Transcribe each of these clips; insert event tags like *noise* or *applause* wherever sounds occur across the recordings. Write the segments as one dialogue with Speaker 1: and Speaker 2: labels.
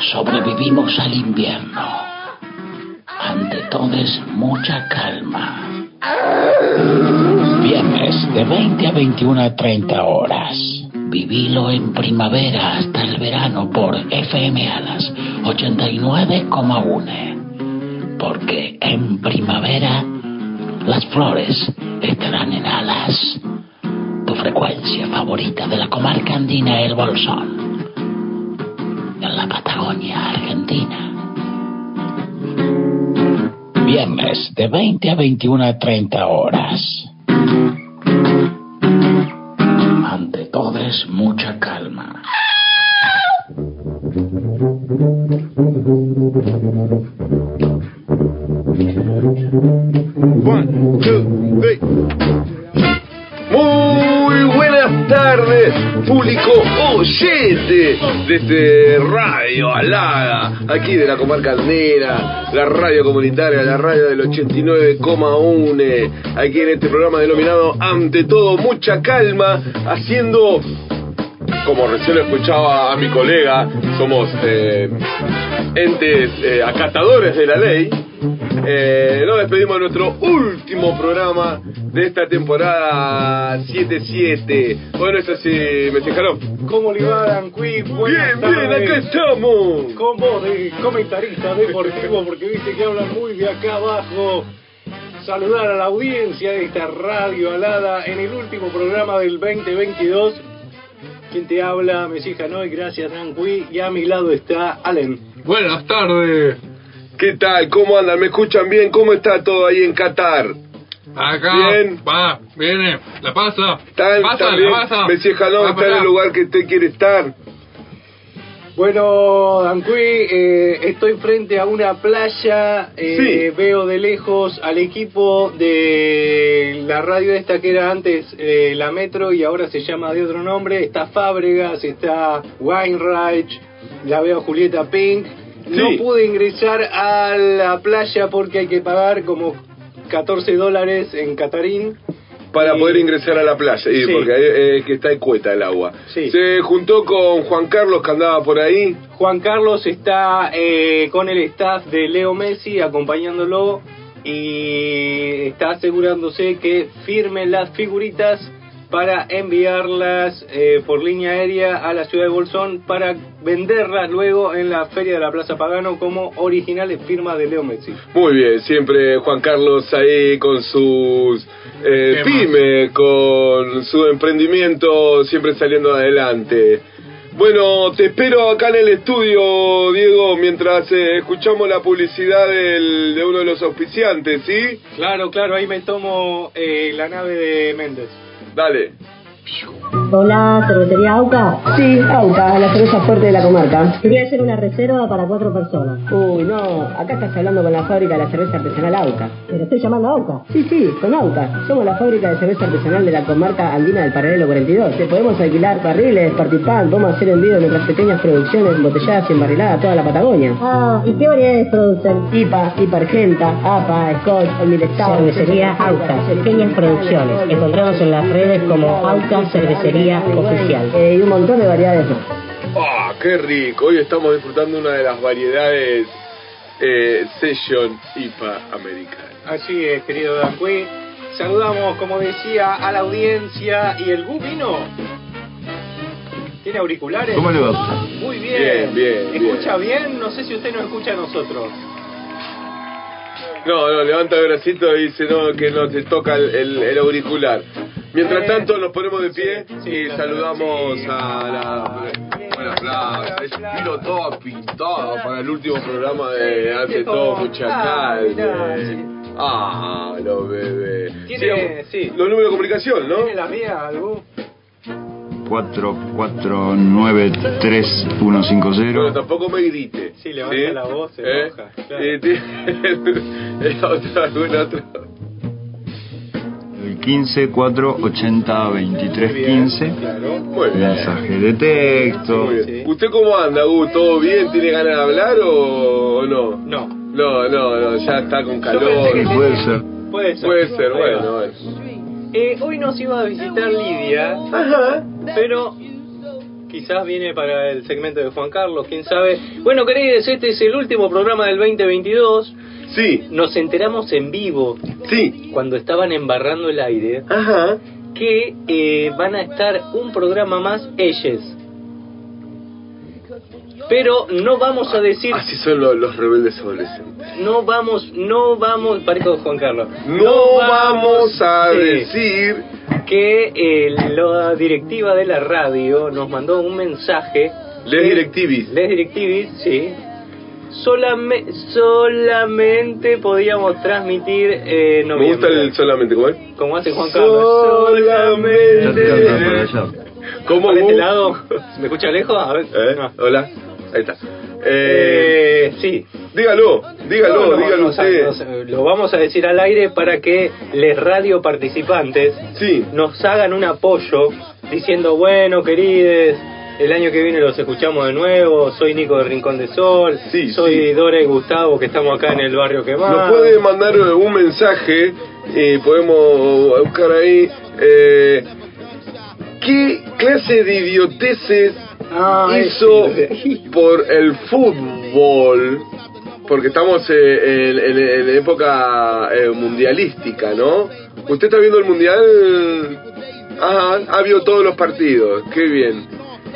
Speaker 1: sobrevivimos al invierno. Ante todo es mucha calma. Viernes de 20 a 21 a 30 horas. Vivilo en primavera hasta el verano por FM Alas 89,1. Porque en primavera las flores estarán en alas. Tu frecuencia favorita de la comarca andina El Bolsón. En la Patagonia, Argentina. Viernes de 20 a 21 a 30 horas. Ante todo es mucha calma.
Speaker 2: One, two, three. Muy buenas tardes, público Oh, oyente de este Radio Alada, aquí de la comarca Andera, la radio comunitaria, la radio del 89,1, aquí en este programa denominado Ante todo Mucha Calma, haciendo, como recién lo escuchaba a mi colega, somos eh, entes eh, acatadores de la ley. Eh, nos despedimos de nuestro último programa de esta temporada 7-7. Bueno, eso sí, me fijaron.
Speaker 3: ¿Cómo le va, Danqui?
Speaker 2: Bien,
Speaker 3: Buenas
Speaker 2: bien,
Speaker 3: tardes.
Speaker 2: acá estamos.
Speaker 3: Con vos de comentarista deportivo, porque viste que hablan muy de acá abajo. Saludar a la audiencia de esta radio alada en el último programa del 2022. Quien te habla, Mesija Noy, gracias Danqui. Y a mi lado está Allen.
Speaker 4: Buenas tardes.
Speaker 2: ¿Qué tal? ¿Cómo andan? ¿Me escuchan bien? ¿Cómo está todo ahí en Qatar?
Speaker 4: Acá
Speaker 2: Bien.
Speaker 4: va, viene, la pasa.
Speaker 2: ¿Tan,
Speaker 4: pasa,
Speaker 2: tan bien?
Speaker 4: la pasa.
Speaker 2: Messi Jalón
Speaker 4: Va
Speaker 2: está
Speaker 4: para
Speaker 2: en el
Speaker 4: allá.
Speaker 2: lugar que usted quiere estar.
Speaker 3: Bueno, Danqui, eh, estoy frente a una playa. eh,
Speaker 2: Sí.
Speaker 3: Veo de lejos al equipo de la radio esta que era antes eh, la Metro y ahora se llama de otro nombre. Está Fábregas, está Weinreich, la veo a Julieta Pink.
Speaker 2: Sí.
Speaker 3: No pude ingresar a la playa porque hay que pagar como 14 dólares en Catarín.
Speaker 2: Para
Speaker 3: Sí.
Speaker 2: poder ingresar a la playa, y
Speaker 3: Sí.
Speaker 2: porque ahí, eh, que está en cueta el agua.
Speaker 3: Sí.
Speaker 2: Se juntó con Juan Carlos que andaba por ahí.
Speaker 3: Juan Carlos está eh, con el staff de Leo Messi acompañándolo y está asegurándose que firme las figuritas para enviarlas eh, por línea aérea a la ciudad de Bolsón para venderlas luego en la feria de la Plaza Pagano como originales firmas de Leo Messi.
Speaker 2: Muy bien, siempre Juan Carlos ahí con sus eh,
Speaker 4: Temas.
Speaker 2: pymes, con su emprendimiento, siempre saliendo adelante. Bueno, te espero acá en el estudio, Diego, mientras eh, escuchamos la publicidad del- de uno de los auspiciantes, ¿sí?
Speaker 3: Claro, claro, ahí me tomo eh, la nave de Méndez.
Speaker 2: Dale.
Speaker 5: Hola, cervecería Auca.
Speaker 6: Sí, Auca, la cerveza fuerte de la comarca.
Speaker 5: Quería hacer una reserva para cuatro personas.
Speaker 6: Uy, no, acá estás hablando con la fábrica de la cerveza artesanal Auca.
Speaker 5: Pero estoy llamando a Auca.
Speaker 6: Sí, sí, con Auca. Somos la fábrica de cerveza artesanal de la comarca andina del Paralelo 42. Te podemos alquilar barriles, participar, vamos a hacer envío de nuestras pequeñas producciones embotelladas y embarriladas a toda la Patagonia.
Speaker 5: Ah, ¿y qué variedades producen?
Speaker 6: IPA, IPA Argenta, APA, Scotch, Old Stout,
Speaker 5: Cervecería Auca, pequeñas producciones. Encontramos en las redes como Auca Cervecería Oficial.
Speaker 6: Eh, y un montón de variedades más.
Speaker 2: ¡Ah, qué rico! Hoy estamos disfrutando una de las variedades eh, Session IPA americana.
Speaker 3: Así es, querido Danqui. Saludamos, como decía, a la audiencia y el Gu vino. ¿Tiene auriculares?
Speaker 7: ¿Cómo le va?
Speaker 3: Muy bien.
Speaker 2: Bien, bien,
Speaker 3: ¿Escucha bien. No sé si usted nos escucha a nosotros.
Speaker 2: No, no, levanta el bracito y dice no, que no te toca el, el- el auricular. Mientras tanto nos ponemos de pie
Speaker 3: Eh, Sí,
Speaker 2: y
Speaker 3: claro,
Speaker 2: saludamos
Speaker 3: sí.
Speaker 2: a la buena plaza,
Speaker 3: Buena
Speaker 2: es
Speaker 3: plaza.
Speaker 2: vino todo pintado para el último programa de
Speaker 3: Sí,
Speaker 2: Hace
Speaker 3: viejo.
Speaker 2: todo mucha
Speaker 3: Ah, mirá,
Speaker 2: calma.
Speaker 3: sí.
Speaker 2: Ah, los bebés.
Speaker 3: Tiene- sí.
Speaker 2: Los números de comunicación, ¿no?
Speaker 3: ¿Tiene la mía, el Gu?
Speaker 2: Pero
Speaker 7: 4493150.
Speaker 2: tampoco me grite.
Speaker 3: Sí, levanta la voz, se enoja, claro.
Speaker 2: Y tiene- *laughs* la otra, alguna otra.
Speaker 7: El 15 4 80 23
Speaker 3: Muy bien,
Speaker 7: 15.
Speaker 3: Claro.
Speaker 2: Muy bien.
Speaker 7: Mensaje de texto.
Speaker 2: Muy bien.
Speaker 3: Sí.
Speaker 2: ¿Usted cómo anda, Gus? ¿Todo bien? ¿Tiene ganas de hablar o, o no?
Speaker 3: No.
Speaker 2: No, no, no, ya está con
Speaker 3: pensé
Speaker 2: calor.
Speaker 3: que-
Speaker 7: Puede ser.
Speaker 3: Puede ser.
Speaker 2: Puede ser,
Speaker 3: Ahí va.
Speaker 2: bueno, bueno.
Speaker 3: Eh, hoy nos iba a visitar Lidia, pero Quizás viene para el segmento de Juan Carlos, quién sabe. Bueno, queridos, este es el último programa del 2022.
Speaker 2: Sí,
Speaker 3: Nos enteramos en vivo,
Speaker 2: sí.
Speaker 3: cuando estaban embarrando el aire,
Speaker 2: Ajá.
Speaker 3: que eh, van a estar un programa más ellos. Pero no vamos a decir,
Speaker 2: Así son los, los rebeldes adolescentes.
Speaker 3: no vamos, no vamos, parezco Juan Carlos.
Speaker 2: No vamos a
Speaker 3: sí.
Speaker 2: decir.
Speaker 3: que eh, la directiva de la radio nos mandó un mensaje.
Speaker 2: Les
Speaker 3: que-
Speaker 2: directivis.
Speaker 3: Les directivis, sí. Solame- solamente podíamos transmitir eh,
Speaker 2: Me gusta
Speaker 3: noviembre.
Speaker 2: el solamente, ¿cómo es?
Speaker 3: Como hace Juan Carlos.
Speaker 7: Ya te hablo por
Speaker 2: Solamente.
Speaker 7: allá.
Speaker 2: ¿Cómo?
Speaker 3: Por este
Speaker 2: vos?
Speaker 3: lado. ¿Me escucha lejos? A ver.
Speaker 2: ¿Eh?
Speaker 3: No.
Speaker 2: Hola. Ahí está. Eh,
Speaker 3: Eh, sí.
Speaker 2: dígalo, dígalo,
Speaker 3: No, no,
Speaker 2: dígalo
Speaker 3: no,
Speaker 2: usted.
Speaker 3: no, eh, Lo vamos a decir al aire para que les radio participantes
Speaker 2: Sí.
Speaker 3: nos hagan un apoyo diciendo, bueno, querides, el año que viene los escuchamos de nuevo, soy Nico de Rincón de Sol,
Speaker 2: Sí,
Speaker 3: soy
Speaker 2: sí.
Speaker 3: Dora y Gustavo que estamos acá en el barrio quemado.
Speaker 2: Nos puede mandar un mensaje y podemos buscar ahí. eh, ¿Qué clase de idioteces
Speaker 3: Ah,
Speaker 2: hizo
Speaker 3: es-
Speaker 2: por el fútbol? Porque estamos eh, en, en- en época eh, mundialística, ¿no? ¿Usted está viendo el mundial? Ajá, ha visto todos los partidos. Qué bien,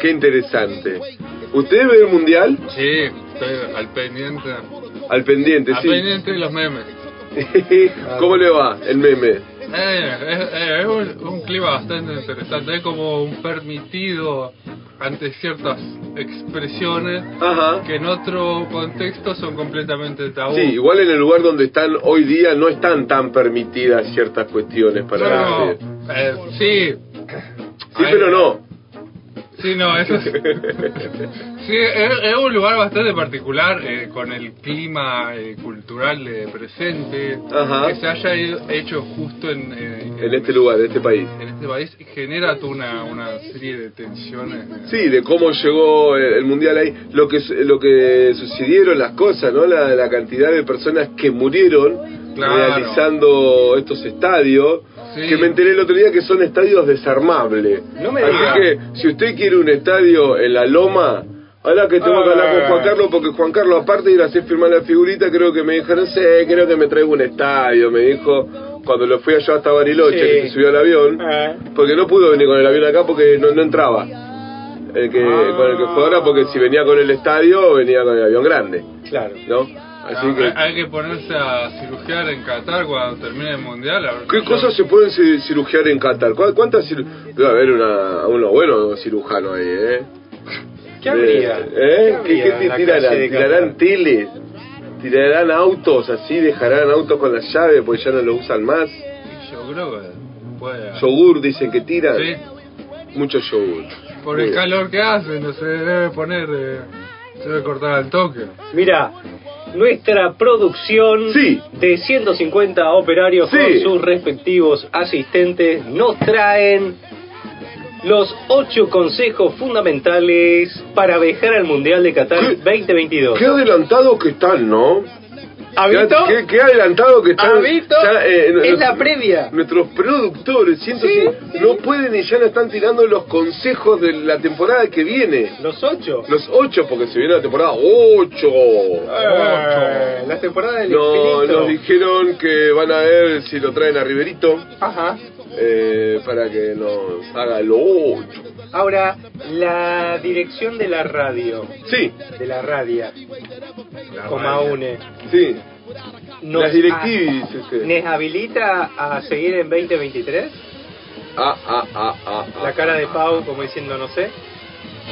Speaker 2: qué interesante. ¿Usted ve el mundial?
Speaker 4: Sí, estoy al pendiente.
Speaker 2: Al pendiente,
Speaker 4: Al
Speaker 2: sí.
Speaker 4: pendiente de los memes.
Speaker 2: *laughs* ¿Cómo le va el meme?
Speaker 4: Eh, es, eh, es un, un clima bastante interesante. Es como un permitido ante ciertas expresiones
Speaker 2: Ajá.
Speaker 4: que en otro contexto son completamente tabú.
Speaker 2: Sí, igual en el lugar donde están hoy día no están tan permitidas ciertas cuestiones para
Speaker 4: Pero,
Speaker 2: nadie.
Speaker 4: eh, sí.
Speaker 2: Sí, pero no.
Speaker 4: Sí, no, eso es, sí, es, es un lugar bastante particular eh, con el clima eh, cultural de presente
Speaker 2: Ajá.
Speaker 4: que se haya ido- hecho justo en, eh,
Speaker 2: *laughs* en este lugar, en este país.
Speaker 4: en este país genera toda una, una serie de tensiones. eh.
Speaker 2: Sí, de cómo llegó el, el mundial ahí, lo que su- lo que sucedieron las cosas, ¿no? La, la cantidad de personas que murieron
Speaker 4: Claro.
Speaker 2: realizando estos estadios,
Speaker 4: Sí.
Speaker 2: que me enteré el otro día que son estadios desarmables.
Speaker 3: No me
Speaker 2: Así
Speaker 4: digas.
Speaker 2: que si usted quiere un estadio en la Loma, ahora que tengo que hablar con
Speaker 3: Ah.
Speaker 2: Juan Carlos porque Juan Carlos aparte de ir a hacer firmar la figurita, creo que me dijo, no sé, creo que me traigo un estadio, me dijo cuando lo fui allá hasta Bariloche,
Speaker 3: Sí.
Speaker 2: que se subió al avión.
Speaker 3: Ah.
Speaker 2: Porque no pudo venir con el avión acá porque no, no entraba. El que,
Speaker 3: Ah.
Speaker 2: Con el que fue ahora, porque si venía con el estadio, venía con el avión grande,
Speaker 3: Claro.
Speaker 2: ¿no?
Speaker 4: Ah,
Speaker 2: Así
Speaker 4: hay-
Speaker 2: que.
Speaker 4: Hay que ponerse a cirugiar en Qatar cuando termine el mundial. a ver
Speaker 2: ¿Qué
Speaker 4: si-
Speaker 2: cosas se pueden ci- cirugiar en Qatar? ¿Cuá- ¿Cuántas ciru- Debe haber una, uno bueno cirujano ahí, ¿eh?
Speaker 3: ¿Qué habría?
Speaker 2: Eh, ¿eh? ¿Qué,
Speaker 3: habría
Speaker 2: qué
Speaker 3: en la
Speaker 2: tirarán?
Speaker 3: calle de
Speaker 2: ¿Tirarán
Speaker 3: Qatar?
Speaker 2: teles? ¿Tirarán autos así? ¿Dejarán autos con la llave porque ya no lo usan más?
Speaker 4: Yo creo que puede.
Speaker 2: ¿Yogur dicen que tiran?
Speaker 4: Sí,
Speaker 2: Mucho yogur.
Speaker 4: por el
Speaker 2: Muy bien.
Speaker 4: calor que hace, no se debe poner. eh, se debe cortar al toque.
Speaker 3: Mira, nuestra producción
Speaker 2: Sí.
Speaker 3: de 150 operarios
Speaker 2: Sí.
Speaker 3: con sus respectivos asistentes nos traen los ocho consejos fundamentales para viajar al Mundial de Qatar
Speaker 2: ¿Qué?
Speaker 3: 2022.
Speaker 2: Qué adelantado que están, ¿no?
Speaker 3: ¿Habito?
Speaker 2: Qué, qué adelantado que están.
Speaker 3: ¿Habito?
Speaker 2: Ya, eh, no-
Speaker 3: Ah, Es la previa.
Speaker 2: Nuestros productores, siento que no pueden y ya no están tirando los consejos de la temporada que viene.
Speaker 3: Los ocho.
Speaker 2: Los ocho, porque se viene la temporada ocho.
Speaker 3: Eh, la temporada del
Speaker 2: No,
Speaker 3: infinito.
Speaker 2: nos dijeron que van a ver si lo traen a Riverito
Speaker 3: Ajá.
Speaker 2: eh, para que nos haga lo ocho.
Speaker 3: Ahora, la dirección de la radio.
Speaker 2: Sí,
Speaker 3: De la radio.
Speaker 4: La
Speaker 3: Coma
Speaker 4: radio.
Speaker 3: une.
Speaker 2: sí.
Speaker 3: Nos
Speaker 2: Las directivis,
Speaker 3: ha-
Speaker 2: este.
Speaker 3: ¿Nos habilita a seguir en 2023?
Speaker 2: Ah, ah, ah, ah, ah.
Speaker 3: La cara de Pau como diciendo no sé.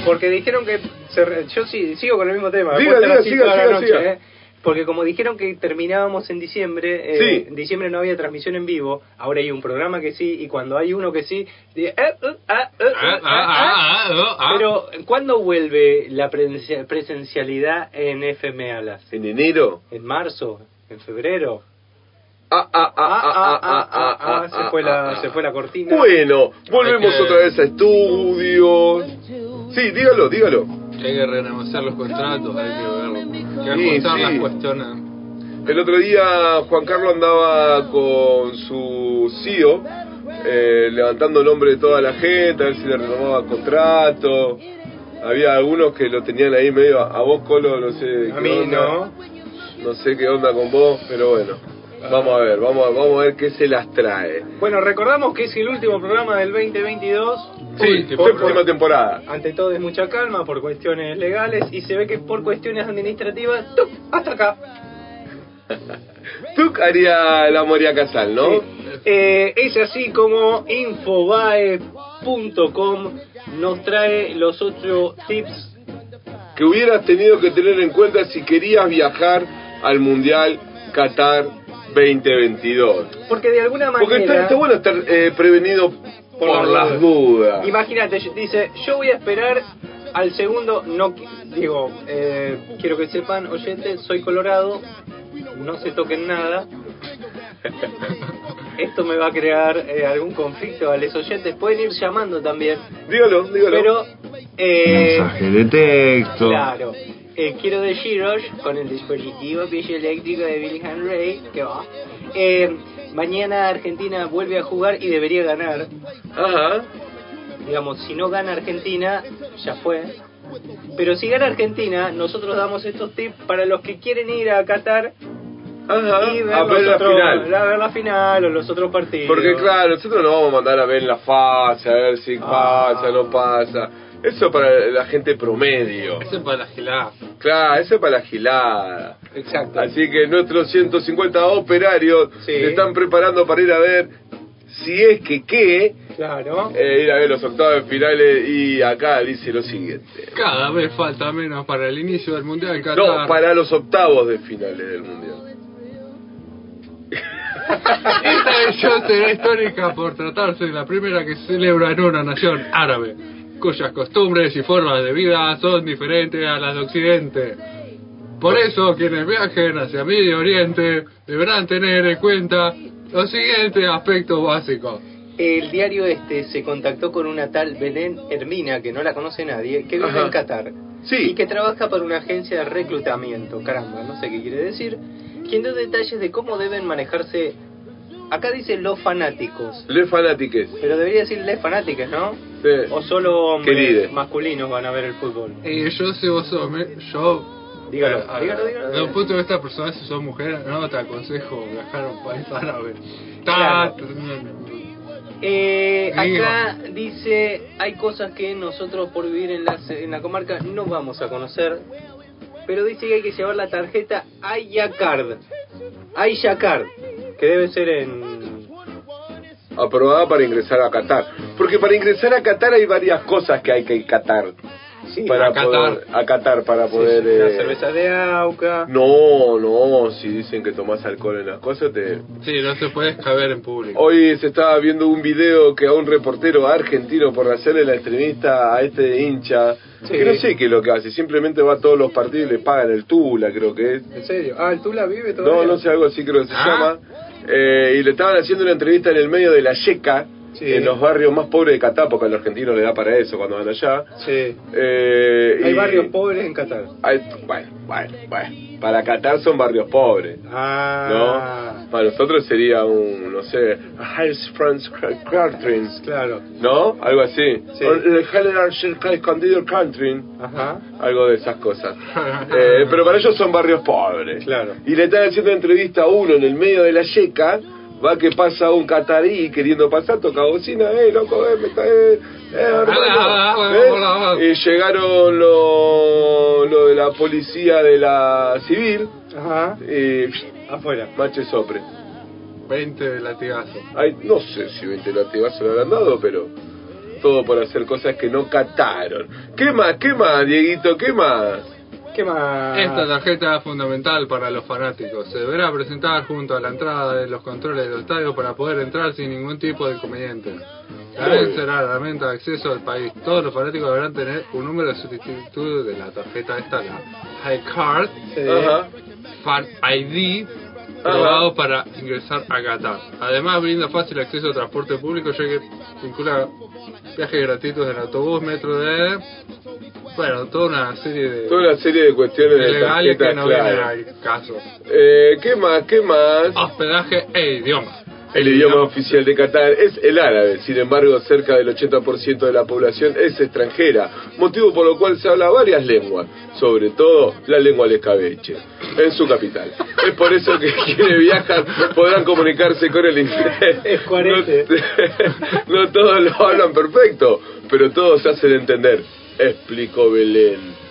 Speaker 3: Porque dijeron que... se re- yo sí- sigo con el mismo tema.
Speaker 2: Diga,
Speaker 3: puedo estar
Speaker 2: diga,
Speaker 3: así
Speaker 2: siga,
Speaker 3: toda la
Speaker 2: siga,
Speaker 3: noche,
Speaker 2: siga.
Speaker 3: eh. Porque como dijeron que terminábamos en diciembre, eh,
Speaker 2: Sí.
Speaker 3: en diciembre no había transmisión en vivo, ahora hay un programa que sí, y cuando hay uno que sí, di- eh, uh, ah, uh, uh,
Speaker 4: Ah, ah,
Speaker 3: ah, ah.
Speaker 4: ah, ah, ah.
Speaker 3: Pero, ¿cuándo vuelve la presencia- presencialidad en FM Alas?
Speaker 2: En enero.
Speaker 3: ¿En marzo? ¿En febrero?
Speaker 2: Ah, ah, ah,
Speaker 3: Ah, ah, ah, ah,
Speaker 2: ah,
Speaker 3: ah, se fue
Speaker 2: ah,
Speaker 3: la,
Speaker 2: ah.
Speaker 3: se fue la cortina.
Speaker 2: Bueno, volvemos
Speaker 4: Hay que-
Speaker 2: otra vez a estudios. Sí, dígalo, dígalo.
Speaker 4: Hay que renegociar los contratos, hay que ver. Hay que
Speaker 2: Sí,
Speaker 4: ajustar
Speaker 2: sí.
Speaker 4: las cuestiones.
Speaker 2: El otro día Juan Carlos andaba con su E CEO eh, levantando el nombre de toda la gente, a ver si le renovaba contrato. Había algunos que lo tenían ahí medio a, a vos, Colo, no sé.
Speaker 3: A
Speaker 2: qué
Speaker 3: mí
Speaker 2: onda.
Speaker 3: no.
Speaker 2: No sé qué onda con vos, pero bueno. Vamos a ver, vamos a, vamos a ver qué se las trae.
Speaker 3: Bueno, recordamos que es el último programa del 2022.
Speaker 2: Sí,
Speaker 3: por-
Speaker 2: séptima
Speaker 3: por-
Speaker 2: temporada.
Speaker 3: Ante todo es mucha calma por cuestiones legales y se ve que por cuestiones administrativas, ¡tup! hasta acá.
Speaker 2: Tú haría la Moria Casal, ¿no?
Speaker 3: Eh, es así como infobae.com nos trae los ocho tips
Speaker 2: Que hubieras tenido que tener en cuenta si querías viajar al Mundial Qatar 2022.
Speaker 3: porque de alguna
Speaker 2: Porque está,
Speaker 3: manera
Speaker 2: está bueno estar eh, prevenido por, las dudas.
Speaker 3: imagínate yo- dice yo voy a esperar al segundo no qui- digo eh, quiero que sepan oyentes soy colorado no se toquen
Speaker 2: *laughs*
Speaker 3: nada esto me va a crear eh, algún conflicto a los oyentes pueden ir llamando también
Speaker 2: Dígalo, dígalo.
Speaker 3: pero eh,
Speaker 8: Mensaje de texto.
Speaker 3: Claro. Eh, quiero deciros, con el dispositivo pillo eléctrico de Billy Henry, que va. Eh, mañana Argentina vuelve a jugar y debería ganar.
Speaker 2: Ajá.
Speaker 3: Digamos, si no gana Argentina, ya fue. Pero si gana Argentina, nosotros damos estos tips para los que quieren ir a Qatar
Speaker 2: Ajá.
Speaker 3: y ver,
Speaker 2: A ver
Speaker 3: los
Speaker 2: la
Speaker 3: otros-
Speaker 2: final.
Speaker 3: la- ver la final o los otros partidos.
Speaker 2: Porque claro, nosotros no vamos a mandar a ver la fase, a ver si
Speaker 3: Ah.
Speaker 2: pasa, no pasa. Eso para la gente promedio.
Speaker 4: Ese es para la gelada.
Speaker 2: Claro, eso es para la gilada.
Speaker 3: Exacto.
Speaker 2: Así que nuestros 150 operarios
Speaker 3: Sí.
Speaker 2: se están preparando para ir a ver, si es que qué,
Speaker 3: Claro.
Speaker 2: eh, ir a ver los octavos de finales y acá dice lo siguiente.
Speaker 4: Cada vez falta menos para el inicio del Mundial Qatar.
Speaker 2: No, para los octavos de finales del Mundial.
Speaker 4: Esta edición será histórica por tratarse de la primera que se celebra en una nación árabe, cuyas costumbres y formas de vida son diferentes a las de Occidente. Por eso, quienes viajen hacia Medio Oriente deberán tener en cuenta los siguientes aspectos básicos.
Speaker 3: El diario este se contactó con una tal Belén Hermina, que no la conoce nadie, que vive
Speaker 2: Ajá.
Speaker 3: en Qatar.
Speaker 2: Sí.
Speaker 3: y que trabaja para una agencia de reclutamiento, caramba, no sé qué quiere decir, quien da detalles de cómo deben manejarse, acá dice los fanáticos,
Speaker 2: Le fanatiques.
Speaker 3: pero debería decir les fanáticos, ¿no?
Speaker 2: Sí.
Speaker 3: O solo hombres
Speaker 2: Queride.
Speaker 3: masculinos van a ver el fútbol.
Speaker 4: Eh, yo si vos sos me- yo
Speaker 3: Dígalo,
Speaker 4: Ah,
Speaker 3: dígalo,
Speaker 4: Desde el
Speaker 3: dígalo.
Speaker 4: punto de vista personal, si sos mujer, no te aconsejo viajar a un país árabe.
Speaker 3: Claro.
Speaker 4: Ta-
Speaker 3: Eh,
Speaker 4: Digo.
Speaker 3: acá dice, hay cosas que nosotros por vivir en la, en la comarca no vamos a conocer, pero dice que hay que llevar la tarjeta Ayacard, Ayacard, que debe ser en...
Speaker 2: aprobada para ingresar a Qatar. Porque para ingresar a Qatar hay varias cosas que hay que acatar.
Speaker 3: Sí,
Speaker 2: para
Speaker 4: a Qatar.
Speaker 2: Poder, a Qatar para
Speaker 3: Sí, sí,
Speaker 2: poder...
Speaker 3: una
Speaker 2: eh,
Speaker 3: cerveza de Auca.
Speaker 2: No, no, si dicen que tomás alcohol en las cosas, te...
Speaker 4: Sí, no te puedes caber en público.
Speaker 2: Hoy se estaba viendo un video que a un reportero argentino por hacerle la entrevista a este hincha,
Speaker 3: Sí.
Speaker 2: que no sé qué es lo que hace, simplemente va a todos los partidos y le pagan el tula, creo que es.
Speaker 3: ¿En serio? Ah, ¿el Tula vive
Speaker 2: No,
Speaker 3: todavía?
Speaker 2: no sé, algo así creo que se
Speaker 4: Ah.
Speaker 2: llama. Eh, y le estaban haciendo una entrevista en el medio de la yeca,
Speaker 3: Sí.
Speaker 2: en los barrios más pobres de Catá, porque al argentino le da para eso cuando van allá.
Speaker 3: Sí.
Speaker 2: Eh,
Speaker 3: Hay
Speaker 2: y-
Speaker 3: barrios pobres en Qatar.
Speaker 2: hay- bueno, bueno, bueno. Para Qatar son barrios pobres.
Speaker 3: Ah.
Speaker 2: ¿no? Para nosotros sería un, no sé, House France Cartrins,
Speaker 3: Claro.
Speaker 2: ¿no? Algo así.
Speaker 3: Sí.
Speaker 2: O El General Circle Escondido Country,
Speaker 3: Ajá.
Speaker 2: algo de esas cosas. *laughs*
Speaker 4: Ah.
Speaker 2: Eh, pero para ellos son barrios pobres.
Speaker 3: Claro.
Speaker 2: Y le están haciendo entrevista a uno en el medio de la yeca, va que pasa un catarí queriendo pasar, toca bocina, eh, loco, eh, me está, eh, eh, hermano,
Speaker 4: Ah, ah, ah,
Speaker 2: ¿eh?
Speaker 4: ah, ah.
Speaker 2: Y llegaron los lo de la policía de la civil,
Speaker 3: Ajá.
Speaker 2: eh,
Speaker 3: Afuera.
Speaker 2: mache sopre.
Speaker 4: 20 latigazos.
Speaker 2: Ay, no sé si 20 latigazos le habrán dado, pero todo por hacer cosas que no cataron. ¿Qué más, qué más, Dieguito, qué más?
Speaker 3: ¿Qué más?
Speaker 4: Esta tarjeta es fundamental para los fanáticos. Se deberá presentar junto a la entrada de los controles del estadio para poder entrar sin ningún tipo de inconveniente.
Speaker 3: Ah,
Speaker 4: También será la herramienta de acceso al país. Todos los fanáticos deberán tener un número de sustituto de la tarjeta esta, la High Card
Speaker 2: Ajá.
Speaker 4: Fan ID, probado para ingresar a Qatar. Además, brinda fácil acceso a transporte público, ya que vincula viajes gratuitos en autobús, metro de... Bueno, toda una serie de
Speaker 2: Toda una serie de cuestiones de
Speaker 4: legales que
Speaker 2: tarjetas,
Speaker 4: no
Speaker 2: claro.
Speaker 4: vienen al caso.
Speaker 2: Eh, ¿Qué más? ¿Qué más?
Speaker 4: Hospedaje e idioma.
Speaker 2: El idioma oficial de Qatar es el árabe, sin embargo cerca del 80% de la población es extranjera, motivo por lo cual se habla varias lenguas, sobre todo la lengua del escabeche, en su capital. Es por eso que quienes viajan podrán comunicarse con el inglés.
Speaker 3: Es 40.
Speaker 2: No, no todos lo hablan perfecto, pero todos se hacen entender, explicó Belén.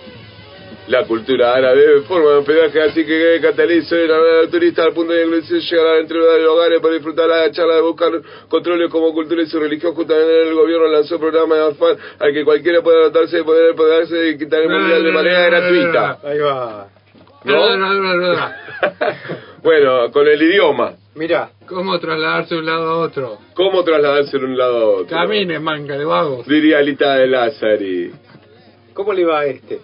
Speaker 2: La cultura árabe forma de hospedaje, así que cataliza el al turista al punto de inclusión llegar a entre de los hogares para disfrutar la charla de buscar controles como cultura y su religión. Justamente el gobierno lanzó programas de afán al que cualquiera pueda dotarse de poder apoderarse y quitar el mundial de manera gratuita.
Speaker 3: Ahí va.
Speaker 4: No, no, no, no, no.
Speaker 2: Bueno, con el idioma.
Speaker 3: Mirá,
Speaker 4: ¿Cómo trasladarse de un lado a otro?
Speaker 2: ¿Cómo trasladarse de un lado a otro?
Speaker 4: Camine, manga de vagos.
Speaker 2: Diría Alita de Lázari.
Speaker 3: ¿cómo le va a este?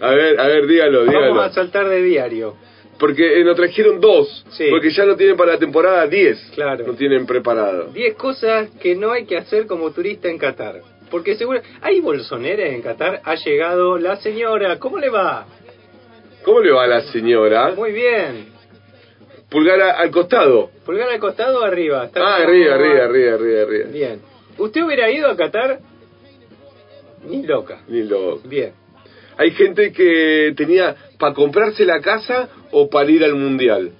Speaker 2: A ver, a ver, dígalo,
Speaker 3: Vamos
Speaker 2: dígalo.
Speaker 3: a saltar de diario.
Speaker 2: Porque eh, nos trajeron dos.
Speaker 3: Sí.
Speaker 2: Porque ya no tienen para la temporada 10.
Speaker 3: Claro.
Speaker 2: No tienen preparado.
Speaker 3: 10 cosas que no hay que hacer como turista en Qatar. Porque seguro, hay bolsoneras en Qatar, ha llegado la señora, ¿cómo le va?
Speaker 2: ¿Cómo le va a la señora?
Speaker 3: Muy bien.
Speaker 2: Pulgar a- al costado.
Speaker 3: Pulgar al costado o arriba. Está
Speaker 2: Ah,
Speaker 3: bien.
Speaker 2: arriba, arriba, arriba, arriba, arriba.
Speaker 3: Bien. ¿Usted hubiera ido a Qatar? Ni loca.
Speaker 2: Ni loco.
Speaker 3: Bien.
Speaker 2: Hay gente que tenía para comprarse la casa o para ir al mundial.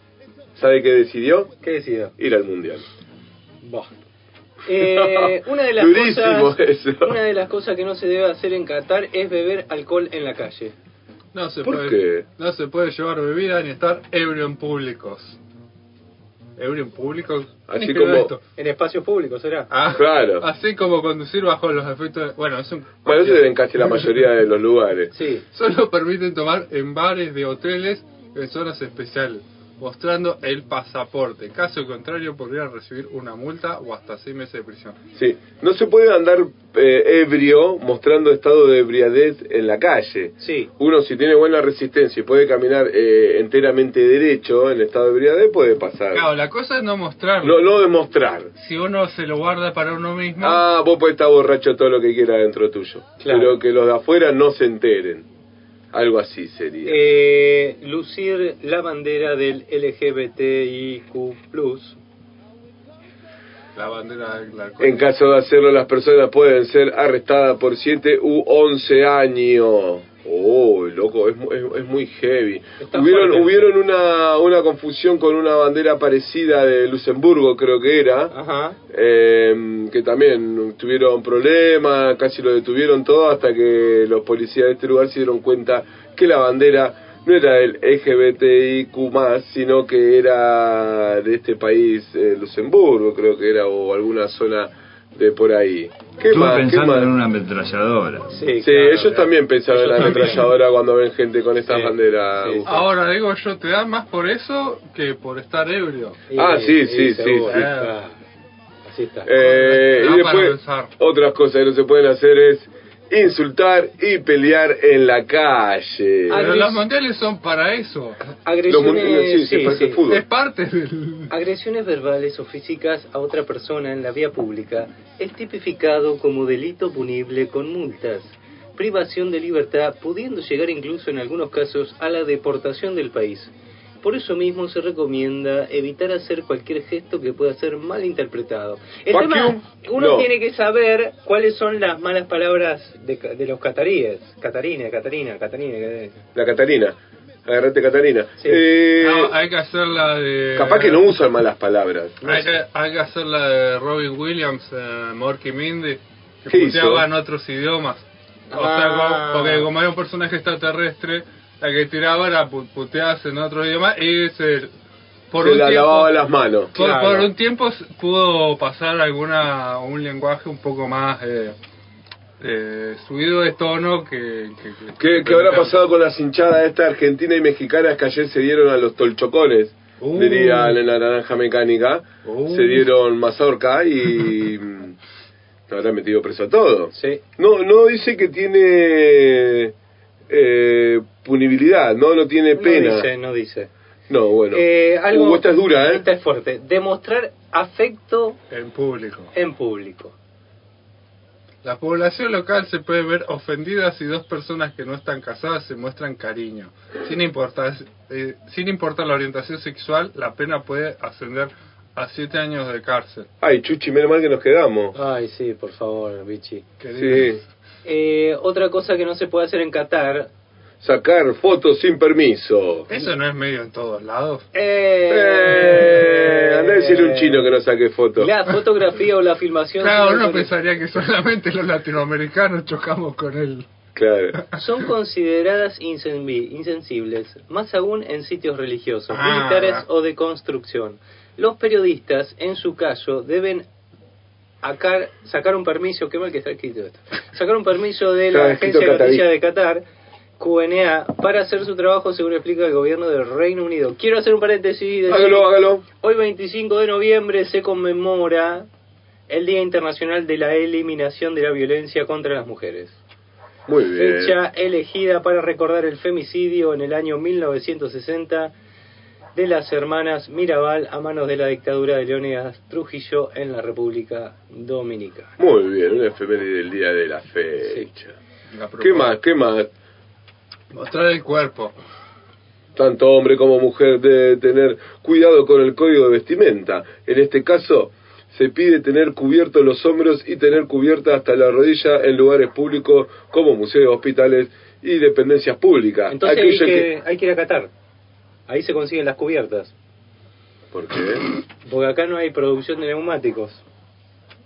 Speaker 2: ¿Sabe qué decidió?
Speaker 3: ¿Qué decido?
Speaker 2: Ir al mundial.
Speaker 3: Vos.
Speaker 2: *laughs*
Speaker 3: Eh, una de las
Speaker 2: Durísimo
Speaker 3: cosas,
Speaker 2: eso.
Speaker 3: una de las cosas que no se debe hacer en Qatar es beber alcohol en la calle.
Speaker 4: No se
Speaker 2: ¿Por
Speaker 4: puede,
Speaker 2: qué?
Speaker 4: no se puede llevar bebida ni estar ebrio en públicos. Ebrio en públicos.
Speaker 2: Así
Speaker 4: Ni que
Speaker 2: como-
Speaker 4: esto.
Speaker 3: En espacios públicos, ¿será?
Speaker 4: Ah,
Speaker 2: Claro.
Speaker 4: Así como conducir bajo los efectos. de- bueno, es un-
Speaker 2: Bueno, eso es en casi la mayoría de los lugares.
Speaker 3: Sí.
Speaker 4: solo permiten tomar en bares de hoteles en zonas especiales, mostrando el pasaporte. Caso contrario, podrían recibir una multa o hasta seis meses de prisión.
Speaker 2: Sí. No se puede andar eh, ebrio mostrando estado de ebriadez en la calle.
Speaker 3: Sí.
Speaker 2: Uno, si tiene buena resistencia y puede caminar eh, enteramente derecho en estado de ebriadez, puede pasar.
Speaker 4: Claro, la cosa es no mostrarlo.
Speaker 2: No, no demostrar.
Speaker 4: Si uno se lo guarda para uno mismo,
Speaker 2: Ah, vos podés estar borracho todo lo que quiera dentro tuyo.
Speaker 3: Claro.
Speaker 2: Pero que los de afuera no se enteren. Algo así sería.
Speaker 3: Eh, lucir la bandera del LGBTIQ+.
Speaker 4: la bandera del alcohol.
Speaker 2: en caso de hacerlo, las personas pueden ser arrestadas por 7 u 11 años. Oh, loco, es, mu- es- es muy heavy.
Speaker 3: Está
Speaker 2: Hubieron,
Speaker 3: fuerte.
Speaker 2: hubieron una, una confusión con una bandera parecida de Luxemburgo, creo que era.
Speaker 3: Ajá.
Speaker 2: eh, que también tuvieron problemas, casi lo detuvieron todo hasta que los policías de este lugar se dieron cuenta que la bandera no era del LGBTIQ+, sino que era de este país, eh, Luxemburgo creo que era, o alguna zona de por ahí. ¿Qué
Speaker 8: Estuve
Speaker 2: más? ¿Qué
Speaker 8: pensando
Speaker 2: más?
Speaker 8: en una ametralladora.
Speaker 3: Sí,
Speaker 2: Sí,
Speaker 3: claro,
Speaker 2: ellos también pensaron en la
Speaker 3: también.
Speaker 2: ametralladora cuando ven gente con estas
Speaker 3: Sí,
Speaker 2: banderas.
Speaker 3: sí.
Speaker 2: Gustavo.
Speaker 4: Ahora digo yo, te dan más por eso que por estar ebrio.
Speaker 2: Ah, sí, sí, sí,
Speaker 3: seguro.
Speaker 2: sí.
Speaker 3: Ah, Así está.
Speaker 2: Eh,
Speaker 4: No
Speaker 2: y
Speaker 4: para
Speaker 2: después,
Speaker 4: pensar.
Speaker 2: otras cosas que no se pueden hacer es insultar y pelear en la calle.
Speaker 3: Ah,
Speaker 4: Pero
Speaker 3: Luis.
Speaker 4: los mundiales son para eso.
Speaker 2: Los
Speaker 3: Agresiones,
Speaker 2: mundiales, sí, sí,
Speaker 3: sí,
Speaker 2: parece
Speaker 3: sí.
Speaker 2: fútbol.
Speaker 4: Es parte del...
Speaker 3: Agresiones verbales o físicas a otra persona en la vía pública es tipificado como delito punible con multas, privación de libertad, pudiendo llegar incluso en algunos casos a la deportación del país. Por eso mismo se recomienda evitar hacer cualquier gesto que pueda ser mal interpretado. El
Speaker 2: Fuck
Speaker 3: tema,
Speaker 2: you.
Speaker 3: uno
Speaker 2: No.
Speaker 3: tiene que
Speaker 2: *laughs*
Speaker 3: saber cuáles son las malas palabras de, ca- de los cataríes. Catarina, Catarina, Catarina. Catarina.
Speaker 2: La Catarina. Agarrate, Catarina.
Speaker 3: Sí.
Speaker 2: Eh,
Speaker 4: No, eh, hay que hacer la de...
Speaker 2: capaz que no usan malas palabras.
Speaker 4: Hay que, hay que hacer la de Robin Williams, eh, Morky Mindy, que
Speaker 2: ¿Qué hizo?
Speaker 4: puteaba en otros idiomas. O sea,
Speaker 3: Ah.
Speaker 4: como- porque como era un personaje extraterrestre, la que tiraba era pu- puteadas en otro idioma y se... Por
Speaker 2: Se
Speaker 4: un
Speaker 2: la
Speaker 4: tiempo-
Speaker 2: lavaba las manos.
Speaker 4: Por,
Speaker 3: Claro.
Speaker 4: por un tiempo s- pudo pasar alguna un lenguaje un poco más eh, eh, subido de tono que... que, que-
Speaker 2: ¿Qué, qué habrá pasado con las hinchadas esta argentina y mexicanas que ayer se dieron a los tolchocones?
Speaker 4: Uh.
Speaker 2: Diría en la naranja mecánica.
Speaker 4: Uh.
Speaker 2: Se dieron mazorca y... mm, lo habrán metido preso a todos.
Speaker 3: Sí.
Speaker 2: No, no dice que tiene eh, punibilidad, no, no tiene pena.
Speaker 3: No dice, no dice.
Speaker 2: No, bueno.
Speaker 3: Eh, algo,
Speaker 2: Uh, esta es dura, ¿eh?
Speaker 3: Esta es fuerte. Demostrar afecto
Speaker 4: En público.
Speaker 3: en público.
Speaker 4: La población local se puede ver ofendida si dos personas que no están casadas se muestran cariño. Sin importar, eh, sin importar la orientación sexual, la pena puede ascender a siete años de cárcel.
Speaker 2: Ay, Chuchi, menos mal que nos quedamos.
Speaker 3: Ay, sí, por favor, bichi.
Speaker 2: Sí.
Speaker 3: Eh, otra cosa que no se puede hacer en Qatar.
Speaker 2: Sacar fotos sin permiso.
Speaker 4: Eso no es medio en todos lados.
Speaker 2: Eh, andá a decirle a un chino que no saque fotos.
Speaker 3: La fotografía o la filmación
Speaker 4: Claro,
Speaker 3: son,
Speaker 4: uno pensaría que solamente los latinoamericanos chocamos con él.
Speaker 2: Claro.
Speaker 3: son consideradas insenvi- insensibles, más aún en sitios religiosos,
Speaker 4: Ah.
Speaker 3: militares o de construcción. Los periodistas, en su caso, deben acar- sacar un permiso, qué mal que está escrito esto, sacar un permiso de la
Speaker 2: Está escrito
Speaker 3: agencia de
Speaker 2: catarí.
Speaker 3: noticias de Qatar, QNA, para hacer su trabajo, según explica el gobierno del Reino Unido. Quiero hacer un paréntesis y decir-
Speaker 2: Hágalo, hágalo.
Speaker 3: Hoy 25 de noviembre se conmemora el Día Internacional de la Eliminación de la Violencia contra las Mujeres.
Speaker 2: Muy bien.
Speaker 3: Fecha elegida para recordar el femicidio en el año 1960 de las hermanas Mirabal a manos de la dictadura de Leónidas Trujillo en la República Dominicana.
Speaker 2: Muy bien, una efeméride del día de la fecha.
Speaker 4: La
Speaker 2: ¿Qué
Speaker 4: propuesta.
Speaker 2: más? ¿Qué más?
Speaker 4: Mostrar el cuerpo.
Speaker 2: Tanto hombre como mujer debe tener cuidado con el código de vestimenta. En este caso, se pide tener cubiertos los hombros y tener cubierta hasta la rodilla en lugares públicos como museos, hospitales y dependencias públicas.
Speaker 3: Entonces hay
Speaker 2: Aquello
Speaker 3: que, hay que ir a Qatar. Ahí se consiguen las cubiertas.
Speaker 2: ¿Por qué?
Speaker 3: Porque acá no hay producción de neumáticos.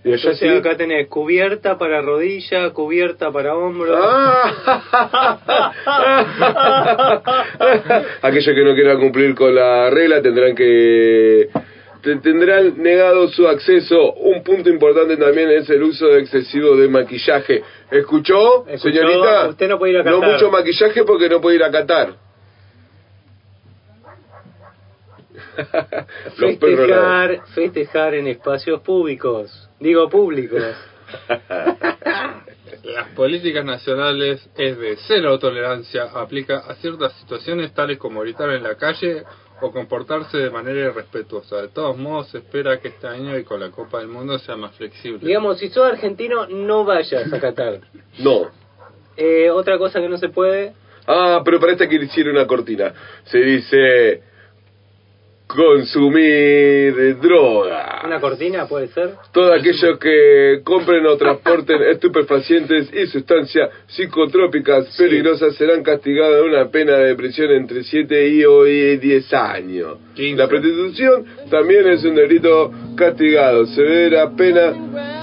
Speaker 2: Y allá
Speaker 3: Entonces
Speaker 2: sí.
Speaker 3: acá tenés cubierta para rodilla, cubierta para hombro. *laughs*
Speaker 2: Ah. *laughs* Aquellos que no quieran cumplir con la regla tendrán que te- tendrán negado su acceso. Un punto importante también es el uso excesivo de maquillaje. ¿Escuchó,
Speaker 3: Escuchó,
Speaker 2: señorita?
Speaker 3: usted no puede ir a
Speaker 2: No
Speaker 3: Qatar.
Speaker 2: mucho maquillaje porque no puede ir a Qatar. Los perros lados.
Speaker 3: festejar, festejar en espacios públicos. Digo *laughs* públicos.
Speaker 4: Las políticas nacionales es de cero tolerancia aplica a ciertas situaciones tales como gritar en la calle o comportarse de manera irrespetuosa. De todos modos, se espera que este año y con la Copa del Mundo sea más flexible.
Speaker 3: Digamos, si sos argentino, no vayas a Qatar.
Speaker 2: No.
Speaker 3: Eh, otra cosa que no se puede,
Speaker 2: Ah, pero para esta quiero hicieron una cortina. Se dice consumir droga.
Speaker 3: una cortina puede ser.
Speaker 2: Todo aquello que compren o transporten estupefacientes y sustancias psicotrópicas peligrosas serán castigados de una pena de prisión entre 7 y hoy 10 años.
Speaker 4: Quince.
Speaker 2: La prostitución también es un delito castigado, severa pena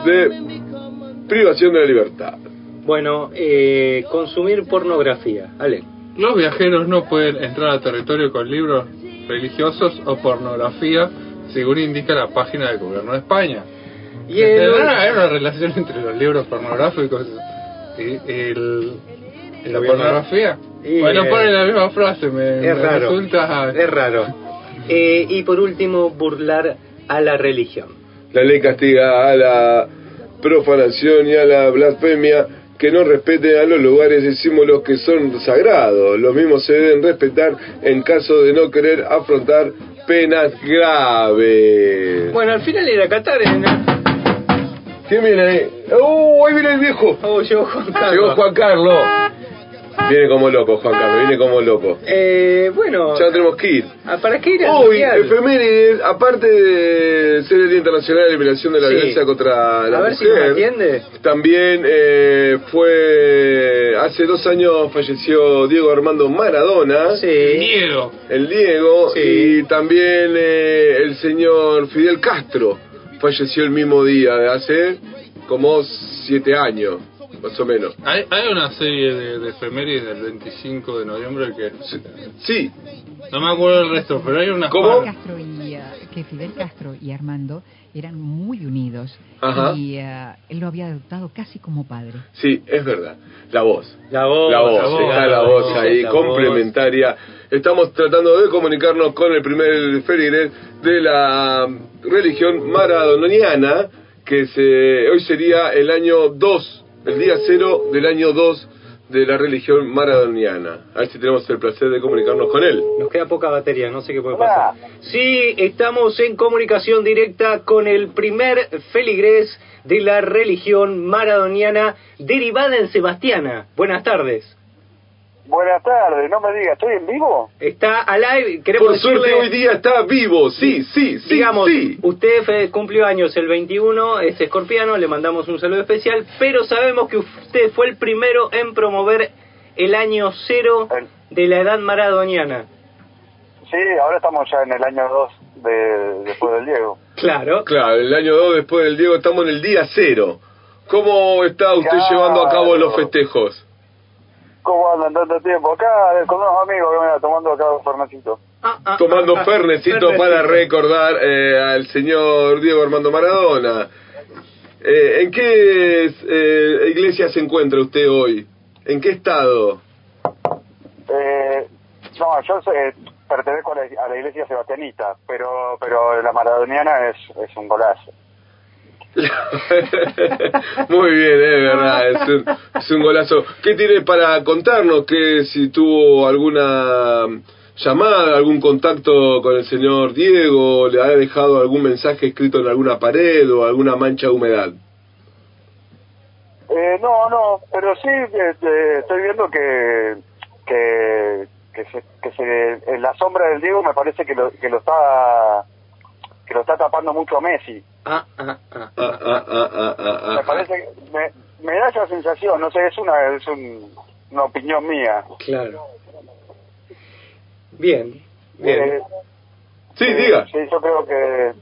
Speaker 2: de privación de la libertad.
Speaker 3: Bueno, eh, consumir pornografía. Ale.
Speaker 4: Los viajeros no pueden entrar a territorio con libros religiosos o pornografía, según indica la página del gobierno de España.
Speaker 3: Y el,
Speaker 4: Tendrá que haber una relación entre los libros pornográficos y, Eh, el, y la pornografía.
Speaker 3: Y,
Speaker 4: bueno,
Speaker 3: eh,
Speaker 4: ponen la misma frase, me, me
Speaker 3: es raro.
Speaker 4: resulta...
Speaker 3: Es raro. Eh, y por último, burlar a la religión.
Speaker 2: La ley castiga a la profanación y a la blasfemia que no respeten a los lugares y símbolos que son sagrados. Los mismos se deben respetar en caso de no querer afrontar penas graves.
Speaker 3: Bueno, al final era Qatar. En
Speaker 2: ¿Quién viene ahí? ¡Uh! Ahí viene el viejo.
Speaker 3: Oh, llegó Juan Carlos.
Speaker 2: Llegó Juan Carlos. Viene como loco, Juan Carlos, viene como loco.
Speaker 3: Eh, bueno,
Speaker 2: Ya no tenemos que ir.
Speaker 3: ah, ¿para qué ir al
Speaker 2: Hoy,
Speaker 3: mundial?
Speaker 2: efemérides, aparte de ser el Día Internacional de la Eliminación de la
Speaker 3: Sí.
Speaker 2: Violencia contra la
Speaker 3: A ver si
Speaker 2: Mujer.
Speaker 3: me atiende.
Speaker 2: También eh, fue. Hace dos años falleció Diego Armando Maradona,
Speaker 3: Sí.
Speaker 4: Miedo.
Speaker 2: el Diego,
Speaker 3: Sí.
Speaker 2: y también eh, el señor Fidel Castro falleció el mismo día, hace como siete años, más o menos.
Speaker 4: Hay, hay una serie de, de efemérides del 25 de noviembre que...
Speaker 2: Sí,
Speaker 4: No me acuerdo el resto, pero hay una...
Speaker 2: ¿Cómo?
Speaker 8: Castro y, eh, que Fidel Castro y Armando eran muy unidos
Speaker 2: Ajá.
Speaker 8: y eh, él lo había adoptado casi como padre.
Speaker 2: sí, es verdad. La voz.
Speaker 3: La voz.
Speaker 2: la voz,
Speaker 4: voz,
Speaker 2: está la
Speaker 4: la
Speaker 2: voz
Speaker 4: voz,
Speaker 2: ahí,
Speaker 3: la voz.
Speaker 2: complementaria. Estamos tratando de comunicarnos con el primer feligrés de la um, religión maradoniana, que se, hoy sería el año 2, el día 0 del año 2 de la religión maradoniana. A ver si tenemos el placer de comunicarnos con él.
Speaker 3: Nos queda poca batería, no sé qué puede pasar. Sí, estamos en comunicación directa con el primer feligrés de la religión maradoniana derivada en Sebastiana. Buenas tardes.
Speaker 9: Buenas tardes, no me digas, ¿estoy en vivo?
Speaker 3: Está alive, queremos
Speaker 2: Por suerte
Speaker 3: decirle-
Speaker 2: hoy día está vivo, sí, sí, sí,
Speaker 3: digamos,
Speaker 2: sí.
Speaker 3: usted Fede, cumplió años el 21, es escorpiano, le mandamos un saludo especial, pero sabemos que usted fue el primero en promover el año cero de la edad maradoniana.
Speaker 9: Sí, ahora estamos ya en el año 2 de, después del Diego.
Speaker 3: Claro.
Speaker 2: Claro, el año 2 después del Diego estamos en el día cero. ¿Cómo está usted
Speaker 9: Claro.
Speaker 2: llevando a cabo los festejos?
Speaker 9: ¿Cómo andan tanto tiempo? Acá eh, con unos amigos que me tomando acá un fernecito.
Speaker 3: Ah,
Speaker 2: Tomando
Speaker 9: ah,
Speaker 2: fernecito para recordar eh, al señor Diego Armando Maradona. Eh, ¿En qué eh, iglesia se encuentra usted hoy? ¿En qué estado?
Speaker 9: Eh, no, yo eh, pertenezco a la, a la iglesia sebastianita, pero pero la maradoniana es, es un
Speaker 2: *laughs*
Speaker 9: golazo.
Speaker 2: Muy bien, es verdad, es un, es un golazo. ¿Qué tiene para contarnos? que si tuvo alguna llamada, algún contacto con el señor Diego? ¿Le ha dejado algún mensaje escrito en alguna pared o alguna mancha de humedad?
Speaker 9: Eh, no, no, pero sí eh, eh, estoy viendo que que, que, se, que se- en la sombra del Diego me parece que lo, que lo está que lo está tapando mucho a Messi.
Speaker 3: Ah, ah, ah.
Speaker 2: Ah, ah, ah, ah, ah, ah.
Speaker 9: Me parece que- me, me da esa sensación, no sé, es una es un- una opinión mía.
Speaker 3: Claro. Bien, bien.
Speaker 9: Eh,
Speaker 2: Sí,
Speaker 9: eh,
Speaker 2: diga.
Speaker 9: Sí, yo creo que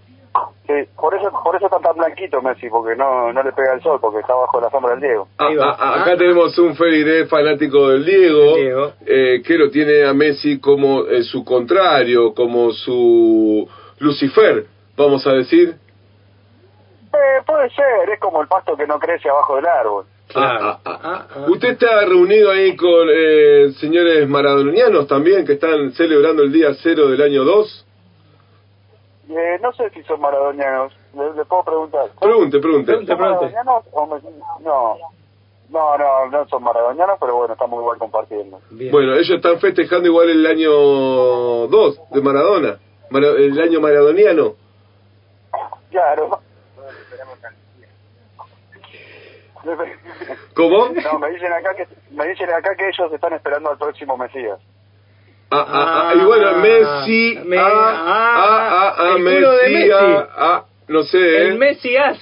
Speaker 9: sí, por eso por eso está tan blanquito Messi porque no no le pega el sol porque está bajo la sombra del Diego.
Speaker 2: Ah,
Speaker 3: Ahí va.
Speaker 2: ah, ah, acá tenemos un Ferire fanático del Diego,
Speaker 3: Diego.
Speaker 2: eh, que lo tiene a Messi como eh, su contrario, como su Lucifer, vamos a decir.
Speaker 9: Eh, puede ser, es como el pasto que no crece abajo del árbol.
Speaker 2: Ah, ah, ah. Usted está reunido ahí con eh, señores maradonianos también que están celebrando el día cero del año 2.
Speaker 9: Eh, no sé si son maradonianos, le, le puedo preguntar.
Speaker 2: Pregunte, pregunte.
Speaker 3: Pregunte.
Speaker 9: ¿Son maradonianos o me- no? No, no, no son maradonianos, pero bueno, estamos igual compartiendo.
Speaker 3: bien.
Speaker 2: Bueno, ellos están festejando igual el año 2 de Maradona, Mara- el año maradoniano.
Speaker 9: Claro.
Speaker 2: ¿Cómo?
Speaker 9: No, me dicen acá que me dicen acá que ellos están esperando al próximo Mesías.
Speaker 2: Ah, ah, ah, y bueno, Messi,
Speaker 3: Me-
Speaker 2: ah, ah, ah, ah,
Speaker 3: el
Speaker 2: Messi,
Speaker 3: culo de Messi.
Speaker 2: ah, ah, no sé, ¿eh?
Speaker 3: El Mesías.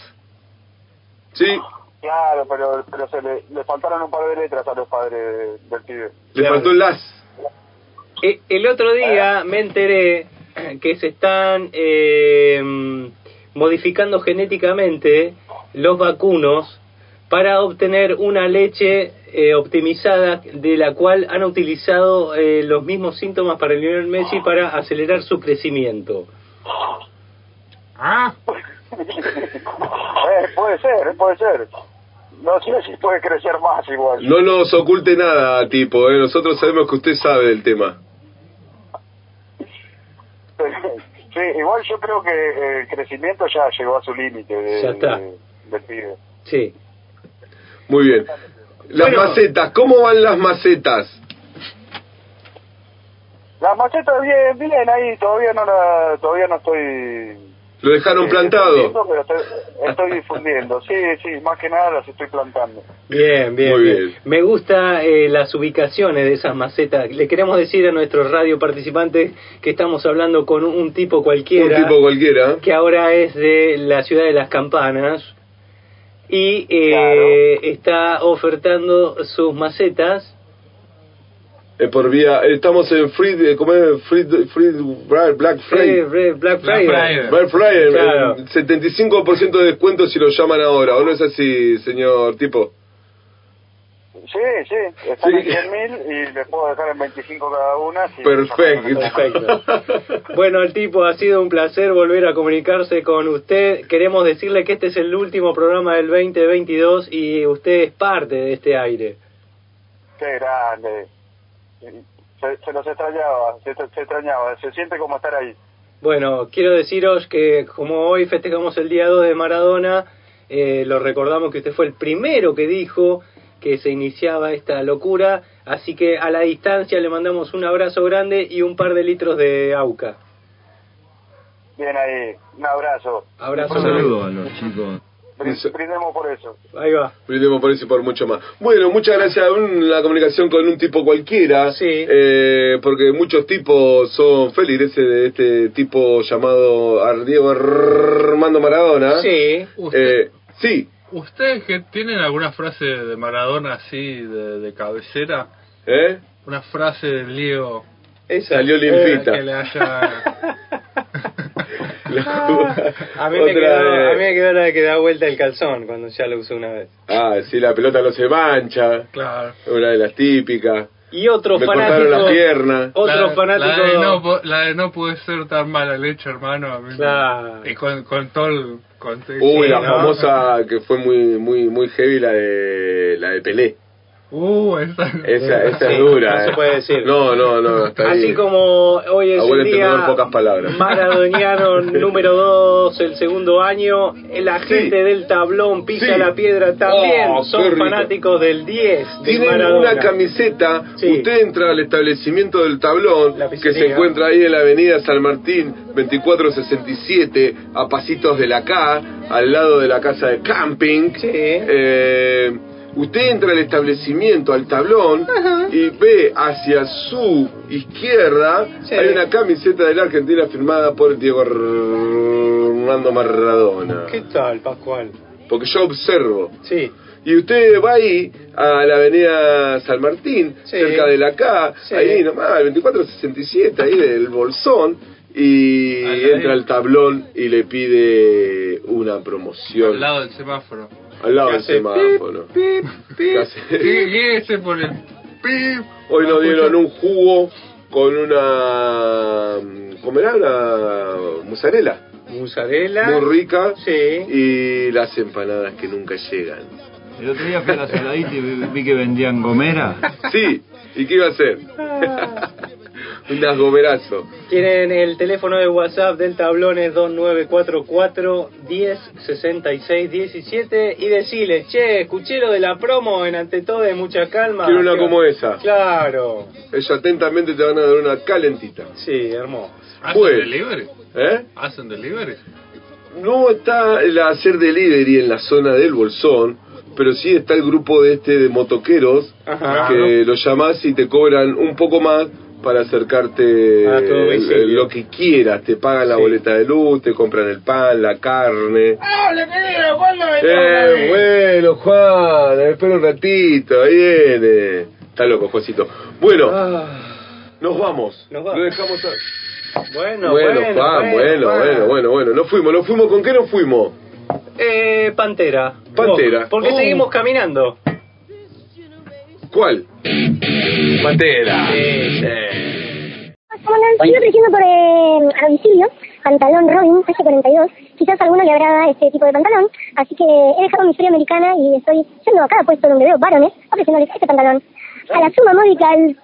Speaker 2: sí,
Speaker 9: Claro, pero pero se le, le faltaron un par de letras a los padres de- del pibe.
Speaker 2: le faltó el las.
Speaker 3: E- El otro día me enteré que se están eh, modificando genéticamente los vacunos para obtener una leche eh, optimizada de la cual han utilizado eh, los mismos síntomas para Lionel Messi para acelerar su crecimiento.
Speaker 4: Ah,
Speaker 9: Eh, puede ser, eh, puede ser. No sé si puede crecer más igual.
Speaker 2: No nos oculte nada, tipo, ¿eh? Nosotros sabemos que usted sabe del tema.
Speaker 9: Sí, igual yo creo que eh, el crecimiento ya llegó a su límite de-
Speaker 3: Ya está.
Speaker 9: de- del pibe.
Speaker 3: Sí.
Speaker 2: Muy bien. Las
Speaker 3: Bueno.
Speaker 2: macetas, ¿cómo van las macetas?
Speaker 9: Las macetas bien, bien ahí, todavía no la, todavía no estoy
Speaker 2: ¿Lo dejaron
Speaker 9: eh,
Speaker 2: plantado?
Speaker 9: difundiendo, pero estoy, estoy difundiendo, sí, sí, más que nada las estoy plantando.
Speaker 3: Bien, bien,
Speaker 2: Muy
Speaker 3: bien.
Speaker 2: bien.
Speaker 3: Me gusta eh, las ubicaciones de esas macetas. Le queremos decir a nuestros radio participantes que estamos hablando con un, un tipo
Speaker 2: Un
Speaker 3: cualquiera.
Speaker 2: tipo cualquiera.
Speaker 3: que ahora es de la ciudad de las campanas y eh,
Speaker 9: Claro.
Speaker 3: está ofertando sus macetas
Speaker 2: Eh, por vía, estamos en Free, eh, ¿cómo es? Free, free, Black Friday.
Speaker 3: eh, re- Black
Speaker 4: Black
Speaker 3: Friday.
Speaker 4: Friday.
Speaker 2: Black Friday,
Speaker 3: Claro.
Speaker 2: eh, 75% de descuento si lo llaman ahora, ¿o no es así, señor tipo?
Speaker 9: Sí, sí, están
Speaker 2: Sí.
Speaker 9: en 100.000 y les puedo dejar en 25 cada una. si-
Speaker 2: Perfecto.
Speaker 3: Perfecto. Bueno, el tipo ha sido un placer volver a comunicarse con usted. Queremos decirle que este es el último programa del 2022 y usted es parte de este aire.
Speaker 9: Qué grande. Se, se los extrañaba, se, se extrañaba, se siente como estar ahí.
Speaker 3: Bueno, quiero deciros que como hoy festejamos el día 2 de Maradona, eh, lo recordamos que usted fue el primero que dijo que se iniciaba esta locura, así que a la distancia le mandamos un abrazo grande y un par de litros de auca.
Speaker 9: Bien ahí, un abrazo.
Speaker 3: Abrazo.
Speaker 7: Un
Speaker 3: grande.
Speaker 7: saludo a los chicos
Speaker 9: Brin- Brindemos por eso.
Speaker 3: Ahí va.
Speaker 2: Brindemos por eso y por mucho más. Bueno, muchas gracias. Un- la comunicación con un tipo cualquiera. Eh, porque muchos tipos son feligreses de este tipo llamado Ar- Diego Armando Maradona.
Speaker 3: Sí.
Speaker 2: Eh, sí.
Speaker 4: ¿Ustedes que tienen alguna frase de Maradona así de, de cabecera?
Speaker 2: ¿Eh?
Speaker 4: Una frase del lío
Speaker 3: Esa.
Speaker 2: Salió limpita.
Speaker 4: que le
Speaker 2: *laughs*
Speaker 4: haya...
Speaker 3: Ah. A mí, me
Speaker 2: Otra
Speaker 3: quedó,
Speaker 2: vez.
Speaker 3: a mí me quedó la de que da vuelta el calzón cuando ya lo usé una vez.
Speaker 2: Ah, sí, la pelota no se mancha.
Speaker 4: Claro.
Speaker 2: Una de las típicas.
Speaker 3: Y otro
Speaker 2: Me
Speaker 3: fanático.
Speaker 2: cortaron las piernas.
Speaker 3: Otro
Speaker 4: la,
Speaker 3: fanático.
Speaker 4: La de, no, po- la de no puede ser tan mala leche, hermano. a mí-
Speaker 3: Claro.
Speaker 4: Y con, con todo el... Con,
Speaker 2: Uy,
Speaker 4: sí,
Speaker 2: la
Speaker 4: ¿no?
Speaker 2: famosa que fue muy muy muy heavy la de la de Pelé.
Speaker 4: Uh, esa...
Speaker 2: Esa, esa
Speaker 3: Sí,
Speaker 2: es dura.
Speaker 3: no
Speaker 2: eh.
Speaker 3: se puede decir.
Speaker 2: No, no, no, hasta ahí.
Speaker 3: Así como hoy es
Speaker 2: Abuelo
Speaker 3: el
Speaker 2: entendedor en
Speaker 3: día
Speaker 2: pocas palabras. *laughs*
Speaker 3: maradoniano número 2, el segundo año, la gente del tablón pisa
Speaker 2: Sí.
Speaker 3: la piedra también,
Speaker 2: Oh, qué
Speaker 3: son
Speaker 2: rico.
Speaker 3: fanáticos del 10 de
Speaker 2: Tienen
Speaker 3: Maradona.
Speaker 2: una camiseta,
Speaker 3: Sí.
Speaker 2: usted entra al establecimiento del tablón,
Speaker 3: La
Speaker 2: que
Speaker 3: pizzería.
Speaker 2: se encuentra ahí en la avenida San Martín 2467, a pasitos de la K, al lado de la casa de camping.
Speaker 3: Sí.
Speaker 2: Eh, usted entra al establecimiento, al tablón, y ve hacia su izquierda,
Speaker 3: Sí.
Speaker 2: hay una camiseta de la Argentina firmada por Diego Armando Maradona.
Speaker 3: ¿Qué tal, Pascual?
Speaker 2: Porque yo observo.
Speaker 3: Sí,
Speaker 2: Y usted va ahí a la avenida San Martín,
Speaker 3: Sí.
Speaker 2: cerca de la K,
Speaker 3: Sí.
Speaker 2: ahí nomás, el 2467, ahí del Bolsón, y
Speaker 4: Al lado.
Speaker 2: entra al tablón y le pide una promoción
Speaker 4: Al lado del semáforo.
Speaker 2: al lado
Speaker 3: Que
Speaker 2: del
Speaker 3: hace
Speaker 2: semáforo.
Speaker 4: *laughs*
Speaker 2: Que
Speaker 4: Y,
Speaker 2: hace-
Speaker 4: y ese por el... pip.
Speaker 2: Hoy nos
Speaker 4: Ah,
Speaker 2: dieron
Speaker 4: escucha.
Speaker 2: un jugo con una... ¿Cómo era? Una mozzarella
Speaker 3: mozzarella.
Speaker 2: muy rica
Speaker 3: Sí.
Speaker 2: y las empanadas que nunca llegan.
Speaker 7: El otro día fui a la saladita y vi- vi que vendían gomera.
Speaker 2: Sí, *laughs* ¿y qué iba a hacer? Un desgomerazo.
Speaker 3: *laughs* Tienen el teléfono de WhatsApp del tablón es 2944 1066 17 y decirles, che, escuché lo de la promo en ante todo de mucha calma.
Speaker 2: Quiero una como esa.
Speaker 3: Claro.
Speaker 2: Ellos atentamente te van a dar una calentita.
Speaker 3: Sí, hermoso.
Speaker 4: ¿Hacen
Speaker 2: Bueno.
Speaker 4: delivery?
Speaker 2: ¿Eh?
Speaker 4: ¿Hacen delivery?
Speaker 2: No está el hacer delivery en la zona del Bolsón, pero sí está el grupo de este de motoqueros
Speaker 3: Ajá.
Speaker 2: que lo llamás y te cobran un poco más para acercarte
Speaker 3: A tu domicilio.
Speaker 2: el- lo que quieras. Te pagan la
Speaker 3: Sí.
Speaker 2: boleta de luz, te compran el pan, la carne. Eh, bueno, Juan, espera un ratito, ahí viene. Está loco, Juancito. Bueno,
Speaker 3: Ah,
Speaker 2: nos vamos.
Speaker 3: Nos vamos.
Speaker 2: Lo dejamos a-
Speaker 3: Bueno, bueno,
Speaker 2: bueno, Juan, bueno,
Speaker 3: Juan.
Speaker 2: bueno, bueno, bueno. Nos fuimos, nos fuimos. ¿Con qué nos fuimos?
Speaker 3: Eh, Pantera.
Speaker 2: Pantera.
Speaker 3: Vos, Porque
Speaker 2: Oh.
Speaker 3: seguimos caminando.
Speaker 2: ¿Cuál? Pantera.
Speaker 3: Sí.
Speaker 10: Sigo dirigiendo por eh, a domicilio, pantalón Robin, h 42. Quizás a alguno le agrada este tipo de pantalón, así que he dejado mi historia americana y estoy yendo a cada puesto donde veo varones ofreciéndoles este pantalón. A la suma módica, al,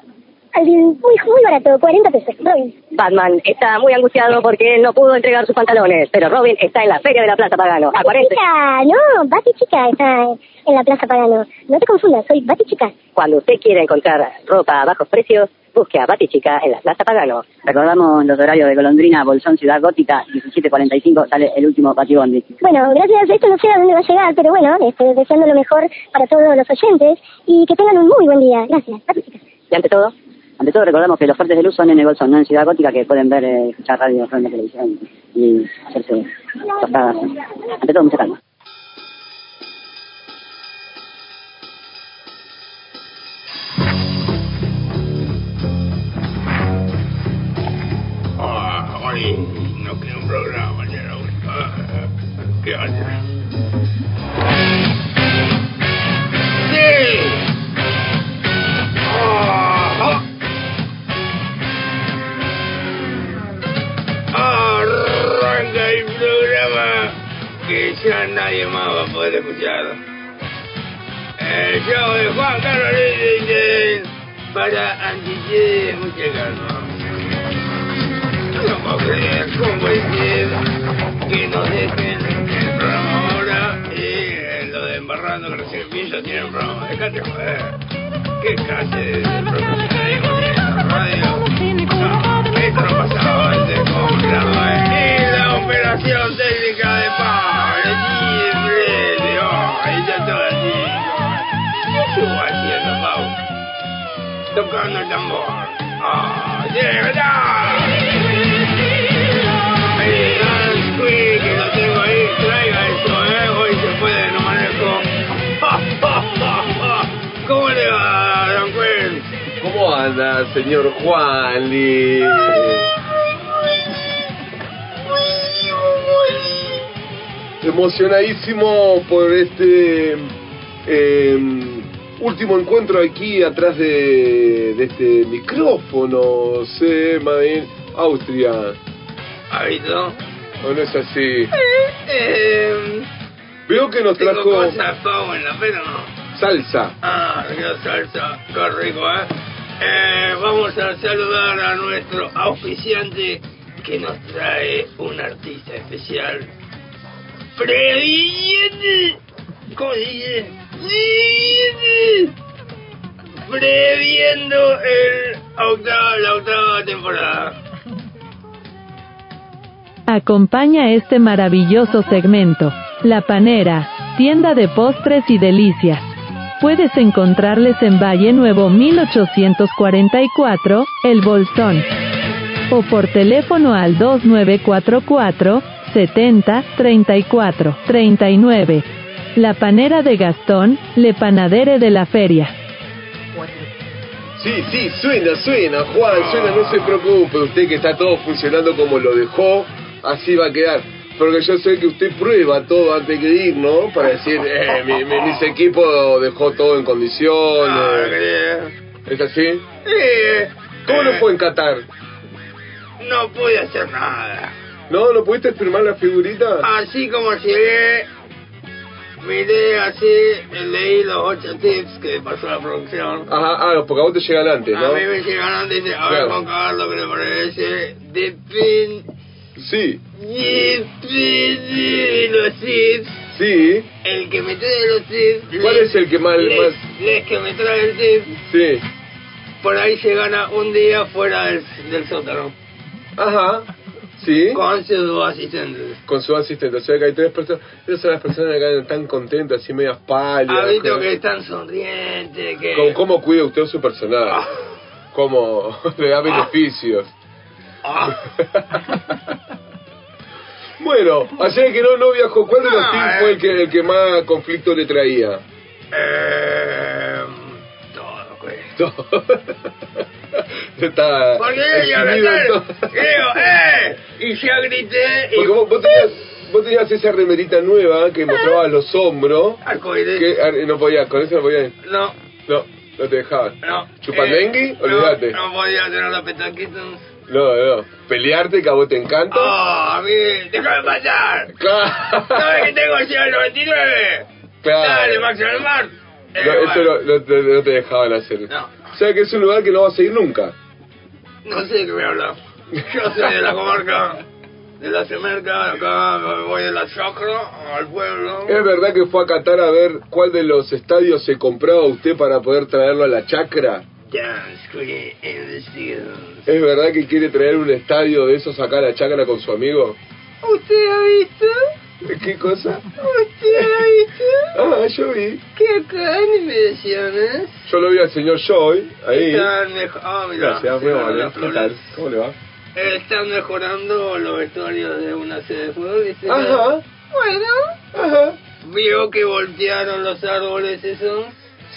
Speaker 10: al muy, muy barato, 40 pesos, Robin.
Speaker 11: Batman está muy angustiado porque no pudo entregar sus pantalones, pero Robin está en la Feria de la Plaza Pagano, a 40.
Speaker 10: Chica, no, Bati Chica está en la Plaza Pagano. No te confundas, soy Bati Chica.
Speaker 11: Cuando usted quiera encontrar ropa a bajos precios, busque a Batichica en la Plaza Pagano. Recordamos los horarios de Golondrina, Bolsón, Ciudad Gótica, 17.45 sale el último Batibondi.
Speaker 10: Bueno, gracias. Esto no sé a dónde va a llegar, pero bueno, este, deseando lo mejor para todos los oyentes y que tengan un muy buen día. Gracias, Bati Chica.
Speaker 11: Y ante todo, ante todo recordamos que los fuertes de luz son en el Bolsón, no en Ciudad Gótica, que pueden ver, eh, escuchar radio, ver la televisión y hacerse tostadas. Ante todo, mucha calma.
Speaker 12: Ah, hoy no quiero un programa, ya no. Ah, ¿Qué haces? ¡Sí! Ah, ah. Arranca el programa que ya nadie más va a poder escuchar. El show de Juan Carlos Lichtenstein para Antichile, mucha calma. No puedo creer cómo es que- que nos dejen el programa ahora y eh, lo de embarrando con el servicio tiene un programa. Déjate joder. ¿Qué clase de profesionalismo tiene esta radio? No, esto no pasaba antes con la Y la operación técnica de Pablo Chifre.
Speaker 2: al señor Juanli. Emocionadísimo por este eh, último encuentro aquí atrás de, de este micrófono, se Madin Austria.
Speaker 12: ¿Habito?
Speaker 2: ¿O no es así?
Speaker 12: Eh,
Speaker 2: Veo que nos
Speaker 12: tengo
Speaker 2: trajo
Speaker 12: cosas pavo en la pena.
Speaker 2: salsa.
Speaker 12: Ah, qué salsa, qué rico, ¿eh? Eh, Vamos a saludar a nuestro auspiciante que nos trae un artista especial. Previdente. ¿Cómo se dice? Previdente. Previendo el octava, la octava temporada.
Speaker 13: Acompaña este maravilloso segmento, La Panera, tienda de postres y delicias. Puedes encontrarles en Valle Nuevo 1844, El Bolsón. O por teléfono al 2944 70 34 39. La Panera de Gastón, Le Panadere de la Feria.
Speaker 2: Sí, sí, suena, suena, Juan, suena, no se preocupe. Usted que está todo funcionando como lo dejó, así va a quedar. Porque yo sé que usted prueba todo antes que ir, ¿no? Para decir, eh, mi, mi- mis equipos dejó todo en
Speaker 12: Ah,
Speaker 2: condiciones. ¿Es así?
Speaker 12: Eh,
Speaker 2: ¿Cómo lo fue en Qatar?
Speaker 12: no pude hacer nada.
Speaker 2: ¿No? ¿No pudiste firmar la figurita?
Speaker 12: Así como llegué, miré así, leí los ocho tips que pasó la producción.
Speaker 2: Ajá, ah, porque a vos te llegan antes, ¿no?
Speaker 12: A mí me llegaron y dice, a ver
Speaker 2: Claro.
Speaker 12: Juan Carlos, ¿qué le parece? Depende
Speaker 2: Sí,
Speaker 12: de los tips.
Speaker 2: sí.
Speaker 12: El que me trae los tips...
Speaker 2: ¿Cuál es el que más-
Speaker 12: Les,
Speaker 2: más-
Speaker 12: les que me trae el tip,
Speaker 2: Sí.
Speaker 12: por ahí se gana un día fuera del, del sótano.
Speaker 2: Ajá. Ah, Sí.
Speaker 12: Con sus dos asistentes.
Speaker 2: Con su asistente. O sea que hay tres personas. Esas son las personas que quedan tan contentas, así medias pálidas.
Speaker 12: Ha visto
Speaker 2: con-
Speaker 12: Ah, que están sonrientes, que...
Speaker 2: con cómo cuida usted su
Speaker 12: Ah.
Speaker 2: personal. Cómo *laughs* le da beneficios.
Speaker 12: Ah.
Speaker 2: *laughs* Bueno, ayer que no, no viajó, ¿cuál de los
Speaker 12: No,
Speaker 2: teams
Speaker 12: eh.
Speaker 2: fue el que, el que más conflicto le traía? *laughs*
Speaker 12: Eh, todo, güey.
Speaker 2: Está *laughs*
Speaker 12: Porque yo iba a
Speaker 2: exhibido
Speaker 12: cantar,
Speaker 2: todo.
Speaker 12: y digo, ¡eh! Y ya grité y...
Speaker 2: Porque vos, vos tenías, vos tenías esa remerita nueva que mostraba los hombros.
Speaker 12: Arcoíris.
Speaker 2: Que ar- no podías, con eso no podías.
Speaker 12: No,
Speaker 2: No, no te dejaban.
Speaker 12: no.
Speaker 2: ¿Chupandengui?
Speaker 12: Eh,
Speaker 2: Olvídate.
Speaker 12: No, no podía tener los petaquitos.
Speaker 2: No, no. Pelearte, que a vos te encanta.
Speaker 12: ¡Oh, a mí! ¡Déjame pasar!
Speaker 2: Claro.
Speaker 12: ¿Sabes que tengo ya el 99?
Speaker 2: Claro.
Speaker 12: Dale, Max Almar. Eh,
Speaker 2: No, eso
Speaker 12: bueno,
Speaker 2: lo- lo- lo- no te dejaban hacer. O sea que es un lugar que no vas a ir nunca.
Speaker 12: no sé de qué me habla. Yo soy de la comarca, de la Semerca, acá me voy de la Chocro al pueblo.
Speaker 2: ¿Es verdad que fue a Qatar a ver cuál de los estadios se compraba usted para poder traerlo a la chacra?
Speaker 12: Dance Queen in the Steel.
Speaker 2: ¿Es verdad que quiere traer un estadio de esos acá a la chacra con su amigo? *laughs*
Speaker 12: ¿Usted ha visto?
Speaker 2: ¿Qué cosa?
Speaker 12: ¿Usted ha visto?
Speaker 2: Ah, yo vi.
Speaker 12: Que acá en Inversiones
Speaker 2: Yo lo vi al señor Joy, ahí.
Speaker 12: están, mejo- ah, mirá,
Speaker 2: Gracias, muy
Speaker 12: mirá
Speaker 2: amable.
Speaker 12: las
Speaker 2: ¿Qué
Speaker 12: flores.
Speaker 2: tal? ¿Cómo le va?
Speaker 12: Eh, están mejorando los vestuarios de una sede de fútbol. ¿viste?
Speaker 2: Ajá.
Speaker 12: Bueno.
Speaker 2: Ajá.
Speaker 12: Vio que voltearon los árboles esos.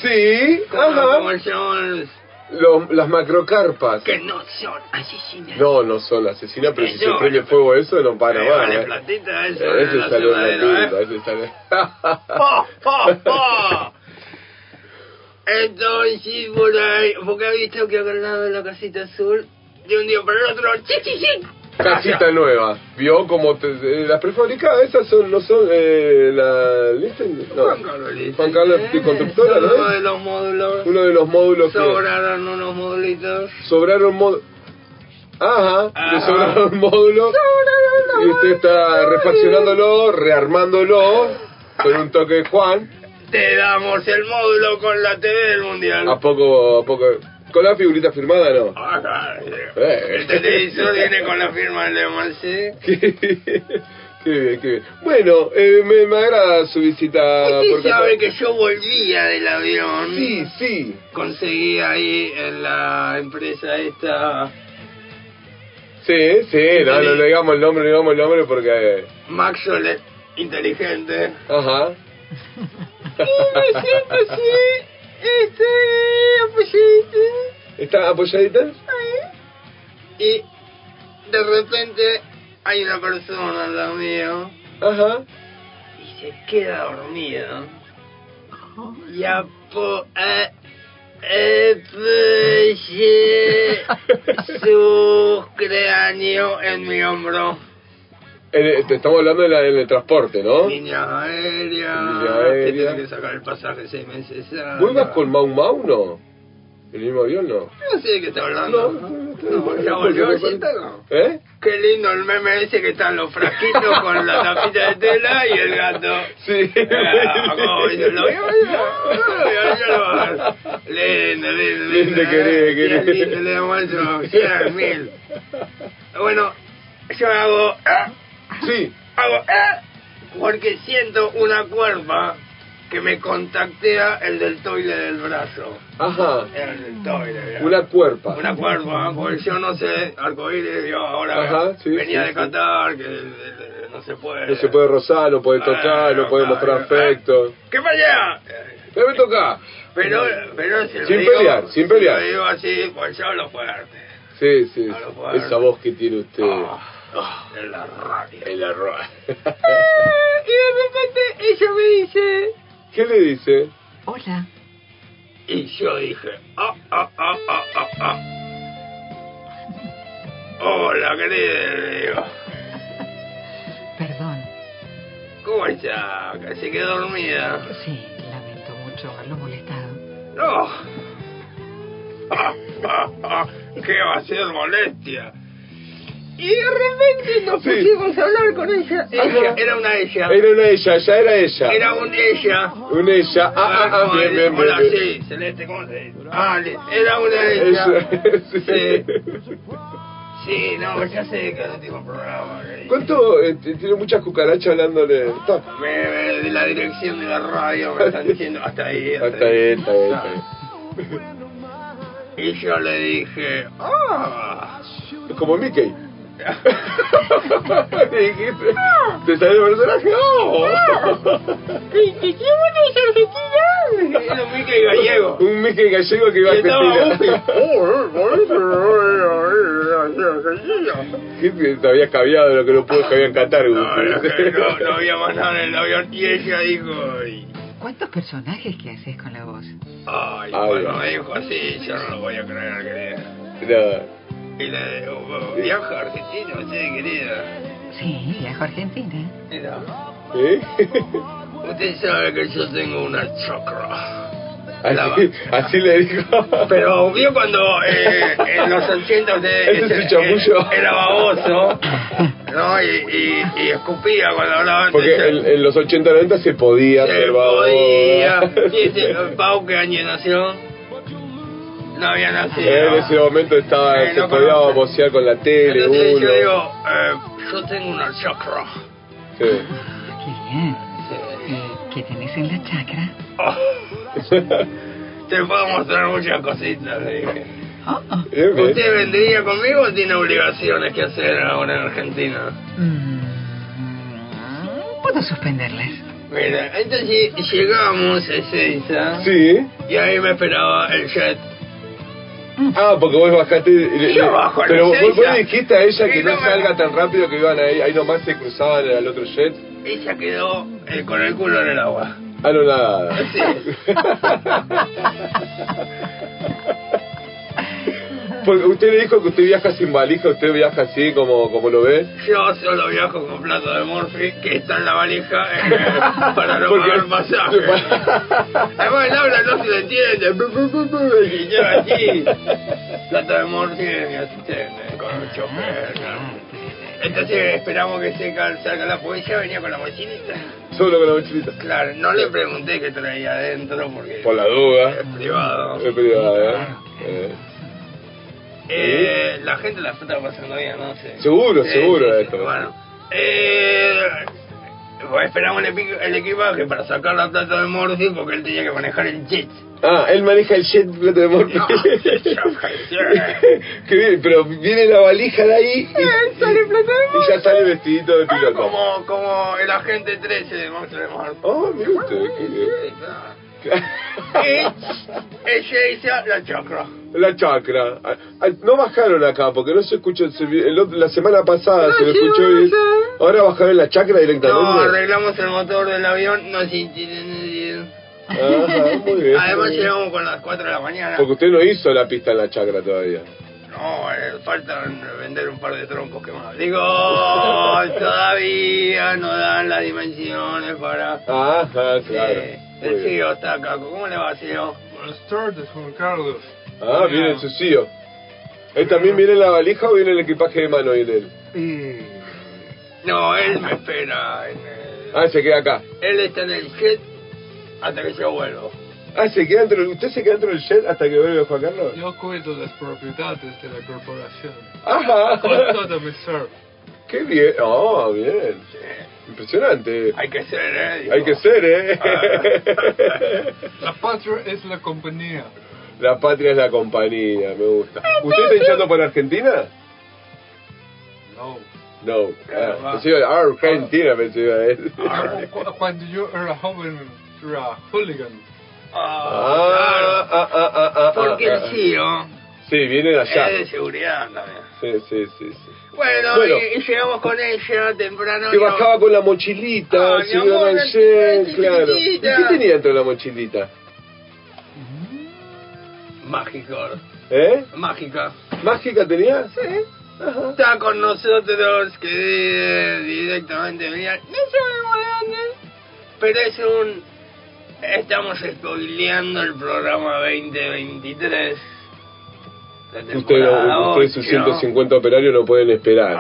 Speaker 2: Sí,
Speaker 12: Como- como
Speaker 2: ajá.
Speaker 12: el Jones,
Speaker 2: Lo- las macrocarpas.
Speaker 12: Que no son asesinas.
Speaker 2: No, no son asesinas, pero si se
Speaker 12: Eso,
Speaker 2: prende fuego eso no para
Speaker 12: Eh,
Speaker 2: más.
Speaker 12: vale
Speaker 2: eh.
Speaker 12: platita eso.
Speaker 2: Eh,
Speaker 12: en
Speaker 2: Ese
Speaker 12: la
Speaker 2: salió
Speaker 12: sudadera,
Speaker 2: la
Speaker 12: ¿eh? *laughs*
Speaker 2: tinta, ese salió.
Speaker 12: ¡Po, po, po! Entonces, por ahí, porque ha visto que acá al lado de la casita azul, de un día para el otro, ¡chi, chi, chi!
Speaker 2: Casita nueva. Vio como te- eh, las prefabricadas esas son no son eh, la ¿listen? No.
Speaker 12: Juan Carlos Listen.
Speaker 2: Juan Carlos de constructora,
Speaker 12: Son
Speaker 2: ¿no?
Speaker 12: uno de
Speaker 2: es?
Speaker 12: los módulos.
Speaker 2: Uno de los módulos que
Speaker 12: Sobraron unos modulitos.
Speaker 2: sobraron módulos. Ajá, le
Speaker 12: Ajá.
Speaker 2: sobraron módulos y usted está refaccionándolo, rearmándolo con un toque de Juan.
Speaker 12: Te damos el módulo con la TV del mundial.
Speaker 2: A poco a poco con la figurita firmada, ¿no?
Speaker 12: Ajá, sí.
Speaker 2: Eh. *laughs*
Speaker 12: El televisor viene con la firma de Lehmann, ¿sí?
Speaker 2: Qué bien, qué bien. Bueno, eh, me, me agrada su visita. por
Speaker 12: Usted
Speaker 2: Qatar.
Speaker 12: sabe que yo volvía del avión.
Speaker 2: Ah, Sí, sí.
Speaker 12: Conseguí ahí en la empresa esta
Speaker 2: Sí, sí, no, no,
Speaker 12: Entendí.
Speaker 2: no digamos el nombre, no digamos el nombre porque... eh,
Speaker 12: Maxwell inteligente.
Speaker 2: *laughs* Ajá.
Speaker 12: Y me siento así, este, apoyadito,
Speaker 2: *laughs* Está Ah, apoyadita.
Speaker 12: Y de repente hay una persona al lado mío. Y se eh, queda dormido. Y apo- a- *laughs* apoyé su cráneo en mi hombro.
Speaker 2: Eh, te estamos hablando de la- del transporte, ¿no?
Speaker 12: Línea aérea.
Speaker 2: Línea
Speaker 12: que
Speaker 2: aérea.
Speaker 12: tiene que sacar el pasaje seis meses. antes.
Speaker 2: ¿Vuelvas con Mau Mau, no? ¿En el mismo avión, no?
Speaker 12: No sé de qué está hablando. No, ya volvió a no.
Speaker 2: ¿Eh?
Speaker 12: Qué lindo el meme ese que están los frasquitos con la tapita de tela y el gato.
Speaker 2: *laughs* Sí.
Speaker 12: Ah, ¿cómo viste? ¿Lo
Speaker 2: *laughs*
Speaker 12: vio? Ya, ya lo va a ver. Lindo, lindo, lindo.
Speaker 2: Lindo, querido,
Speaker 12: Bien
Speaker 2: querido.
Speaker 12: lindo, le damos eso. Cien mil. Bueno, yo hago... ah,
Speaker 2: Sí.
Speaker 12: Hago... ah, porque siento una cuerpa que me contactea el del toile del brazo.
Speaker 2: Ajá.
Speaker 12: El del toile, mirá.
Speaker 2: Una cuerpa.
Speaker 12: Una cuerva, porque yo no sé, arcoíris, yo ahora
Speaker 2: Ajá, sí,
Speaker 12: venía
Speaker 2: sí,
Speaker 12: de
Speaker 2: sí.
Speaker 12: Qatar, que eh, no se puede.
Speaker 2: No se puede rozar, no puede tocar, no puede mostrar
Speaker 12: Ah,
Speaker 2: afecto.
Speaker 12: ¡Qué para allá!
Speaker 2: ¡Pero me toca!
Speaker 12: Pero, pero si lo
Speaker 2: Sin
Speaker 12: digo-
Speaker 2: pelear, sin
Speaker 12: si
Speaker 2: pelear.
Speaker 12: lo digo así, pues yo hablo fuerte.
Speaker 2: Sí, sí.
Speaker 12: A lo cual.
Speaker 2: Esa voz que tiene usted.
Speaker 12: Ah, en la radio.
Speaker 2: El arroz.
Speaker 12: Ah, Y de repente ella me dice...
Speaker 2: ¿Qué le dice?
Speaker 12: Hola. Y yo dije, ah, ah, ah, ah, ah, ah. Hola, querida, le digo.
Speaker 8: Perdón.
Speaker 12: ¿Cómo está? Casi que dormida.
Speaker 8: Sí, lamento mucho haberlo molestado.
Speaker 12: No. Ah, ¿Qué va a ser molestia? Y de repente nos
Speaker 2: Sí.
Speaker 12: pusimos a hablar con ella. Ella, era una ella.
Speaker 2: Ah, Era una ella, ya era ella.
Speaker 12: Era un ella.
Speaker 2: Un ella. Ah, ah, ah,
Speaker 12: Hola,
Speaker 2: bien, bien, bien.
Speaker 12: hola, sí, Celeste, ¿cómo se dice? Ah, le- era una ella.
Speaker 2: Eso, *laughs* sí.
Speaker 12: Sí, no, ya sé que es el último programa. que-
Speaker 2: ¿Cuánto? eh, t- tiene muchas cucarachas hablándole. Está.
Speaker 12: Me, me- de la dirección de la radio me están
Speaker 2: *laughs*
Speaker 12: diciendo hasta ahí.
Speaker 2: Ah, Está bien, está bien, está bien.
Speaker 12: Y yo le dije, ah.
Speaker 2: Es como Mickey. *laughs*
Speaker 12: *laughs*
Speaker 2: Le dijiste, ¿Te sale el personaje? ¡Oh!
Speaker 12: Era un *laughs* Mickey gallego.
Speaker 2: Un Mickey gallego que iba a
Speaker 12: Y estaba
Speaker 2: Argentina. *laughs* ¿Qué te te habías caviado de lo que no pudo caviar en Qatar,
Speaker 12: No, no,
Speaker 2: Guti?
Speaker 12: no, no había más
Speaker 2: *laughs*
Speaker 12: nada en el avión. Y ella dijo, y-
Speaker 8: ¿Cuántos personajes que haces con la voz?
Speaker 12: ay,
Speaker 2: Ah,
Speaker 12: bueno,
Speaker 2: bien.
Speaker 12: me dijo así, yo no lo voy a creer, querida.
Speaker 2: No.
Speaker 12: Y oh, le digo, viaja a Argentina, usted, querida.
Speaker 8: Sí, viajo a Argentina.
Speaker 12: Mira,
Speaker 2: ¿Eh?
Speaker 12: usted sabe que yo tengo una chakra.
Speaker 2: *laughs* Así, así le dijo.
Speaker 12: Pero vio cuando eh, en los 80 de
Speaker 2: *laughs* Ese es el chamuyo.
Speaker 12: era baboso, ¿no? Y, y, y escupía cuando hablaba.
Speaker 2: Porque
Speaker 12: entonces,
Speaker 2: en, en los 80 90 se podía
Speaker 12: se
Speaker 2: hacer babosa. *laughs*
Speaker 12: podía. Sí, sí, Pau, ¿qué año nació? No había nacido.
Speaker 2: En ese momento estaba,
Speaker 12: Eh,
Speaker 2: se
Speaker 12: no
Speaker 2: podía
Speaker 12: conoce.
Speaker 2: babosear con la tele,
Speaker 12: Entonces
Speaker 2: uno.
Speaker 12: yo digo, eh, yo tengo una chakra.
Speaker 2: Sí.
Speaker 8: Qué bien. ¿Y qué tenés en la
Speaker 2: *laughs*
Speaker 8: chacra?
Speaker 12: Oh, te puedo mostrar muchas cositas, le dije.
Speaker 8: Oh, oh.
Speaker 2: Bien, bien.
Speaker 12: ¿Usted vendría conmigo o tiene obligaciones que hacer ahora en Argentina?
Speaker 2: *laughs*
Speaker 8: Mm, Puedo suspenderles.
Speaker 12: Mira, entonces llegamos a Ezeiza
Speaker 2: Sí.
Speaker 12: y ahí me esperaba el jet.
Speaker 2: Ah, porque vos bajaste. le-
Speaker 12: Yo
Speaker 2: le-
Speaker 12: bajo a la
Speaker 2: pero vos, vos
Speaker 12: esencia.
Speaker 2: le dijiste a ella que
Speaker 12: Sí,
Speaker 2: no
Speaker 12: no me-
Speaker 2: salga tan rápido que iban ahí. Ahí nomás se cruzaban al otro jet.
Speaker 12: Ella quedó eh, con el culo en el agua.
Speaker 2: Ah, no, nada. *laughs*
Speaker 12: Sí.
Speaker 2: Porque usted le dijo que usted viaja sin valija, usted viaja así como, como lo ve.
Speaker 12: Yo solo viajo con plato de Murphy que está en la valija eh, para no
Speaker 2: Porque-
Speaker 12: pagar
Speaker 2: *laughs*
Speaker 12: pasaje. Además el habla no se le entiende. Y yo aquí, plato de Murphy es mi asistente, con el chofer. Ah, ¿no? Entonces esperamos que se cal- salga la poesía, venía con la mochilita.
Speaker 2: Solo con la mochilita.
Speaker 12: Claro, no le pregunté qué traía adentro porque
Speaker 2: Por la duda.
Speaker 12: es privado.
Speaker 2: Es privada, ¿eh? Eh,
Speaker 12: Eh, la gente la está pasando bien, no sé.
Speaker 2: Seguro, seguro esto.
Speaker 12: Bueno, eh, bueno, esperamos el, epi- el equipaje para sacar la plata de Morphy porque él tenía que manejar el
Speaker 2: *laughs*
Speaker 12: jet.
Speaker 2: Ah, él maneja el jet plato de Morphy.
Speaker 12: No,
Speaker 2: *laughs*
Speaker 12: *laughs*
Speaker 2: Qué bien, pero viene la valija de ahí y, y ya sale vestidito de
Speaker 12: Ah,
Speaker 2: piloto.
Speaker 12: Eh, como, como el agente 13 de Monster de Mar.
Speaker 2: *laughs* Oh, mire usted, qué bien.
Speaker 12: Y ella hizo la chacra.
Speaker 2: la chacra. Ah, ah, No bajaron acá porque no se escuchó. se vi- el otro- la semana pasada Ah, se lo
Speaker 12: sí,
Speaker 2: escuchó
Speaker 12: no
Speaker 2: y ahora bajaron la chacra directamente.
Speaker 12: No, arreglamos el motor del avión, no sin
Speaker 2: Ajá, Ah, muy bien.
Speaker 12: Además llegamos con las 4 de la mañana.
Speaker 2: Porque usted no hizo la pista en la chacra todavía.
Speaker 12: No, eh, faltan vender un par de troncos quemados. Digo, "Oh,
Speaker 2: *laughs*
Speaker 12: todavía no dan las dimensiones para...
Speaker 2: Ajá, claro.
Speaker 12: Eh,
Speaker 2: Ah, Muy
Speaker 12: el
Speaker 2: bien.
Speaker 12: CEO está acá, ¿cómo le va, CEO?
Speaker 4: Buenas tardes, Juan Carlos.
Speaker 2: Ah, viene su tío. ¿Él también viene en la valija o viene el equipaje de mano? Viene él?
Speaker 12: No, él me espera. en el-
Speaker 2: Ah, se queda acá.
Speaker 12: Él está en el jet hasta que yo vuelvo.
Speaker 2: Ah, se queda dentro, ¿usted se queda dentro del jet hasta que vuelve Juan Carlos?
Speaker 4: Yo cuido las propiedades de la corporación.
Speaker 2: Ajá.
Speaker 4: Con todo mi ser.
Speaker 2: Qué bien. Oh, bien. Impresionante.
Speaker 12: Hay que ser, eh. digo.
Speaker 2: Hay que ser,
Speaker 12: Ah.
Speaker 2: eh. *laughs*
Speaker 4: La patria es la compañía.
Speaker 2: La patria es la compañía, me gusta. ¿Usted está hinchando por Argentina?
Speaker 4: No.
Speaker 2: No.
Speaker 4: Claro,
Speaker 2: Ah,
Speaker 4: va.
Speaker 2: pensé, ah, Argentina, pensé iba a decir.
Speaker 4: Cu- Cuando yo era joven, era hooligan.
Speaker 2: Ah, ah, ah, ah, ah,
Speaker 12: Porque Eh,
Speaker 2: ah, ah.
Speaker 12: el CEO
Speaker 2: Sí, viene de allá.
Speaker 12: es de seguridad también.
Speaker 2: Sí, sí, sí. sí.
Speaker 12: Bueno,
Speaker 2: Bueno.
Speaker 12: Y, y llegamos con ella temprano.
Speaker 2: Que
Speaker 12: y no-
Speaker 2: bajaba con la mochilita,
Speaker 12: Ah,
Speaker 2: se
Speaker 12: mi
Speaker 2: iban
Speaker 12: amor,
Speaker 2: al
Speaker 12: la
Speaker 2: jet,
Speaker 12: chiquitita.
Speaker 2: claro. ¿Y qué tenía dentro de la mochilita?
Speaker 12: Mágico.
Speaker 2: ¿Eh?
Speaker 12: Mágica.
Speaker 2: ¿Mágica tenía?
Speaker 12: Está con nosotros que di- directamente venían. No sabemos de dónde. Pero es un. Estamos spoileando el programa 2023. La
Speaker 2: Usted,
Speaker 12: temporada
Speaker 2: no- usted y sus
Speaker 12: ocho.
Speaker 2: 150 operarios no pueden esperar.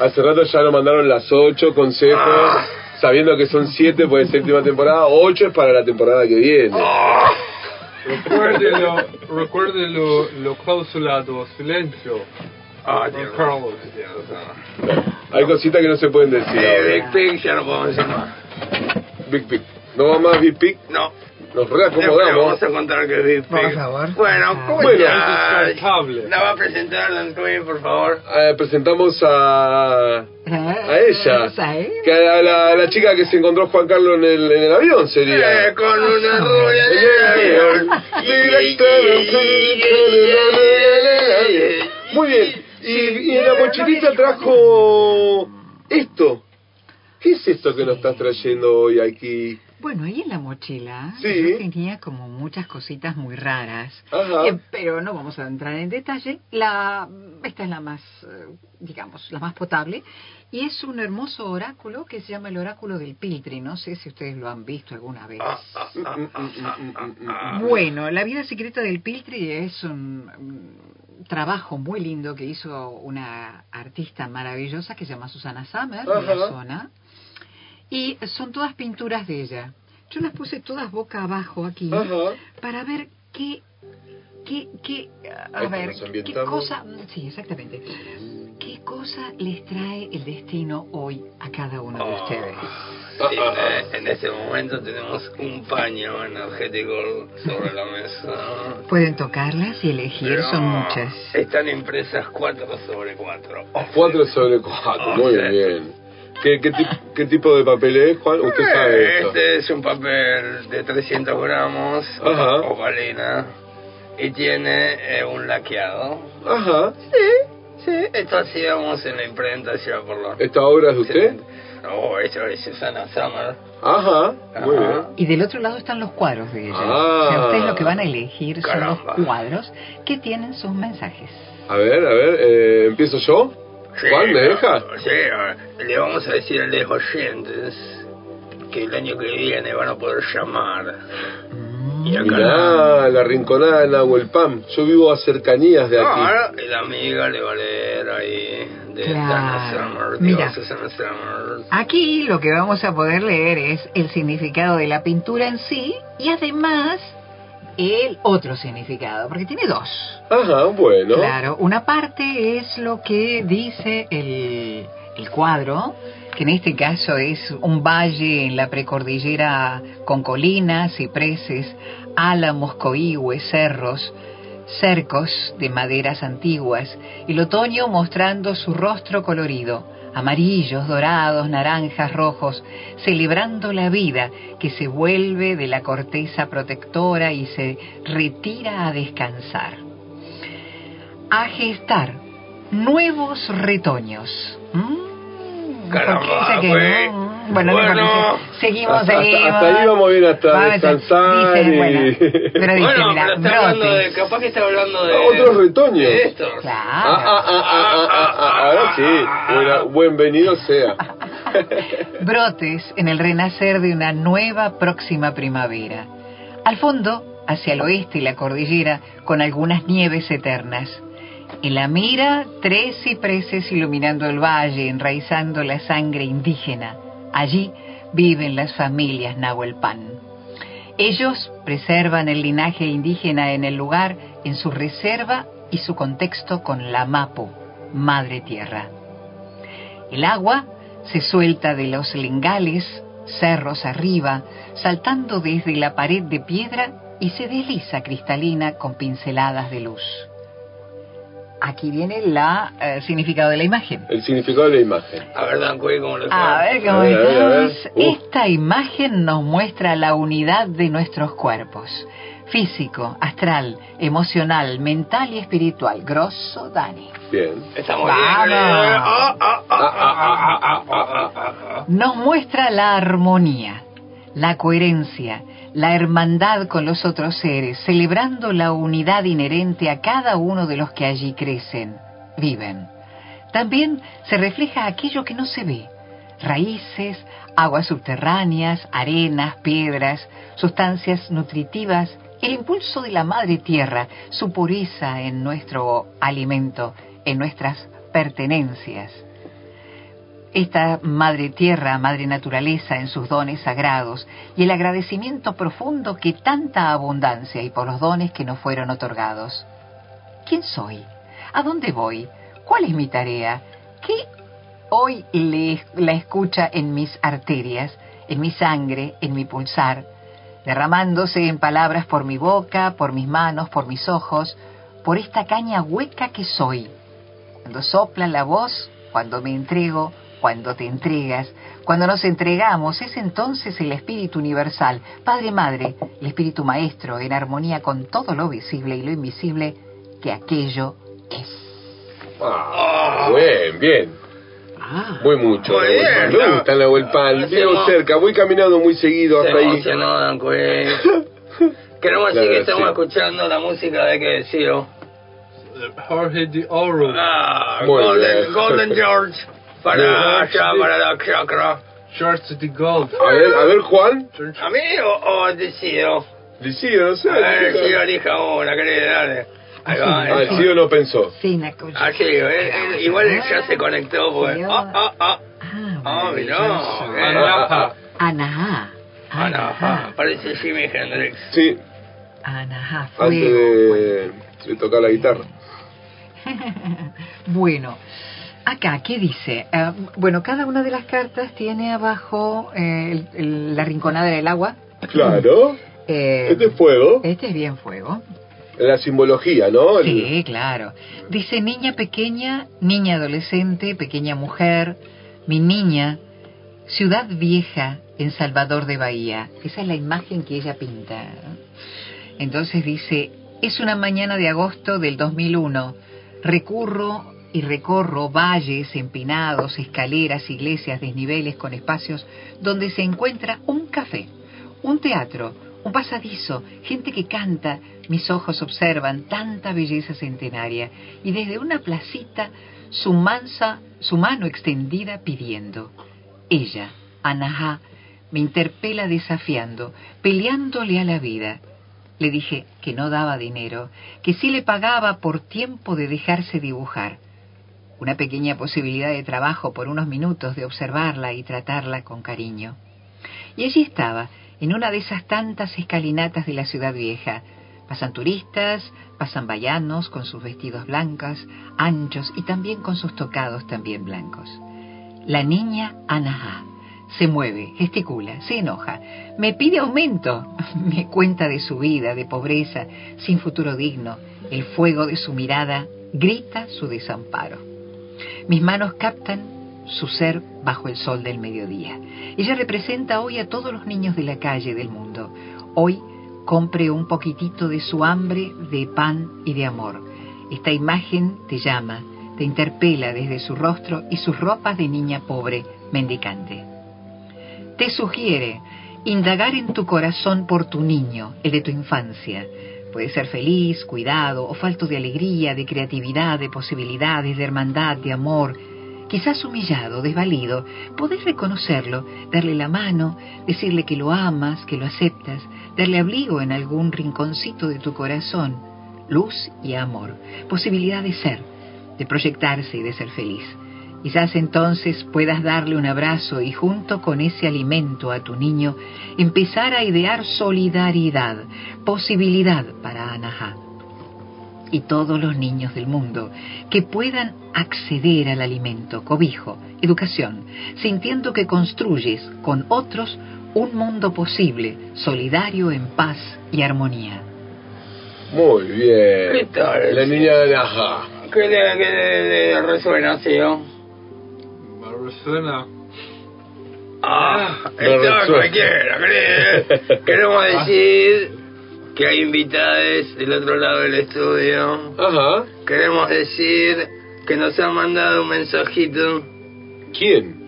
Speaker 2: Hace rato ya nos mandaron las 8 consejos, sabiendo que son 7 por la séptima temporada, 8 es para la temporada que viene.
Speaker 4: Recuérdelo, recuérdelo, lo clausulado, silencio.
Speaker 12: Ah,
Speaker 4: Juan Carlos.
Speaker 2: Hay cositas que no se pueden decir.
Speaker 12: Eh, Big Pig ya no podemos decir más.
Speaker 2: Big Pic. ¿No va más Big Pic?
Speaker 12: No.
Speaker 2: Nos
Speaker 12: Después
Speaker 2: reacomodamos.
Speaker 12: vamos a encontrar que es Big Pig. Bueno, ¿cómo
Speaker 2: Bueno,
Speaker 12: está?
Speaker 2: eso es cantable.
Speaker 12: La va a presentar Don Cui, por favor.
Speaker 2: Eh, presentamos a, a ella, que a la, a la chica que se encontró Juan Carlos en el, en el avión sería.
Speaker 12: Eh, con una rubia de
Speaker 2: Muy bien. Y, y en la mochilita trajo esto. ¿Qué es esto que nos estás trayendo hoy aquí?
Speaker 8: Bueno, ahí en la mochila
Speaker 2: Sí.
Speaker 8: yo tenía como muchas cositas muy raras,
Speaker 2: Ajá.
Speaker 8: Eh, pero no vamos a entrar en detalle. La esta es la más, eh, digamos, la más potable y es un hermoso oráculo que se llama el oráculo del Piltri. No sé si ustedes lo han visto alguna vez.
Speaker 2: Ah,
Speaker 12: Ah,
Speaker 14: Ah,
Speaker 8: Bueno, la vida secreta del Piltri es un, un trabajo muy lindo que hizo una artista maravillosa que se llama Susana Summer de la
Speaker 14: Ajá.
Speaker 8: zona. Y son todas pinturas de ella. Yo las puse todas boca abajo aquí
Speaker 14: Ajá.
Speaker 8: para ver qué, qué, qué, a
Speaker 14: Ahí está,
Speaker 8: ver,
Speaker 14: nos
Speaker 8: qué
Speaker 14: ambientamos.
Speaker 8: cosa, sí, exactamente, qué cosa les trae el destino hoy a cada uno
Speaker 14: Ah.
Speaker 8: de ustedes.
Speaker 12: Sí, eh, en este momento tenemos un paño energético sobre la mesa.
Speaker 8: Pueden tocarlas y elegir, son muchas.
Speaker 12: Están impresas 4 sobre 4.
Speaker 2: 4 sobre
Speaker 12: Ah,
Speaker 2: 4, muy bien. ¿Qué, qué, ti- qué tipo de papel es, Juan? Usted sabe esto.
Speaker 12: Este es un papel de 300 gramos,
Speaker 2: Ajá.
Speaker 12: opalina, y tiene eh, un laqueado.
Speaker 2: Ajá.
Speaker 12: Sí, sí. Esto hacíamos en la imprenta ya por los...
Speaker 2: ¿Esta obra es de usted?
Speaker 12: Oh, esto es Susana Summer.
Speaker 2: Ajá, muy bien.
Speaker 8: Y del otro lado están los cuadros de ella.
Speaker 2: Ah.
Speaker 8: o sea, ustedes lo que van a elegir
Speaker 2: Caramba.
Speaker 8: son los cuadros que tienen sus mensajes.
Speaker 2: A ver, a ver, eh, ¿empiezo yo?
Speaker 12: Sí,
Speaker 2: ¿Juan, me deja?
Speaker 12: Sí, eh, le vamos a decir a los oyentes que el año que viene van a poder llamar. Y acá
Speaker 2: Mirá, la rinconada en Nahuelpam. Yo vivo a cercanías de aquí.
Speaker 12: Ah, y la amiga le va a leer ahí de
Speaker 8: Claro.
Speaker 12: Susana Summer,
Speaker 8: Mira.
Speaker 12: digo, Susana Summer.
Speaker 8: Aquí lo que vamos a poder leer es el significado de la pintura en sí y además el otro significado, porque tiene dos.
Speaker 2: Ajá, bueno.
Speaker 8: Claro, una parte es lo que dice el, el cuadro, que en este caso es un valle en la precordillera con colinas, cipreses, álamos, coihues, cerros, cercos de maderas antiguas, el otoño mostrando su rostro colorido, amarillos, dorados, naranjas, rojos, celebrando la vida que se vuelve de la corteza protectora y se retira a descansar. a gestar nuevos retoños.
Speaker 12: Caramba,
Speaker 8: que
Speaker 12: güey.
Speaker 8: Mm, Bueno, no importa, seguimos,
Speaker 2: hasta,
Speaker 8: seguimos.
Speaker 2: hasta ahí vamos bien hasta
Speaker 8: Vamos,
Speaker 2: descansar
Speaker 8: dicen,
Speaker 2: y... *laughs*
Speaker 8: bueno, pero dicen,
Speaker 12: Bueno,
Speaker 8: mira,
Speaker 12: pero está hablando
Speaker 8: brotes.
Speaker 12: de. eh, Capaz que está hablando de.
Speaker 2: Otros retoños.
Speaker 12: De esto.
Speaker 2: Ah, ah, ah, ah, ah, ah, ahora sí. Buena- bienvenido sea. *laughs*
Speaker 8: Brotes en el renacer de una nueva próxima primavera. Al fondo, hacia el oeste la cordillera, con algunas nieves eternas. En la mira, tres cipreses iluminando el valle, enraizando la sangre indígena. Allí viven las familias Nahuelpan. Ellos preservan el linaje indígena en el lugar, en su reserva y su contexto con la Mapu, Madre Tierra. El agua se suelta de los lingales, cerros arriba, saltando desde la pared de piedra y se desliza cristalina con pinceladas de luz. Aquí viene la eh, significado de la imagen.
Speaker 2: El significado de la imagen.
Speaker 12: A ver, Dan Cuy, ¿cómo lo
Speaker 8: A
Speaker 12: sabe?
Speaker 8: ver, ¿cómo
Speaker 2: A ver, a ver, a ver. uh.
Speaker 8: estamos? Pues Esta imagen nos muestra la unidad de nuestros cuerpos. Físico, astral, emocional, mental y espiritual. Grosso Dani.
Speaker 2: Bien. eh.
Speaker 12: Estamos
Speaker 8: Vamos.
Speaker 12: bien. Ah, ah, ah, ah, ah, ah, ah, ah.
Speaker 8: Nos muestra la armonía, la coherencia, la hermandad con los otros seres, celebrando la unidad inherente a cada uno de los que allí crecen, viven. También se refleja aquello que no se ve, raíces, aguas subterráneas, arenas, piedras, sustancias nutritivas, el impulso de la madre tierra, su pureza en nuestro alimento, en nuestras pertenencias. Esta madre tierra, madre naturaleza en sus dones sagrados y el agradecimiento profundo que tanta abundancia y por los dones que nos fueron otorgados. ¿Quién soy? ¿A dónde voy? ¿Cuál es mi tarea? ¿Qué hoy le- la escucha en mis arterias, en mi sangre, en mi pulsar, derramándose en palabras por mi boca, por mis manos, por mis ojos, por esta caña hueca que soy? Cuando sopla la voz, cuando me entrego, cuando te entregas, cuando nos entregamos, es entonces el Espíritu Universal, Padre Madre, el Espíritu Maestro, en armonía con todo lo visible y lo invisible, que aquello
Speaker 2: Ah, bien, bien. Muy mucho.
Speaker 12: Muy
Speaker 2: la Huelpa.
Speaker 12: bien,
Speaker 2: Me
Speaker 12: ¿no?
Speaker 2: gusta la Huelpal.
Speaker 12: Se
Speaker 2: Vivo
Speaker 12: mo-
Speaker 2: cerca, voy caminando muy seguido
Speaker 12: Se
Speaker 2: hasta ahí.
Speaker 12: emocionó Dan Cuy. ah. Queremos
Speaker 2: Claro,
Speaker 12: decir que estamos
Speaker 2: sí.
Speaker 12: escuchando la música de oh. que Ciro.
Speaker 4: Jorge de Oro.
Speaker 12: Ah,
Speaker 4: Muy
Speaker 12: Golden,
Speaker 4: bien.
Speaker 12: *laughs* Golden George. Para allá, para la chakra.
Speaker 4: George de Gold.
Speaker 2: A ver, a ver, Juan.
Speaker 12: ¿A mí o, o a De Ciro?
Speaker 2: Decido, no sé.
Speaker 12: A ver, Ciro elija una, querés dale. Ahí va, eh.
Speaker 2: Ah,
Speaker 12: ahí va.
Speaker 2: el Ciro no pensó.
Speaker 12: Así, él- él- eh, igual ya se conectó, pues. Ah, ah, ah. Ah, mirá. eh.
Speaker 8: Anaha. Anaha.
Speaker 12: Ah, Anaha. Parece Jimi Hendrix.
Speaker 2: Sí,
Speaker 8: Anaha
Speaker 2: antes
Speaker 8: fue.
Speaker 2: de, de tocar la guitarra.
Speaker 8: *laughs* Bueno, acá, ¿qué dice? Ah, bueno, cada una de las cartas tiene abajo eh, el- el- la rinconada del agua.
Speaker 2: Claro.
Speaker 8: Eh,
Speaker 2: Este es fuego.
Speaker 8: Este es bien fuego.
Speaker 2: La simbología, ¿no? El-
Speaker 8: Sí, claro. Dice niña pequeña, niña adolescente, pequeña mujer, mi niña, ciudad vieja en Salvador de Bahía. Esa es la imagen que ella pinta. Entonces dice, es una mañana de agosto del 2001. Recurro y recorro valles empinados, escaleras, iglesias, desniveles con espacios donde se encuentra un café, un teatro, un pasadizo, gente que canta, mis ojos observan tanta belleza centenaria y desde una placita su mansa, su mano extendida pidiendo. Ella, Anahá, me interpela desafiando, peleándole a la vida. Le dije que no daba dinero, que sí le pagaba por tiempo de dejarse dibujar. Una pequeña posibilidad de trabajo por unos minutos, de observarla y tratarla con cariño. Y allí estaba, en una de esas tantas escalinatas de la ciudad vieja. Pasan turistas, pasan vallanos con sus vestidos blancos, anchos y también con sus tocados también blancos. La niña Anahá se mueve, gesticula, se enoja, me pide aumento, *laughs* me cuenta de su vida, de pobreza, sin futuro digno. El fuego de su mirada grita su desamparo. Mis manos captan su ser bajo el sol del mediodía. Ella representa hoy a todos los niños de la calle del mundo. Hoy compre un poquitito de su hambre de pan y de amor. Esta imagen te llama, te interpela desde su rostro y sus ropas de niña pobre, mendicante. Te sugiere indagar en tu corazón por tu niño, el de tu infancia. Puede ser feliz, cuidado o falto de alegría, de creatividad, de posibilidades, de hermandad, de amor. Quizás humillado, desvalido, podés reconocerlo, darle la mano, decirle que lo amas, que lo aceptas, darle abrigo en algún rinconcito de tu corazón, luz y amor, posibilidad de ser, de proyectarse y de ser feliz. Quizás entonces puedas darle un abrazo y junto con ese alimento a tu niño empezar a idear solidaridad, posibilidad para Anahá y todos los niños del mundo que puedan acceder al alimento, cobijo, educación, sintiendo que construyes con otros un mundo posible, solidario en paz y armonía.
Speaker 2: Muy bien.
Speaker 12: ¿Qué tal?
Speaker 2: La niña de Naja.
Speaker 12: ¿Qué le, qué le- le resuena, tío?
Speaker 4: Suena.
Speaker 12: Ah,
Speaker 4: Me
Speaker 12: esto
Speaker 4: resuena.
Speaker 12: cualquiera, ¿qué? Queremos
Speaker 2: Ah.
Speaker 12: decir que hay invitados del otro lado del estudio.
Speaker 2: Ajá.
Speaker 12: Queremos decir que nos ha mandado un mensajito.
Speaker 2: ¿Quién?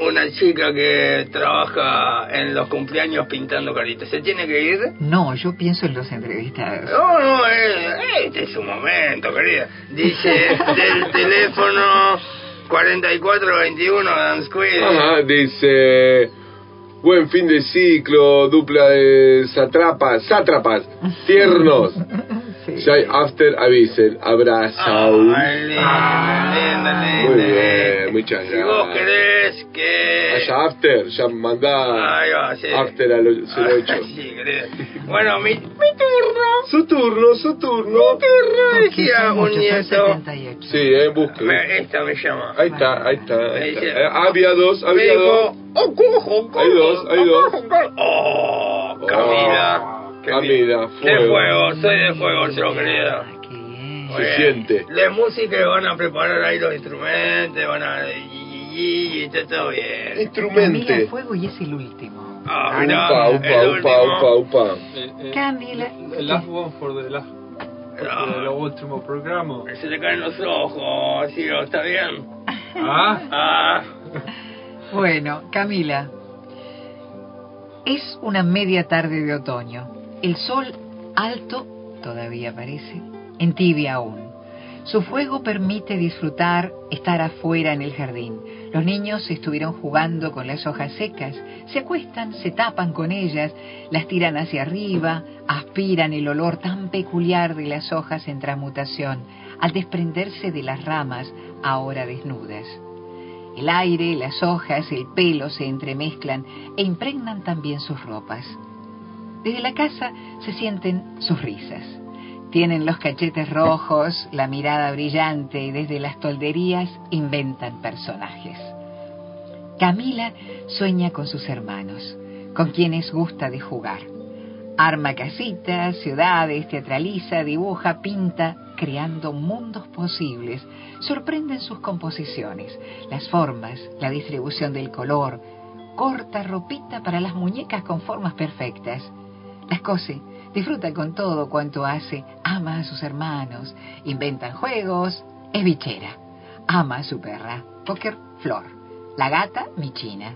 Speaker 12: Una chica que trabaja en los cumpleaños pintando caritas. ¿Se tiene que ir?
Speaker 8: No, yo pienso en los
Speaker 2: Ah.
Speaker 8: entrevistados.
Speaker 12: No, no, eh, este es su momento, querida.
Speaker 2: *laughs*
Speaker 12: Dice del teléfono 4421 Dance Queen.
Speaker 2: Ajá, *laughs* dice. Buen fin de ciclo, dupla de satrapas, sátrapas, tiernos. Ya hay after, avisen, abrazo. Muy bien, muchas gracias.
Speaker 12: Si vos querés que...
Speaker 2: Haya after, ya mandá
Speaker 12: Ahí va, sí.
Speaker 2: after al 08.
Speaker 12: *laughs* Sí, querida. Bueno, mi,
Speaker 2: Su turno, su turno.
Speaker 12: turno, decía un nieto.
Speaker 2: Sí, eh, busquen.
Speaker 12: Me- esta me llama.
Speaker 2: Ahí está, ahí está. ahí está.
Speaker 12: dice-
Speaker 2: Eh, había dos, había
Speaker 12: Me
Speaker 2: dos.
Speaker 12: Oh, cojo, cojo.
Speaker 2: Hay dos, hay dos.
Speaker 12: Oh, Camila.
Speaker 2: Camila,
Speaker 12: De
Speaker 2: Ah, fuego.
Speaker 12: fuego, soy de fuego, yo querida.
Speaker 2: Se siente.
Speaker 12: La música van a preparar ahí los instrumentos, van a... Y, y- y está todo bien.
Speaker 8: Camila el fuego y es el último.
Speaker 12: Ah, mirá,
Speaker 2: Upa, upa,
Speaker 12: el
Speaker 2: upa, upa, upa.
Speaker 12: último.
Speaker 8: Camila.
Speaker 4: Eh, El last one for the last. for the último programa.
Speaker 12: Se le caen los ojos, tío, ¿está bien?
Speaker 4: Ah.
Speaker 12: Ah.
Speaker 8: Bueno, Camila, es una media tarde de otoño. El sol alto todavía parece, en tibia aún. Su fuego permite disfrutar estar afuera en el jardín. Los niños estuvieron jugando con las hojas secas, se acuestan, se tapan con ellas, las tiran hacia arriba, aspiran el olor tan peculiar de las hojas en transmutación, al desprenderse de las ramas ahora desnudas. El aire, las hojas, el pelo se entremezclan e impregnan también sus ropas. Desde la casa se sienten sus risas. Tienen los cachetes rojos, la mirada brillante y desde las tolderías inventan personajes. Camila sueña con sus hermanos, con quienes gusta de jugar. Arma casitas, ciudades, teatraliza, dibuja, pinta, creando mundos posibles. Sorprenden sus composiciones, las formas, la distribución del color. Corta ropita para las muñecas con formas perfectas. Las cose, disfruta con todo cuanto hace, ama a sus hermanos, inventan juegos, es bichera, ama a su perra, Poker Flor, la gata Michina,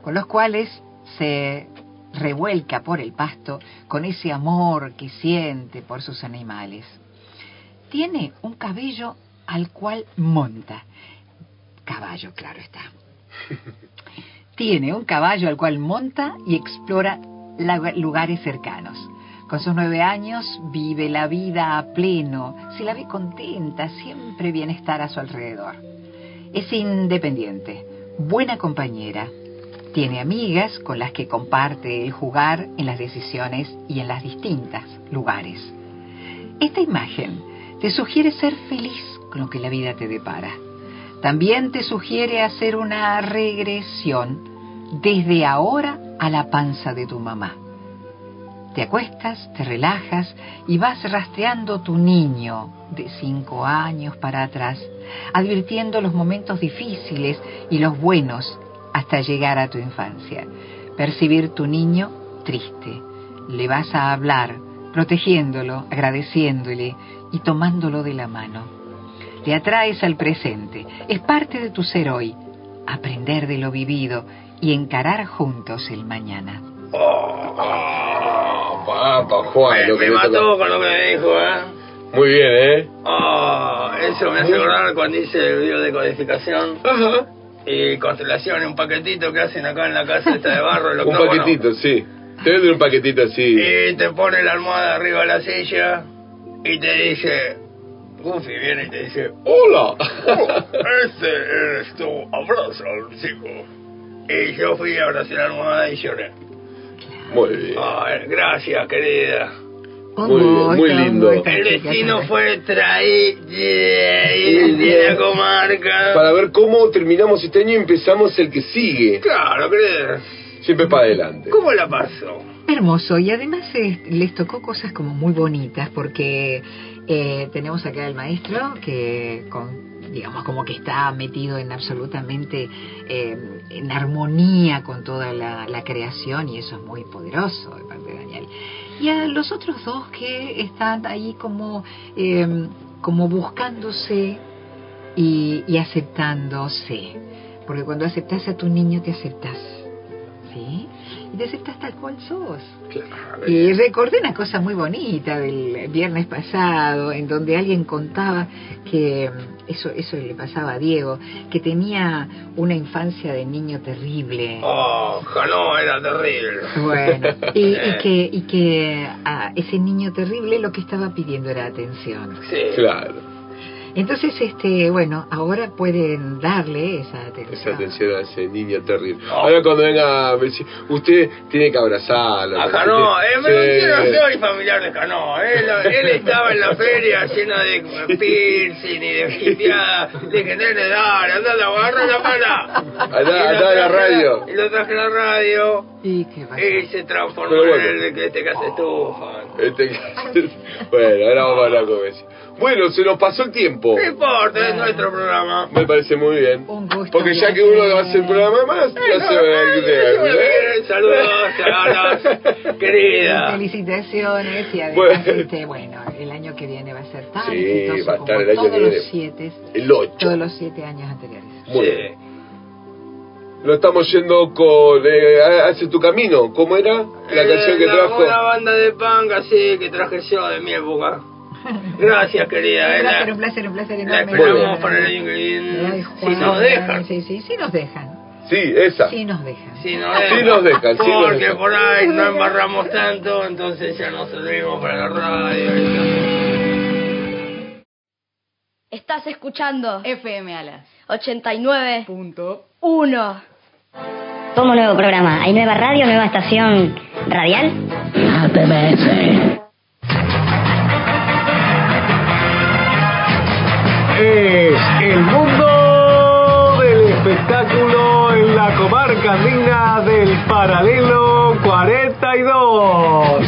Speaker 8: con los cuales se revuelca por el pasto con ese amor que siente por sus animales. Tiene un cabello al cual monta. Caballo, claro está. Tiene un caballo al cual monta y explora la- lugares cercanos. Con sus nueve años vive la vida a pleno, se la ve contenta, siempre bienestar a su alrededor. Es independiente, buena compañera, tiene amigas con las que comparte el jugar en las decisiones y en las distintas lugares. Esta imagen te sugiere ser feliz con lo que la vida te depara. También te sugiere hacer una regresión desde ahora a la panza de tu mamá. Te acuestas, te relajas y vas rastreando tu niño de cinco años para atrás, advirtiendo los momentos difíciles y los buenos hasta llegar a tu infancia. Percibir tu niño triste. Le vas a hablar, protegiéndolo, agradeciéndole y tomándolo de la mano. Le atraes al presente, es parte de tu ser hoy, aprender de lo vivido y encarar juntos el mañana.
Speaker 2: Papá, Ah, Juan, lo que
Speaker 12: Me
Speaker 2: le
Speaker 12: mató
Speaker 2: toca.
Speaker 12: con lo que me dijo, ¿eh?
Speaker 2: Muy bien, ¿eh?
Speaker 12: Oh, eso me hace acordar cuando hice el video de codificación y constelación, un paquetito que hacen acá en la casa esta de barro,
Speaker 2: *laughs*
Speaker 12: el
Speaker 2: Un
Speaker 12: octógono.
Speaker 2: paquetito, sí. Te venden un paquetito así.
Speaker 12: Y te pone la almohada arriba de la silla y te dice, Goofy viene y te dice, "Oh,
Speaker 2: ¡Hola!
Speaker 12: este eres tu abrazo al chico. Y yo fui a abrazar la almohada y lloré.
Speaker 2: Muy bien.
Speaker 12: Ay, gracias, querida.
Speaker 2: Muy bien, muy lindo.
Speaker 12: El destino fue traído de la comarca.
Speaker 2: Para ver cómo terminamos este año y empezamos el que sigue.
Speaker 12: Claro, querida.
Speaker 2: Siempre para adelante.
Speaker 12: ¿Cómo la pasó?
Speaker 8: Hermoso, y además eh, les tocó cosas como muy bonitas, porque eh, tenemos acá al maestro que, con, digamos, como que está metido en absolutamente eh, en armonía con toda la, la creación, y eso es muy poderoso de parte de Daniel. Y a los otros dos que están ahí como, eh, como buscándose y, y aceptándose, porque cuando aceptas a tu niño te aceptas, ¿sí? Y te aceptas tal cual sos.
Speaker 12: eh.
Speaker 8: Y recordé una cosa muy bonita del viernes pasado, en donde alguien contaba que, mm, eso, eso le pasaba a Diego, que tenía una infancia de niño terrible.
Speaker 12: Oh, no, era terrible. *laughs*
Speaker 8: Bueno, y, y
Speaker 12: Eh,
Speaker 8: que, y que a ese niño terrible lo que estaba pidiendo era atención.
Speaker 12: Sí.
Speaker 2: Claro.
Speaker 8: Entonces, este, bueno, ahora pueden darle esa atención.
Speaker 2: Esa atención a ese niño terrible.
Speaker 12: Oh.
Speaker 2: Ahora cuando venga, me dice, usted tiene que abrazarlo.
Speaker 12: A Janó, eh, pero
Speaker 2: Sí.
Speaker 12: yo no soy familiar de Janó. Él, él estaba en la feria lleno de piercing y de jipeada. Le dije, nene, dale, andá, agarra la pala.
Speaker 2: Andá, andá a la radio.
Speaker 12: Y lo traje a la radio.
Speaker 8: Y qué
Speaker 12: Y se transformó
Speaker 2: Pero bueno.
Speaker 12: en el de que este que haces tú, Juan.
Speaker 2: *laughs* Este que- bueno, ahora vamos a hablar con Messi. Bueno, se nos pasó el tiempo.
Speaker 12: No importa, es nuestro programa.
Speaker 2: Me parece muy bien. Porque ya que uno hace el programa más, lo hace el de- ¿eh?
Speaker 12: Saludos, saludos, querida.
Speaker 8: Eh, Felicitaciones y además,
Speaker 2: Bueno.
Speaker 8: este, bueno, el año que viene va a ser tan
Speaker 2: Sí,
Speaker 8: exitoso
Speaker 2: va a estar
Speaker 8: como
Speaker 2: el año
Speaker 8: todos
Speaker 2: que
Speaker 8: los
Speaker 2: viene.
Speaker 8: siete,
Speaker 2: El 8.
Speaker 8: todos los siete años anteriores.
Speaker 2: Muy bien. Lo estamos yendo con... eh, hace tu camino. ¿Cómo era la
Speaker 12: Eh,
Speaker 2: canción que
Speaker 12: la-
Speaker 2: trajo?
Speaker 12: Una banda de punk así que traje yo de mi época. Gracias, querida.
Speaker 8: Un
Speaker 12: eh,
Speaker 8: placer,
Speaker 12: la-
Speaker 8: un placer, un placer
Speaker 12: La
Speaker 8: enorme.
Speaker 12: esperamos para el año que viene. Si nos dejan.
Speaker 8: Sí, sí, sí nos dejan.
Speaker 2: Sí, esa.
Speaker 8: Sí nos dejan.
Speaker 12: Si nos dejan.
Speaker 2: Sí nos dejan, sí nos
Speaker 12: eh, Porque
Speaker 2: dejan.
Speaker 12: por ahí no embarramos tanto, entonces ya nos salimos para la radio.
Speaker 14: Estás escuchando FM Alas 89.1.
Speaker 10: Como nuevo programa, hay nueva radio, nueva estación radial.
Speaker 15: es el mundo del espectáculo en la comarca andina del paralelo 42.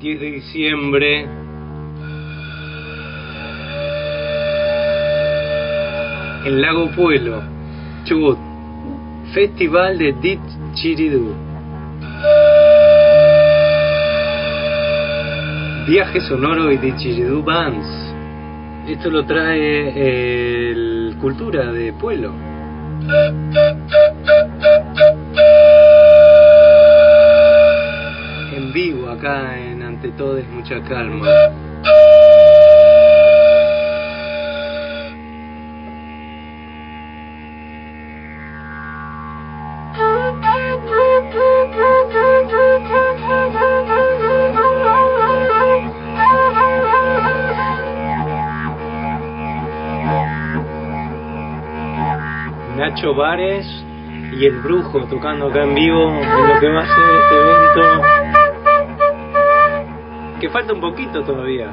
Speaker 3: 10 de diciembre. En Lago Pueblo, Chubut. Festival de Dit Chiridú. Viaje sonoro y de Chiridú Bands. Esto lo trae el Cultura de Pueblo. en vivo acá en Ante Todes Mucha Calma. Nacho Vares y el Brujo tocando acá en vivo en lo que más es este evento. este Que falta un poquito todavía.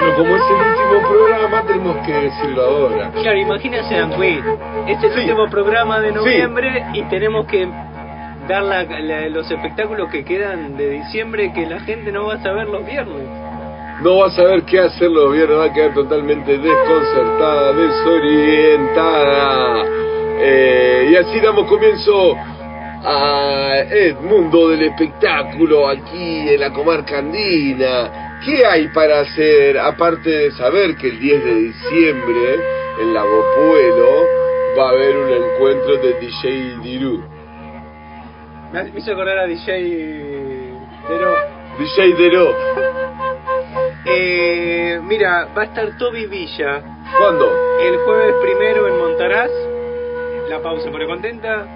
Speaker 2: Pero como es el último programa, tenemos que decirlo ahora.
Speaker 3: Claro, imagínense a Queen. Este es el último programa de noviembre y tenemos que dar la- la- los espectáculos que quedan de diciembre que la gente no va a saber los viernes.
Speaker 2: No va a saber qué hacer los viernes, va a quedar totalmente desconcertada, desorientada. Eh, y así damos comienzo a el mundo del espectáculo aquí en la comarca andina. ¿Qué hay para hacer? Aparte de saber que el 10 de diciembre eh, en Lago Puelo va a haber un encuentro de DJ Dirú.
Speaker 3: Me me hizo acordar a DJ Pero
Speaker 2: DJ Dirú.
Speaker 3: Eh, mira, va a estar Toby Villa.
Speaker 2: ¿Cuándo?
Speaker 3: El jueves primero en Montaraz. La pausa pone contenta.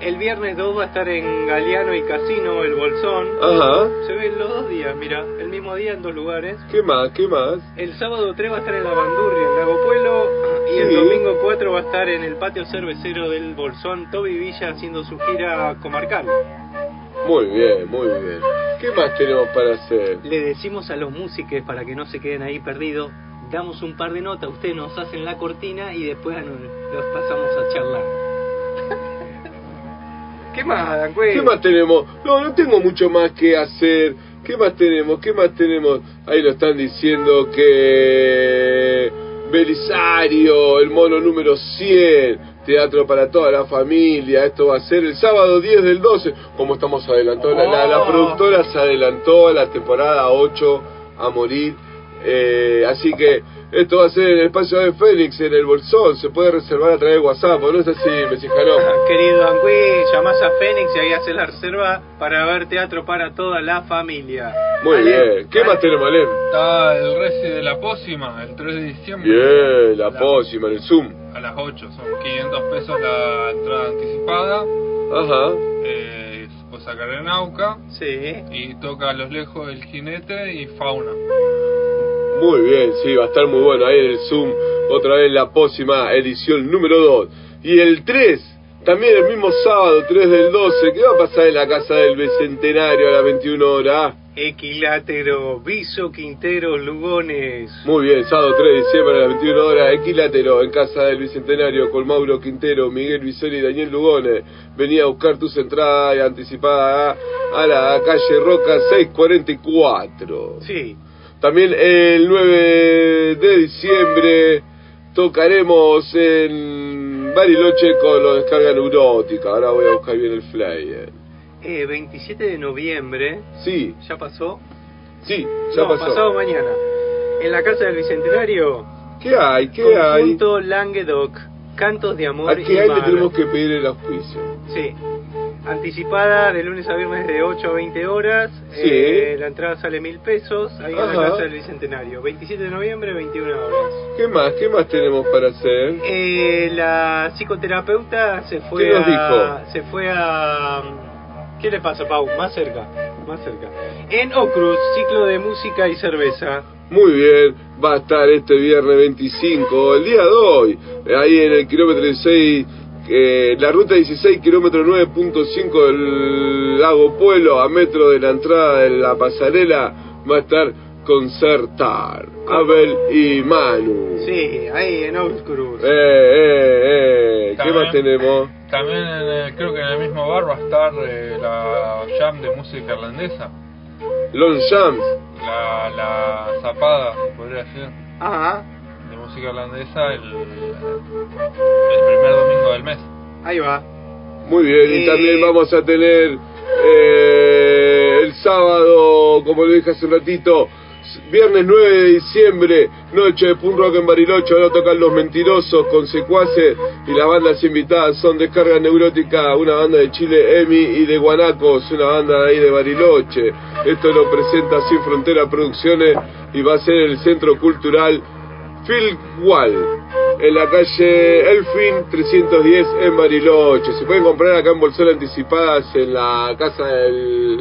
Speaker 3: El viernes 2 va a estar en Galeano y Casino, el Bolsón.
Speaker 2: Ajá.
Speaker 3: Se ven los dos días, mira. El mismo día en dos lugares.
Speaker 2: ¿Qué más? ¿Qué más?
Speaker 3: El sábado 3 va a estar en la Bandurria, en Lago Pueblo. Y el
Speaker 2: Sí.
Speaker 3: domingo 4 va a estar en el patio cervecero del Bolsón, Toby Villa haciendo su gira comarcal.
Speaker 2: Muy bien, muy bien. ¿Qué más tenemos para hacer?
Speaker 3: Le decimos a los músicos para que no se queden ahí perdidos, damos un par de notas, ustedes nos hacen la cortina y después a nos- los pasamos a charlar. ¿Qué más, Dan Cue?
Speaker 2: ¿Qué más tenemos? No, no tengo mucho más que hacer. ¿Qué más tenemos? ¿Qué más tenemos? Ahí lo están diciendo que Belisario, el mono número 100, teatro para toda la familia. Esto va a ser el sábado 10 del 12. Como estamos adelantados, la, la-
Speaker 3: Oh.
Speaker 2: la productora se adelantó a la temporada 8 a morir. Eh, así que esto va a ser en el espacio de Fénix, en el Bolsón. Se puede reservar a través de WhatsApp, ¿o ¿no es así, Mesijarón?
Speaker 3: Ah, Querido Angüe, llamás a Fénix y ahí haces la reserva para ver teatro para toda la familia.
Speaker 2: Muy bien. ¿Qué más tenemos, Alem?
Speaker 4: Está el Resi de la Pócima, el 3 de diciembre.
Speaker 2: Bien, la pócima en el Zoom.
Speaker 4: A las 8, son 500 pesos la entrada anticipada.
Speaker 2: Ajá.
Speaker 4: Eh, o sacar en Auca.
Speaker 3: Sí.
Speaker 4: Y toca a los lejos el jinete y fauna.
Speaker 2: Muy bien, sí, va a estar muy bueno ahí en el Zoom. Otra vez la pócima edición número 2. Y el 3, también el mismo sábado, 3 del 12, ¿qué va a pasar en la casa del Bicentenario a las 21 horas?
Speaker 3: Equilátero, Viso, Quintero, Lugones.
Speaker 2: Muy bien, sábado 3 de diciembre a las 21 horas, equilátero en casa del Bicentenario con Mauro Quintero, Miguel Visoli y Daniel Lugones. Venía a buscar tus entradas anticipadas a la calle Roca 644.
Speaker 3: Sí.
Speaker 2: También el 9 de diciembre tocaremos en Bariloche con los descarga neurótica. Ahora voy a buscar bien el flyer.
Speaker 3: Eh, 27 de noviembre.
Speaker 2: Sí.
Speaker 3: ¿Ya pasó?
Speaker 2: Sí, ya
Speaker 3: No,
Speaker 2: pasó.
Speaker 3: pasado mañana. En la casa del Bicentenario.
Speaker 2: ¿Qué hay? ¿Qué hay?
Speaker 3: Conjunto Languedoc, Cantos de Amor
Speaker 2: Aquí
Speaker 3: y
Speaker 2: hay le
Speaker 3: Mar.
Speaker 2: tenemos que pedir el auspicio.
Speaker 3: Sí. Anticipada de lunes a viernes de 8 a 20 horas.
Speaker 2: Sí.
Speaker 3: Eh, la entrada sale mil pesos. Ahí en
Speaker 2: Ajá.
Speaker 3: la Casa del Bicentenario. 27 de noviembre, 21 horas.
Speaker 2: ¿Qué más? ¿Qué más tenemos para hacer?
Speaker 3: Eh, la psicoterapeuta se fue
Speaker 2: ¿Qué nos
Speaker 3: a. Se fue a. ¿Qué le pasa, Pau? Más cerca. Más cerca. En Ocruz, ciclo de música y cerveza.
Speaker 2: Muy bien, va a estar este viernes 25, el día de hoy, ahí en el kilómetro 16, eh, la ruta 16, kilómetro 9.5 del Lago Pueblo, a metro de la entrada de la pasarela, va a estar Concertar, Abel y Manu.
Speaker 3: Sí, ahí en Ocruz.
Speaker 2: Eh, eh, eh, ¿qué más tenemos?
Speaker 4: También en el- creo que en el mismo bar va a estar eh, la jam de música irlandesa.
Speaker 2: Long Jams,
Speaker 4: La, la zapada, se podría decir.
Speaker 3: Ajá.
Speaker 4: De música irlandesa el, el primer domingo del mes.
Speaker 3: Ahí va.
Speaker 2: Muy bien, y también vamos a tener eh, el sábado, como lo dije hace un ratito, s- viernes 9 de diciembre, noche de punk rock en Bariloche, ahora tocan Los Mentirosos con Secuaces y las bandas invitadas son Descarga Neurótica, una banda de Chile, Emi y de Guanacos, una banda de ahí de Bariloche. Esto lo presenta Sin Frontera Producciones y va a ser en el Centro Cultural Phil Wall en la calle Elfin 310 en Bariloche. Se pueden comprar acá en Bolsón anticipadas en la Casa de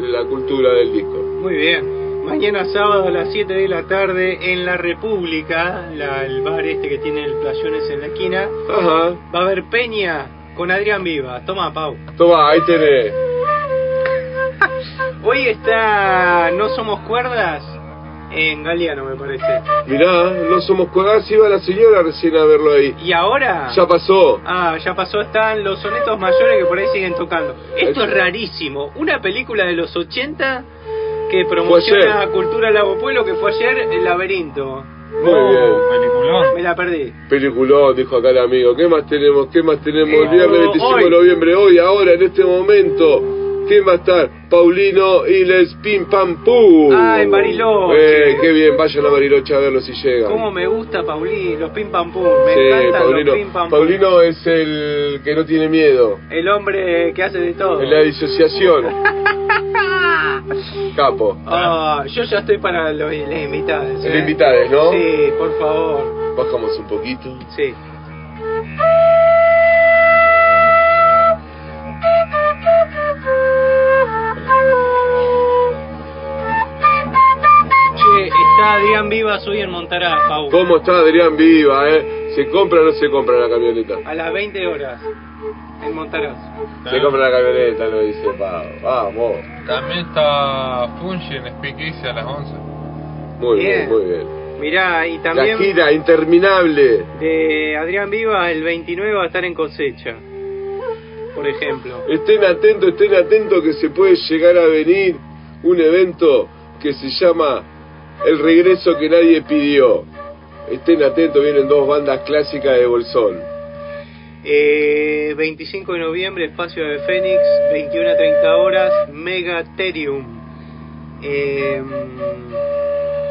Speaker 2: la Cultura del Disco.
Speaker 3: Muy bien. Mañana sábado a las 7 de la tarde en La República, la- el bar este que tiene el playones en la esquina,
Speaker 2: Ajá.
Speaker 3: va a haber Peña con Adrián Viva. Toma, Pau.
Speaker 2: Toma, ahí tenés.
Speaker 3: Hoy está No Somos Cuerdas en Galeano, me parece.
Speaker 2: Mirá, no somos cuerdas, iba la señora recién a verlo ahí.
Speaker 3: Y ahora...
Speaker 2: Ya pasó.
Speaker 3: Ah, ya pasó, están los sonetos mayores que por ahí siguen tocando. Esto es rarísimo. Una película de los 80 que promociona
Speaker 2: ayer.
Speaker 3: Cultura Lago Pueblo, que fue ayer, El Laberinto. Oh,
Speaker 2: Muy bien.
Speaker 3: Me la perdí.
Speaker 2: Peliculón, dijo acá el amigo. ¿Qué más tenemos? ¿Qué más tenemos?
Speaker 3: Eh,
Speaker 2: el viernes
Speaker 3: hoy.
Speaker 2: 25 de noviembre, hoy, ahora, en este momento. ¿Quién va a estar? Paulino y les pim pam pum.
Speaker 3: Ah, en Bariloche.
Speaker 2: Eh, qué bien, vayan a Bariloche a verlo si llegan.
Speaker 3: ¿Cómo me gusta, Paulín? Los pim pam pum. Me
Speaker 2: Sí,
Speaker 3: encantan
Speaker 2: Paulino.
Speaker 3: los pim pam pum.
Speaker 2: Paulino es el que no tiene miedo.
Speaker 3: El hombre que hace de todo.
Speaker 2: En la disociación.
Speaker 12: Ah.
Speaker 8: *laughs*
Speaker 2: Capo.
Speaker 3: Ah, yo ya estoy para los, las invitadas.
Speaker 2: El
Speaker 3: ¿eh?
Speaker 2: invitades, ¿no?
Speaker 3: Sí, por favor.
Speaker 2: Bajamos un poquito.
Speaker 3: Sí. Che, Eh, está Adrián Vivas hoy en Montará, Pau.
Speaker 2: ¿Cómo está Adrián Viva, eh? ¿Se compra o no se compra la camioneta?
Speaker 3: A las 20 horas. En Montará.
Speaker 2: Se compra la camioneta, lo dice Pau. Vamos.
Speaker 4: También está Fungi en Speakeasy a las 11.
Speaker 2: Muy bien,
Speaker 4: Bien.
Speaker 2: muy bien.
Speaker 3: Mirá, y
Speaker 2: La
Speaker 3: también
Speaker 2: gira interminable.
Speaker 3: de Adrián Vivas el 29 va a estar en cosecha. Por ejemplo.
Speaker 2: Estén atentos, estén atentos que se puede llegar a venir un evento que se llama El regreso que nadie pidió. Estén atentos, vienen dos bandas clásicas de Bolsón.
Speaker 3: Eh, 25 de noviembre, Espacio de Fénix, 21 a 30 horas, Megaterium. Eh,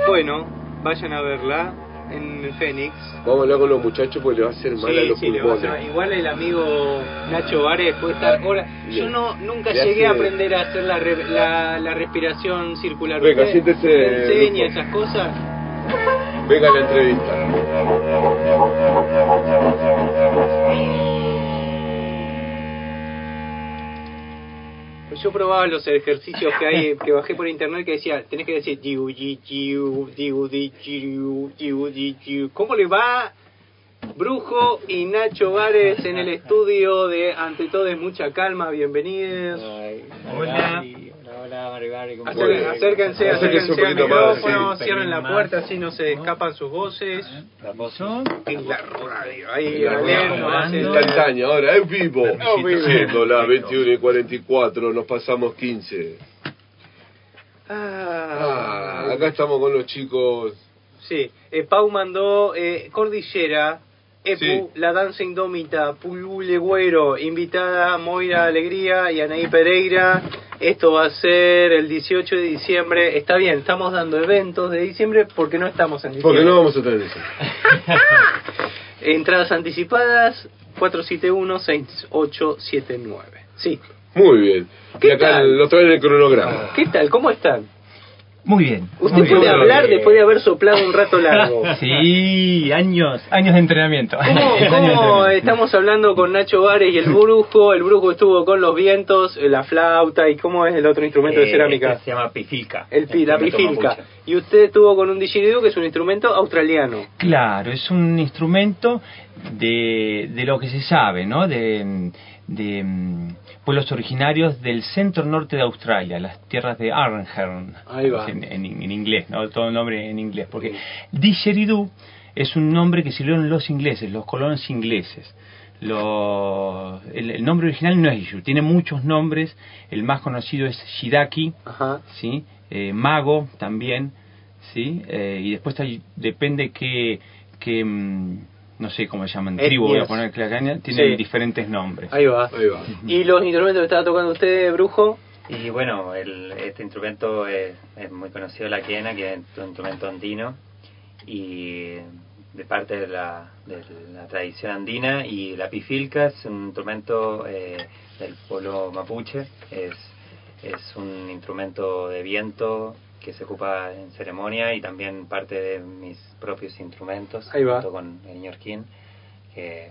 Speaker 3: bueno, vayan a verla en el Fénix.
Speaker 2: Vamos a hablar con los muchachos porque le va a hacer mal a
Speaker 3: Sí,
Speaker 2: los
Speaker 3: sí, le va a hacer-
Speaker 2: pulmones.
Speaker 3: Igual el amigo Nacho Vares puede estar horas. Yo no, nunca
Speaker 2: Le
Speaker 3: llegué a
Speaker 2: hace-
Speaker 3: aprender a hacer la, re- la, la respiración circular.
Speaker 2: Venga,
Speaker 3: Usted
Speaker 2: siéntese,
Speaker 3: me enseña
Speaker 2: Lupo.
Speaker 3: esas cosas.
Speaker 2: Venga la entrevista.
Speaker 3: Pues Yo probaba los ejercicios que hay que bajé por internet que decía, tenés que decir diu di, diu diu di, diu, diu, di, diu". ¿Cómo le va Brujo y Nacho Vares en el estudio de Ante todo es mucha calma, bienvenidos.
Speaker 16: Hola.
Speaker 3: Acer-
Speaker 16: Acérquense
Speaker 3: acérquense, acérquense
Speaker 16: un
Speaker 3: al
Speaker 16: poquito más,
Speaker 3: micrófono,
Speaker 16: sí.
Speaker 3: cierren la
Speaker 16: Más.
Speaker 3: puerta así no se escapan sus voces. En la radio, ahí
Speaker 2: La
Speaker 3: Galeano hace-
Speaker 2: Instantánea, ahora es vivo.
Speaker 3: Es vivo.
Speaker 2: Siendo las 21 y 44, nos pasamos 15.
Speaker 3: Ah.
Speaker 2: Ah, acá estamos con los chicos.
Speaker 3: Sí, eh, Pau mandó eh, Cordillera, Epu,
Speaker 2: Sí.
Speaker 3: La Danza Indómita, Puyule Güero, invitada Moira Alegría y Anaí Pereira. Esto va a ser el 18 de diciembre. Está bien, estamos dando eventos de diciembre porque no estamos en diciembre.
Speaker 2: Porque no vamos a tener eso.
Speaker 3: Entradas anticipadas, 471-6879. Sí,
Speaker 2: Muy bien.
Speaker 3: ¿Qué
Speaker 2: y acá
Speaker 3: tal?
Speaker 2: lo traen en el cronograma.
Speaker 3: ¿qué tal? ¿Cómo están?
Speaker 16: Muy bien.
Speaker 3: Usted puede hablar
Speaker 16: *laughs*
Speaker 3: después de haber soplado un rato largo.
Speaker 16: Sí, años, años de entrenamiento. *laughs*
Speaker 3: ¿Cómo,
Speaker 16: Años de
Speaker 3: cómo
Speaker 16: entrenamiento.
Speaker 3: estamos hablando con Nacho Vares y el brujo? El brujo estuvo con los vientos, la flauta y cómo es el otro instrumento de
Speaker 16: Eh,
Speaker 3: cerámica.
Speaker 16: este se llama pifilca.
Speaker 3: El pi- la
Speaker 16: Instrumento
Speaker 3: pifilca.
Speaker 16: mapuche.
Speaker 3: Y usted estuvo con un didgeridoo que es un instrumento australiano.
Speaker 16: Claro, es un instrumento de, de lo que se sabe, ¿no? De, de, mm, pueblos originarios del centro norte de Australia, las tierras de Arnhem.
Speaker 3: Ahí va.
Speaker 16: En, en- en inglés, ¿no? Todo el nombre en inglés. Porque didgeridoo es un nombre que sirvieron los ingleses, los colonos ingleses. Los- el, el nombre original no es Ishu, tiene muchos nombres. El más conocido es Shidaki, ¿sí? Eh, Mago también, ¿sí? Eh, y después hay- depende que, no sé cómo se llaman, tribu, voy a
Speaker 3: Etnias.
Speaker 16: poner clacaña, tienen
Speaker 3: Sí.
Speaker 16: diferentes nombres.
Speaker 3: Ahí va.
Speaker 2: Ahí va.
Speaker 3: ¿Y los instrumentos que estaba tocando usted, brujo?
Speaker 17: Y bueno, el, este instrumento es, es muy conocido, la quena, que es un instrumento andino y de parte de la, de la tradición andina y la pifilca es un instrumento eh, del pueblo mapuche, es, es un instrumento de viento que se ocupa en ceremonia y también parte de mis propios instrumentos,
Speaker 3: Ahí va.
Speaker 17: junto con el ñorquín, que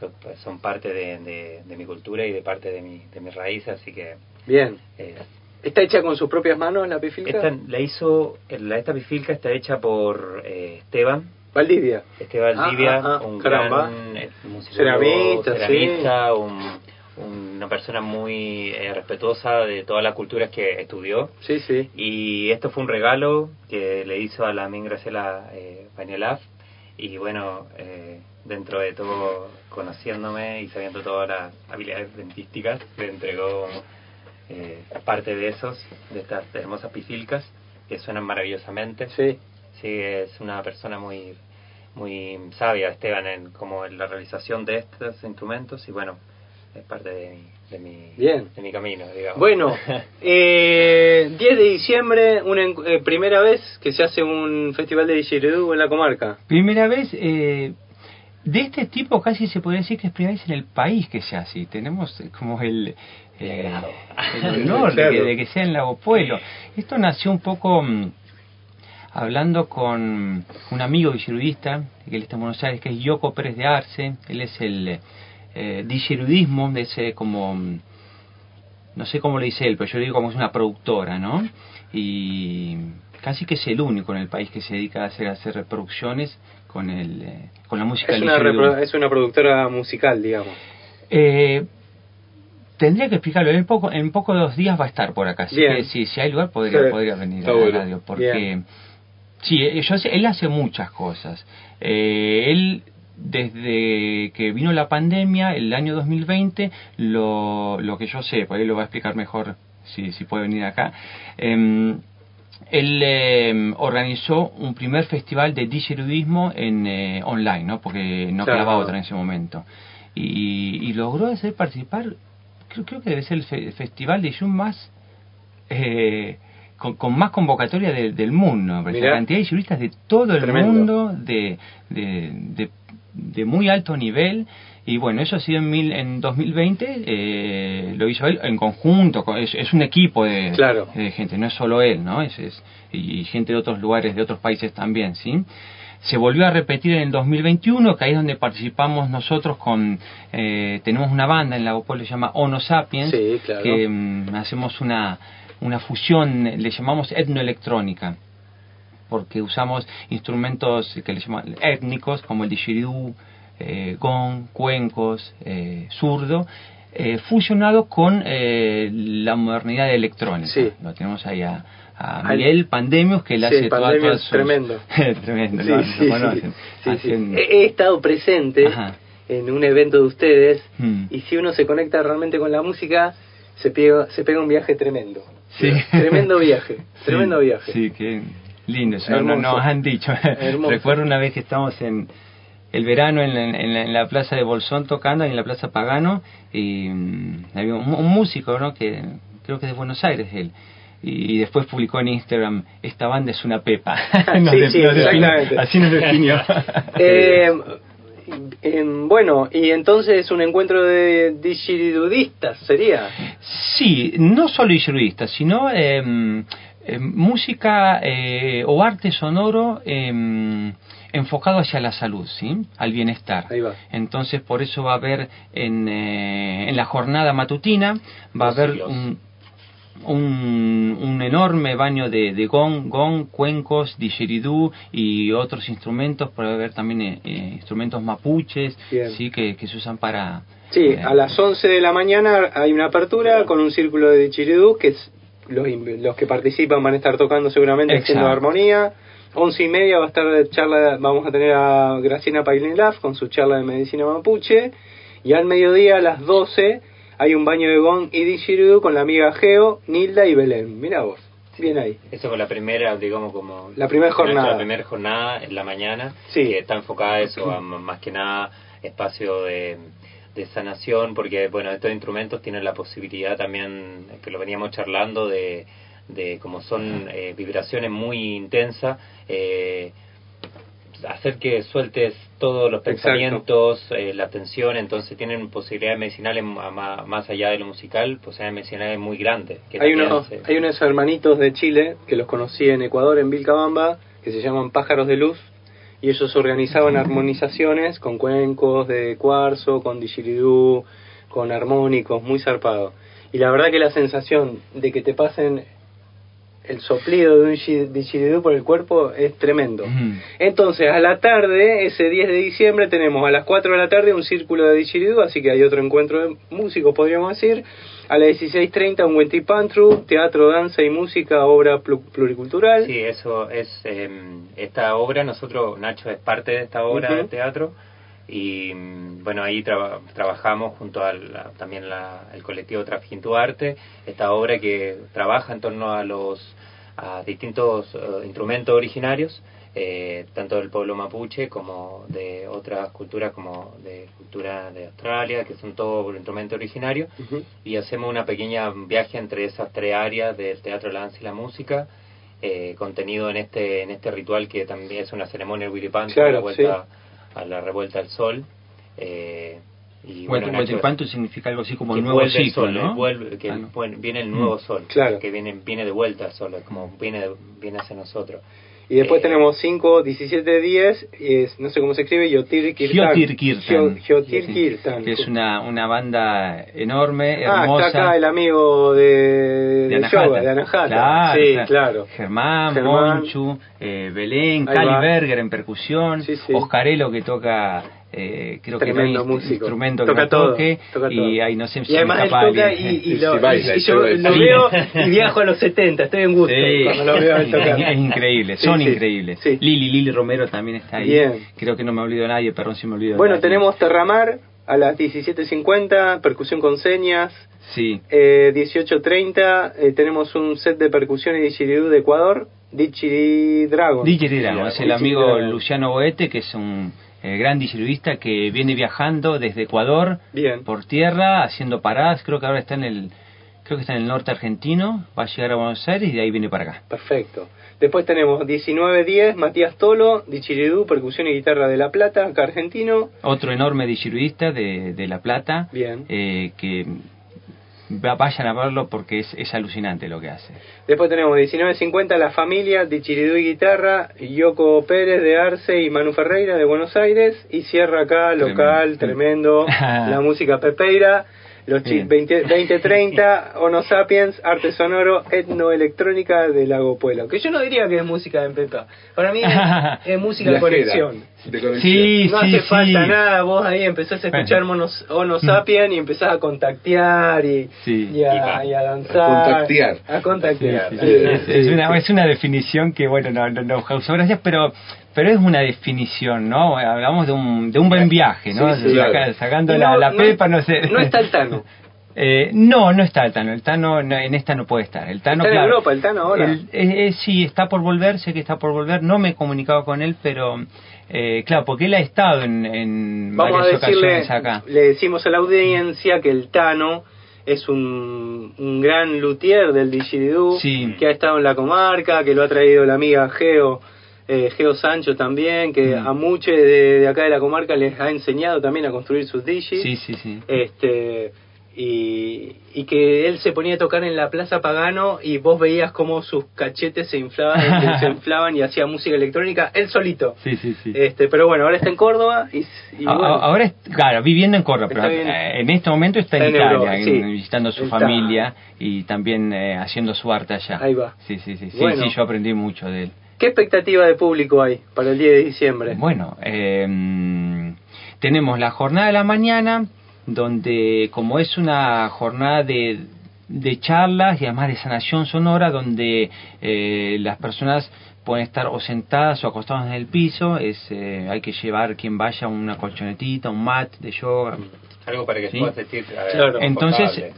Speaker 17: pues, son, son parte de, de- de mi cultura y de parte de mi, de mis raíces, así que
Speaker 3: Bien.
Speaker 17: eh,
Speaker 3: ¿Está hecha con sus propias manos la pifilca?
Speaker 17: Esta la hizo, la, esta pifilca está hecha por eh, Esteban.
Speaker 3: Valdivia.
Speaker 17: Esteban
Speaker 3: Ah,
Speaker 17: Valdivia,
Speaker 3: ah, ah,
Speaker 17: un
Speaker 3: caramba.
Speaker 17: gran eh, musicólogo,
Speaker 3: Ceramista, sí.
Speaker 17: ceramista, un- una persona muy eh, respetuosa de todas las culturas que estudió.
Speaker 3: Sí, sí.
Speaker 17: Y esto fue un regalo que le hizo a la Min Graciela eh, Pañolaf. Y bueno, eh, dentro de todo, conociéndome y sabiendo todas las habilidades dentísticas, le entregó eh, parte de esos, de estas hermosas pifilcas, que suenan maravillosamente.
Speaker 3: Sí.
Speaker 17: Sí, es una persona muy muy sabia, Esteban, en como en la realización de estos instrumentos. Y bueno, es parte de mi, de mi,
Speaker 3: Bien.
Speaker 17: de mi camino, digamos. *laughs*
Speaker 3: Bueno, eh, 10 de diciembre, una en- eh, primera vez que se hace un festival de Didgeridoo en la comarca.
Speaker 16: Primera vez, eh, de este tipo casi se podría decir que es primera vez en el país que sea así. Tenemos eh, como el, eh, el honor de, que- de que sea en Lago Pueblo. Esto nació un poco mm, hablando con un amigo villerudista, que él está en Buenos Aires, que es Yoko Pérez de Arce. Él es el eh, villerudismo, es eh, como... mm, no sé cómo le dice él, pero yo le digo como es una productora, ¿no? Y casi que es el único en el país que se dedica a hacer, a hacer producciones con, el, eh, con la música.
Speaker 3: Es
Speaker 16: del
Speaker 3: una,
Speaker 16: Ligero.
Speaker 3: repro- es una productora musical, digamos.
Speaker 16: Eh, tendría que explicarlo, en poco, en poco de dos días va a estar por acá, así
Speaker 3: Bien.
Speaker 16: que si, si hay lugar podría,
Speaker 3: Sí.
Speaker 16: podría venir
Speaker 3: Está
Speaker 16: a la
Speaker 3: bueno.
Speaker 16: radio, porque...
Speaker 3: Bien.
Speaker 16: Sí, eh, yo sé- él hace muchas cosas. Eh, él, desde que vino la pandemia, el año 2020, lo, lo que yo sé, por ahí lo va a explicar mejor si, si puede venir acá. em, él em, organizó un primer festival de digerudismo en eh, online, ¿no? Porque no
Speaker 3: Claro.
Speaker 16: clavaba otra en ese momento. Y, y logró hacer participar, creo, creo que debe ser el fe- festival de Yun más eh, con, con más convocatoria de- del mundo. me parece.
Speaker 3: Mirá.
Speaker 16: La cantidad de juristas de todo el
Speaker 3: Tremendo.
Speaker 16: mundo, de, de, de- de muy alto nivel. Y bueno, eso ha sido en, mil- en 2020, eh, lo hizo él en conjunto, con- es, es un equipo de,
Speaker 3: Claro.
Speaker 16: de gente, no es solo él, ¿no? Es, es- y, y gente de otros lugares, de otros países también, ¿sí? Se volvió a repetir en el 2021, que ahí es donde participamos nosotros con... eh, tenemos una banda en Lago Pueblo que se llama Ono Sapiens,
Speaker 3: Sí, claro.
Speaker 16: que mm, hacemos una, una fusión, le llamamos etnoelectrónica, porque usamos instrumentos que le llaman étnicos, como el didgeridoo, eh, gong, cuencos, eh, zurdo, eh, fusionado con eh, la modernidad electrónica. Lo tenemos ahí a, a
Speaker 3: Al-
Speaker 16: Miguel Pandemios, que él
Speaker 3: Sí,
Speaker 16: hace toda-
Speaker 3: Pandemios,
Speaker 16: todas sus-
Speaker 3: tremendo.
Speaker 16: *laughs* tremendo,
Speaker 3: Sí,
Speaker 16: lo, lo
Speaker 3: sí, sí.
Speaker 16: conocen. Hacen-
Speaker 3: He, he estado presente en un evento de ustedes
Speaker 16: Mm.
Speaker 3: Eh, y si uno se conecta realmente con la música, se pega, se pega un viaje tremendo.
Speaker 16: Sí. *laughs*
Speaker 3: Tremendo viaje, tremendo
Speaker 16: Sí,
Speaker 3: viaje.
Speaker 16: Sí, qué lindo. eso
Speaker 3: Hermoso.
Speaker 16: no, no, nos han dicho. *laughs*
Speaker 3: Hermoso.
Speaker 16: Recuerdo una vez que estábamos en el verano en la, en la- en la plaza de Bolsón tocando, en la plaza Pagano, y mm, había un, un músico, ¿no? Que creo que es de Buenos Aires él. Y, y después publicó en Instagram, esta banda es una pepa. *laughs* Nos
Speaker 3: *laughs* Sí,
Speaker 16: de-
Speaker 3: sí,
Speaker 16: nos definió-
Speaker 3: exactamente.
Speaker 16: así nos definió.
Speaker 3: Eh, em, bueno, y entonces un encuentro de digiridudistas sería.
Speaker 16: Sí, no solo instruistas, sino em, em, música eh, o arte sonoro em, enfocado hacia la salud, ¿sí? al bienestar.
Speaker 3: Ahí va.
Speaker 16: Entonces, por eso va a haber en, eh, en la jornada matutina, va a haber un, un, un enorme baño de, de gong, gong, cuencos, digeridú y otros instrumentos. Puede haber también eh, eh, instrumentos mapuches
Speaker 3: Bien.
Speaker 16: ¿sí? que, que se usan para.
Speaker 3: Sí,
Speaker 16: eh,
Speaker 3: a las 11 de la mañana hay una apertura con un círculo de digiridú que es- los, inv- los que participan van a estar tocando seguramente haciendo
Speaker 16: Exacto.
Speaker 3: armonía. Once y media va a estar la charla, vamos a tener a Graciela Pailnilaf con su charla de medicina mapuche. Y al mediodía, a las 12, hay un baño de gong y didgeridoo con la amiga Geo, Nilda y Belén. Mira vos, bien ahí.
Speaker 17: Eso con la primera, digamos, como...
Speaker 3: La primera jornada.
Speaker 17: La primera jornada en la mañana, que está enfocada a eso, a m- más que nada espacio de, de sanación, porque, bueno, estos instrumentos tienen la posibilidad también, que lo veníamos charlando, de, de como son eh, vibraciones muy intensas, eh, hacer que sueltes todos los
Speaker 3: Exacto.
Speaker 17: pensamientos, eh, la tensión, entonces tienen posibilidades medicinales ma- ma- más allá de lo musical, posibilidades medicinales muy grandes. que
Speaker 3: Hay
Speaker 17: también
Speaker 3: unos,
Speaker 17: se-
Speaker 3: hay unos hermanitos de Chile que los conocí en Ecuador, en Vilcabamba, que se llaman Pájaros de Luz, y ellos organizaban armonizaciones con cuencos de cuarzo, con didgeridoo, con armónicos, muy zarpado. Y la verdad que la sensación de que te pasen el soplido de un shi- de Shiridu por el cuerpo es tremendo. Entonces, a la tarde, ese 10 de diciembre, tenemos a las 4 de la tarde un círculo de Dichiridú, así que hay otro encuentro de músicos, podríamos decir. A las 16.30, un Wentipantru, teatro, danza y música, obra plu- pluricultural.
Speaker 17: Sí, eso es eh, esta obra. Nosotros, Nacho es parte de esta obra de
Speaker 3: Ujú.
Speaker 17: teatro y mm, bueno, ahí traba- trabajamos junto al la- también la- el colectivo Trafigintu Arte, esta obra que trabaja en torno a los a distintos eh, instrumentos originarios, eh, tanto del pueblo mapuche como de otras culturas como de cultura de Australia, que son todos instrumentos originarios y hacemos una pequeña viaje entre esas tres áreas del teatro, la danza y la música, eh, contenido en este en este ritual que también es una ceremonia Willipantu,
Speaker 16: Claro,
Speaker 17: la vuelta a la revuelta al sol. eh, y bueno,
Speaker 16: Bueno,
Speaker 17: Nacho,
Speaker 16: Huetepantu significa algo así como
Speaker 17: que
Speaker 16: el nuevo
Speaker 17: vuelve el
Speaker 16: ciclo,
Speaker 17: sol,
Speaker 16: ¿no?
Speaker 17: eh, vuelve- que
Speaker 16: Ah, no.
Speaker 17: bueno, viene el nuevo
Speaker 16: Mm.
Speaker 17: sol, que viene viene de vuelta al sol, es como viene de- viene hacia nosotros.
Speaker 3: Y después
Speaker 17: eh,
Speaker 3: tenemos 5, 17, 10, y es- no sé cómo se escribe, Yotir Kirtan.
Speaker 16: Jyotir Kirtan.
Speaker 3: Jyo- Jyotir
Speaker 16: Sí,
Speaker 3: Kirtan.
Speaker 16: Que es una, una banda enorme,
Speaker 3: Ah,
Speaker 16: hermosa.
Speaker 3: está acá el amigo de, de
Speaker 16: Anahata.
Speaker 3: yoga, de Anahata.
Speaker 16: Claro,
Speaker 3: sí,
Speaker 16: está.
Speaker 3: claro.
Speaker 16: Germán,
Speaker 3: Germán.
Speaker 16: Monchu, eh, Belén,
Speaker 3: Ahí
Speaker 16: Cali
Speaker 3: va.
Speaker 16: Berger en percusión, Oscarello que toca, eh, creo
Speaker 3: Tremendo
Speaker 16: que no hay
Speaker 3: músico.
Speaker 16: instrumento
Speaker 3: Toca
Speaker 16: que no
Speaker 3: todo,
Speaker 16: toque,
Speaker 3: toca
Speaker 16: y
Speaker 3: todo.
Speaker 16: ahí no sé
Speaker 3: Y además él
Speaker 16: *laughs*
Speaker 3: toca y, y lo, y yo lo veo y viajo a los 70, estoy en gusto cuando lo veo a él tocar.
Speaker 16: es increíble,
Speaker 3: Sí,
Speaker 16: son
Speaker 3: sí.
Speaker 16: increíbles. Lili, Lili Romero también está ahí.
Speaker 3: Bien.
Speaker 16: Creo que no me olvido de nadie, perdón si me olvido de
Speaker 3: Bueno,
Speaker 16: nadie.
Speaker 3: tenemos Terramar a las 17.50, percusión con señas,
Speaker 16: Sí,
Speaker 3: eh, 18.30, eh, tenemos un set de percusión y dichiridú de Ecuador, Dichiridrago.
Speaker 16: DJ Drago, es el amigo
Speaker 3: Dichiridrago.
Speaker 16: Luciano Boete, que es un eh, gran disiludista que viene viajando desde Ecuador
Speaker 3: Bien.
Speaker 16: por tierra, haciendo paradas, creo que ahora está en el creo que está en el norte argentino, va a llegar a Buenos Aires y de ahí viene para acá.
Speaker 3: Perfecto. Después tenemos 19.10, Matías Tolo, Dichiridú, percusión y guitarra de La Plata, acá argentino.
Speaker 16: Otro enorme disiludista de, de La Plata,
Speaker 3: Bien.
Speaker 16: eh, que va- vayan a verlo porque es, es alucinante lo que hace.
Speaker 3: Después tenemos 19.50, La Familia, Dichiridú y guitarra, Yoko Pérez de Arce y Manu Ferreira de Buenos Aires. Y cierra acá, local, *laughs* tremendo, la música pepeira. Los
Speaker 16: Bien.
Speaker 3: chips 20 *laughs* 20.30, Ono Sapiens, arte sonoro, etnoelectrónica de Lago Puelo. Que yo no diría que es música en Pepa. Para *laughs* mí es, es música de conexión.
Speaker 16: Sí,
Speaker 3: no
Speaker 16: sí,
Speaker 3: hace falta
Speaker 16: sí.
Speaker 3: nada, vos ahí empezás a escuchar monos, Ono Sapien y empezás a contactear y,
Speaker 16: Sí.
Speaker 3: y a, y a lanzar.
Speaker 16: contactear.
Speaker 3: A contactear.
Speaker 16: Sí, sí, sí. Es, Eh, es una, es una definición que, bueno, no, no, no causó gracias, pero, pero es una definición, ¿no? Hablamos de un, de un buen viaje, ¿no?
Speaker 3: Sí, sí,
Speaker 16: Saca-
Speaker 3: claro.
Speaker 16: Sacando
Speaker 3: Y
Speaker 16: la,
Speaker 3: no-
Speaker 16: la
Speaker 3: no-
Speaker 16: pepa, no sé.
Speaker 3: no está el Tano.
Speaker 16: *laughs* Eh, no, no está el Tano. El Tano no, en esta no puede estar. El Tano,
Speaker 3: Está en
Speaker 16: claro,
Speaker 3: Europa, el Tano ahora.
Speaker 16: el- eh, eh, sí, está por volver, sé que está por volver. No me he comunicado con él, pero eh, claro, porque él ha estado en, en
Speaker 3: Vamos a
Speaker 16: varias
Speaker 3: decirle,
Speaker 16: ocasiones acá.
Speaker 3: le decimos a la audiencia que el Tano es un, un gran luthier del Digidú,
Speaker 16: Sí.
Speaker 3: que ha estado en la comarca, que lo ha traído la amiga Geo, eh, Geo Sancho también, que
Speaker 16: Mm.
Speaker 3: a muchos de, de acá de la comarca les ha enseñado también a construir sus Digis.
Speaker 16: Sí, sí, sí.
Speaker 3: este y, y que él se ponía a tocar en la Plaza Pagano y vos veías cómo sus cachetes
Speaker 16: *laughs*
Speaker 3: se inflaban, se inflaban y hacía música electrónica él solito.
Speaker 16: Sí, sí, sí. Ah,
Speaker 3: Este, pero bueno, ahora está en Córdoba y, y
Speaker 16: A-
Speaker 3: bueno,
Speaker 16: a- Ahora, es- claro, viviendo en Córdoba,
Speaker 3: Está
Speaker 16: pero
Speaker 3: bien.
Speaker 16: eh, en este momento está,
Speaker 3: Está
Speaker 16: en
Speaker 3: en
Speaker 16: Italia,
Speaker 3: Europa,
Speaker 16: en-
Speaker 3: sí.
Speaker 16: visitando a su
Speaker 3: Está.
Speaker 16: familia y también eh, haciendo su arte allá.
Speaker 3: Ahí va.
Speaker 16: Sí, sí, sí, sí,
Speaker 3: Bueno.
Speaker 16: sí, yo aprendí mucho de él.
Speaker 3: ¿qué expectativa de público hay para el 10 de diciembre?
Speaker 16: Bueno, eh, tenemos la jornada de la mañana, donde como es una jornada de, de charlas y además de sanación sonora, donde eh, las personas pueden estar o sentadas o acostadas en el piso, es, eh, hay que llevar quien vaya una colchonetita, un mat de yoga,
Speaker 17: Algo para que
Speaker 16: Sí.
Speaker 17: puedas sentir a ver,
Speaker 16: Entonces,
Speaker 17: confortable.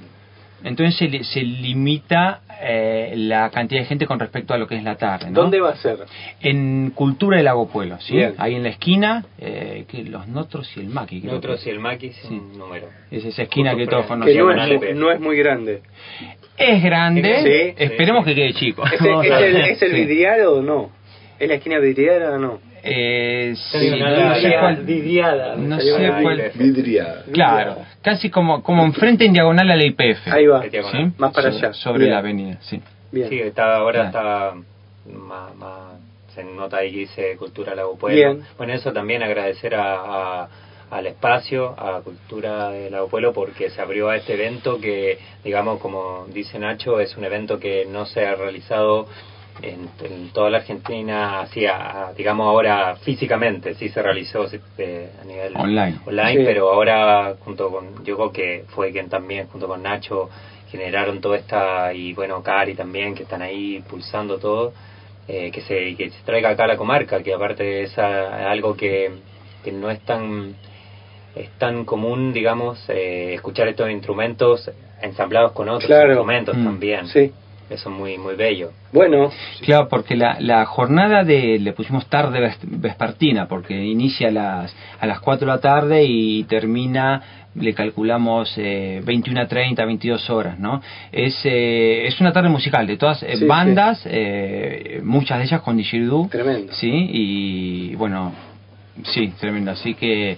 Speaker 16: entonces se, li- se limita eh, la cantidad de gente con respecto a lo que es la tarde. ¿no?
Speaker 3: ¿Dónde va a ser?
Speaker 16: En Cultura del Lago Pueblo, ¿sí?
Speaker 17: Bien.
Speaker 16: Ahí en la esquina, eh, que los Notros y el Maqui. creo
Speaker 17: Nosotros
Speaker 16: que
Speaker 17: y el Maki es un número.
Speaker 16: es esa esquina que todos
Speaker 3: que no
Speaker 16: conocemos.
Speaker 3: es, no es muy grande.
Speaker 16: Es grande,
Speaker 3: Sí.
Speaker 16: esperemos que quede chico. *laughs*
Speaker 3: ¿Es, el-
Speaker 16: Vamos
Speaker 3: es
Speaker 16: a
Speaker 3: el,
Speaker 16: ver.
Speaker 3: es el
Speaker 16: Sí.
Speaker 3: vidriado o no? ¿Es la esquina vidriada o no?
Speaker 16: Eh, sí,
Speaker 3: Digo,
Speaker 16: no
Speaker 3: nada,
Speaker 16: sé
Speaker 3: nada,
Speaker 16: cuál-
Speaker 3: vidriada, me
Speaker 16: no
Speaker 3: salió
Speaker 16: sé
Speaker 3: una
Speaker 16: cuál-
Speaker 3: vidriada.
Speaker 16: Claro, casi como, como enfrente en diagonal a la IPF.
Speaker 3: Ahí va,
Speaker 16: más
Speaker 17: para allá.
Speaker 16: Sobre
Speaker 17: Bien.
Speaker 16: la avenida, sí.
Speaker 17: Sí, está, ahora está más, más- se nota ahí que dice Cultura Lago Pueblo.
Speaker 16: Bien.
Speaker 17: Bueno, eso también agradecer a, a- al espacio, a la cultura del Lago Pueblo, porque se abrió a este evento que, digamos, como dice Nacho, es un evento que no se ha realizado en, en toda la Argentina, así, a- a- digamos, ahora físicamente, sí se realizó sí, eh, a nivel
Speaker 16: Online.
Speaker 17: online,
Speaker 16: Sí.
Speaker 17: pero ahora junto con, yo creo que fue quien también, junto con Nacho, generaron toda esta, y bueno, Cari también, que están ahí pulsando todo, eh, que, se, que se traiga acá a la comarca, que aparte es a- algo que, que no es tan, es tan común, digamos, eh, escuchar estos instrumentos ensamblados con otros
Speaker 3: Claro.
Speaker 17: instrumentos
Speaker 16: Mm.
Speaker 17: también. Eso es muy, muy bello.
Speaker 3: Bueno,
Speaker 16: Claro, porque la, la jornada de, le pusimos tarde ves- vespertina, porque inicia a las, a las 4 de la tarde y termina, le calculamos eh, 21 a 30, 22 horas, ¿no? Es, eh, es una tarde musical de todas eh,
Speaker 3: Sí,
Speaker 16: bandas, eh, muchas de ellas con Didgeridoo. Tremendo. Sí, y bueno, sí, tremendo. Así que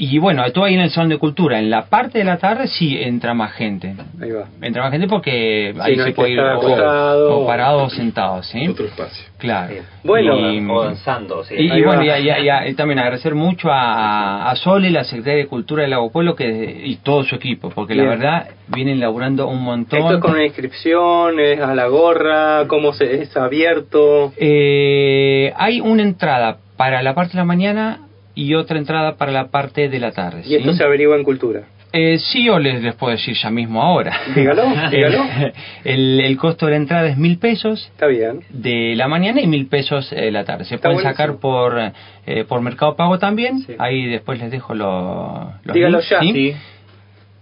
Speaker 16: y bueno, estuvo ahí en el Salón de Cultura. En la parte de la tarde sí entra más gente.
Speaker 3: Ahí va.
Speaker 16: Entra más gente porque
Speaker 3: Sí,
Speaker 16: ahí
Speaker 3: no hay
Speaker 16: se
Speaker 3: que
Speaker 16: puede ir
Speaker 3: estar
Speaker 16: o,
Speaker 3: acostado.
Speaker 16: o parado o sentado, ¿sí? Otro
Speaker 2: espacio.
Speaker 16: Claro.
Speaker 17: Bueno,
Speaker 16: Y-
Speaker 17: o danzando, sí.
Speaker 16: Mm. y, y bueno, y, y- y- y también agradecer mucho a, a Sole, la Secretaria de Cultura del Lago Pueblo, que, y todo su equipo, porque la
Speaker 3: Bien.
Speaker 16: verdad vienen laburando un montón.
Speaker 3: Esto es con una inscripción, es a la gorra, cómo se, es abierto.
Speaker 16: Eh, hay una entrada para la parte de la mañana y otra entrada para la parte de la tarde.
Speaker 3: Y esto
Speaker 16: ¿sí?
Speaker 3: se averigua en cultura.
Speaker 16: Eh, sí, o les, les puedo decir ya mismo ahora. *laughs*
Speaker 3: Dígalo, dígalo.
Speaker 16: El, el costo de la entrada es mil pesos.
Speaker 3: Está bien.
Speaker 16: De la mañana y mil pesos eh, la tarde. Se
Speaker 3: Está
Speaker 16: pueden
Speaker 3: buenísimo.
Speaker 16: sacar por eh, por Mercado Pago también. Ahí después les dejo lo- los.
Speaker 3: Dígalo
Speaker 16: links,
Speaker 3: ya.
Speaker 16: ¿sí?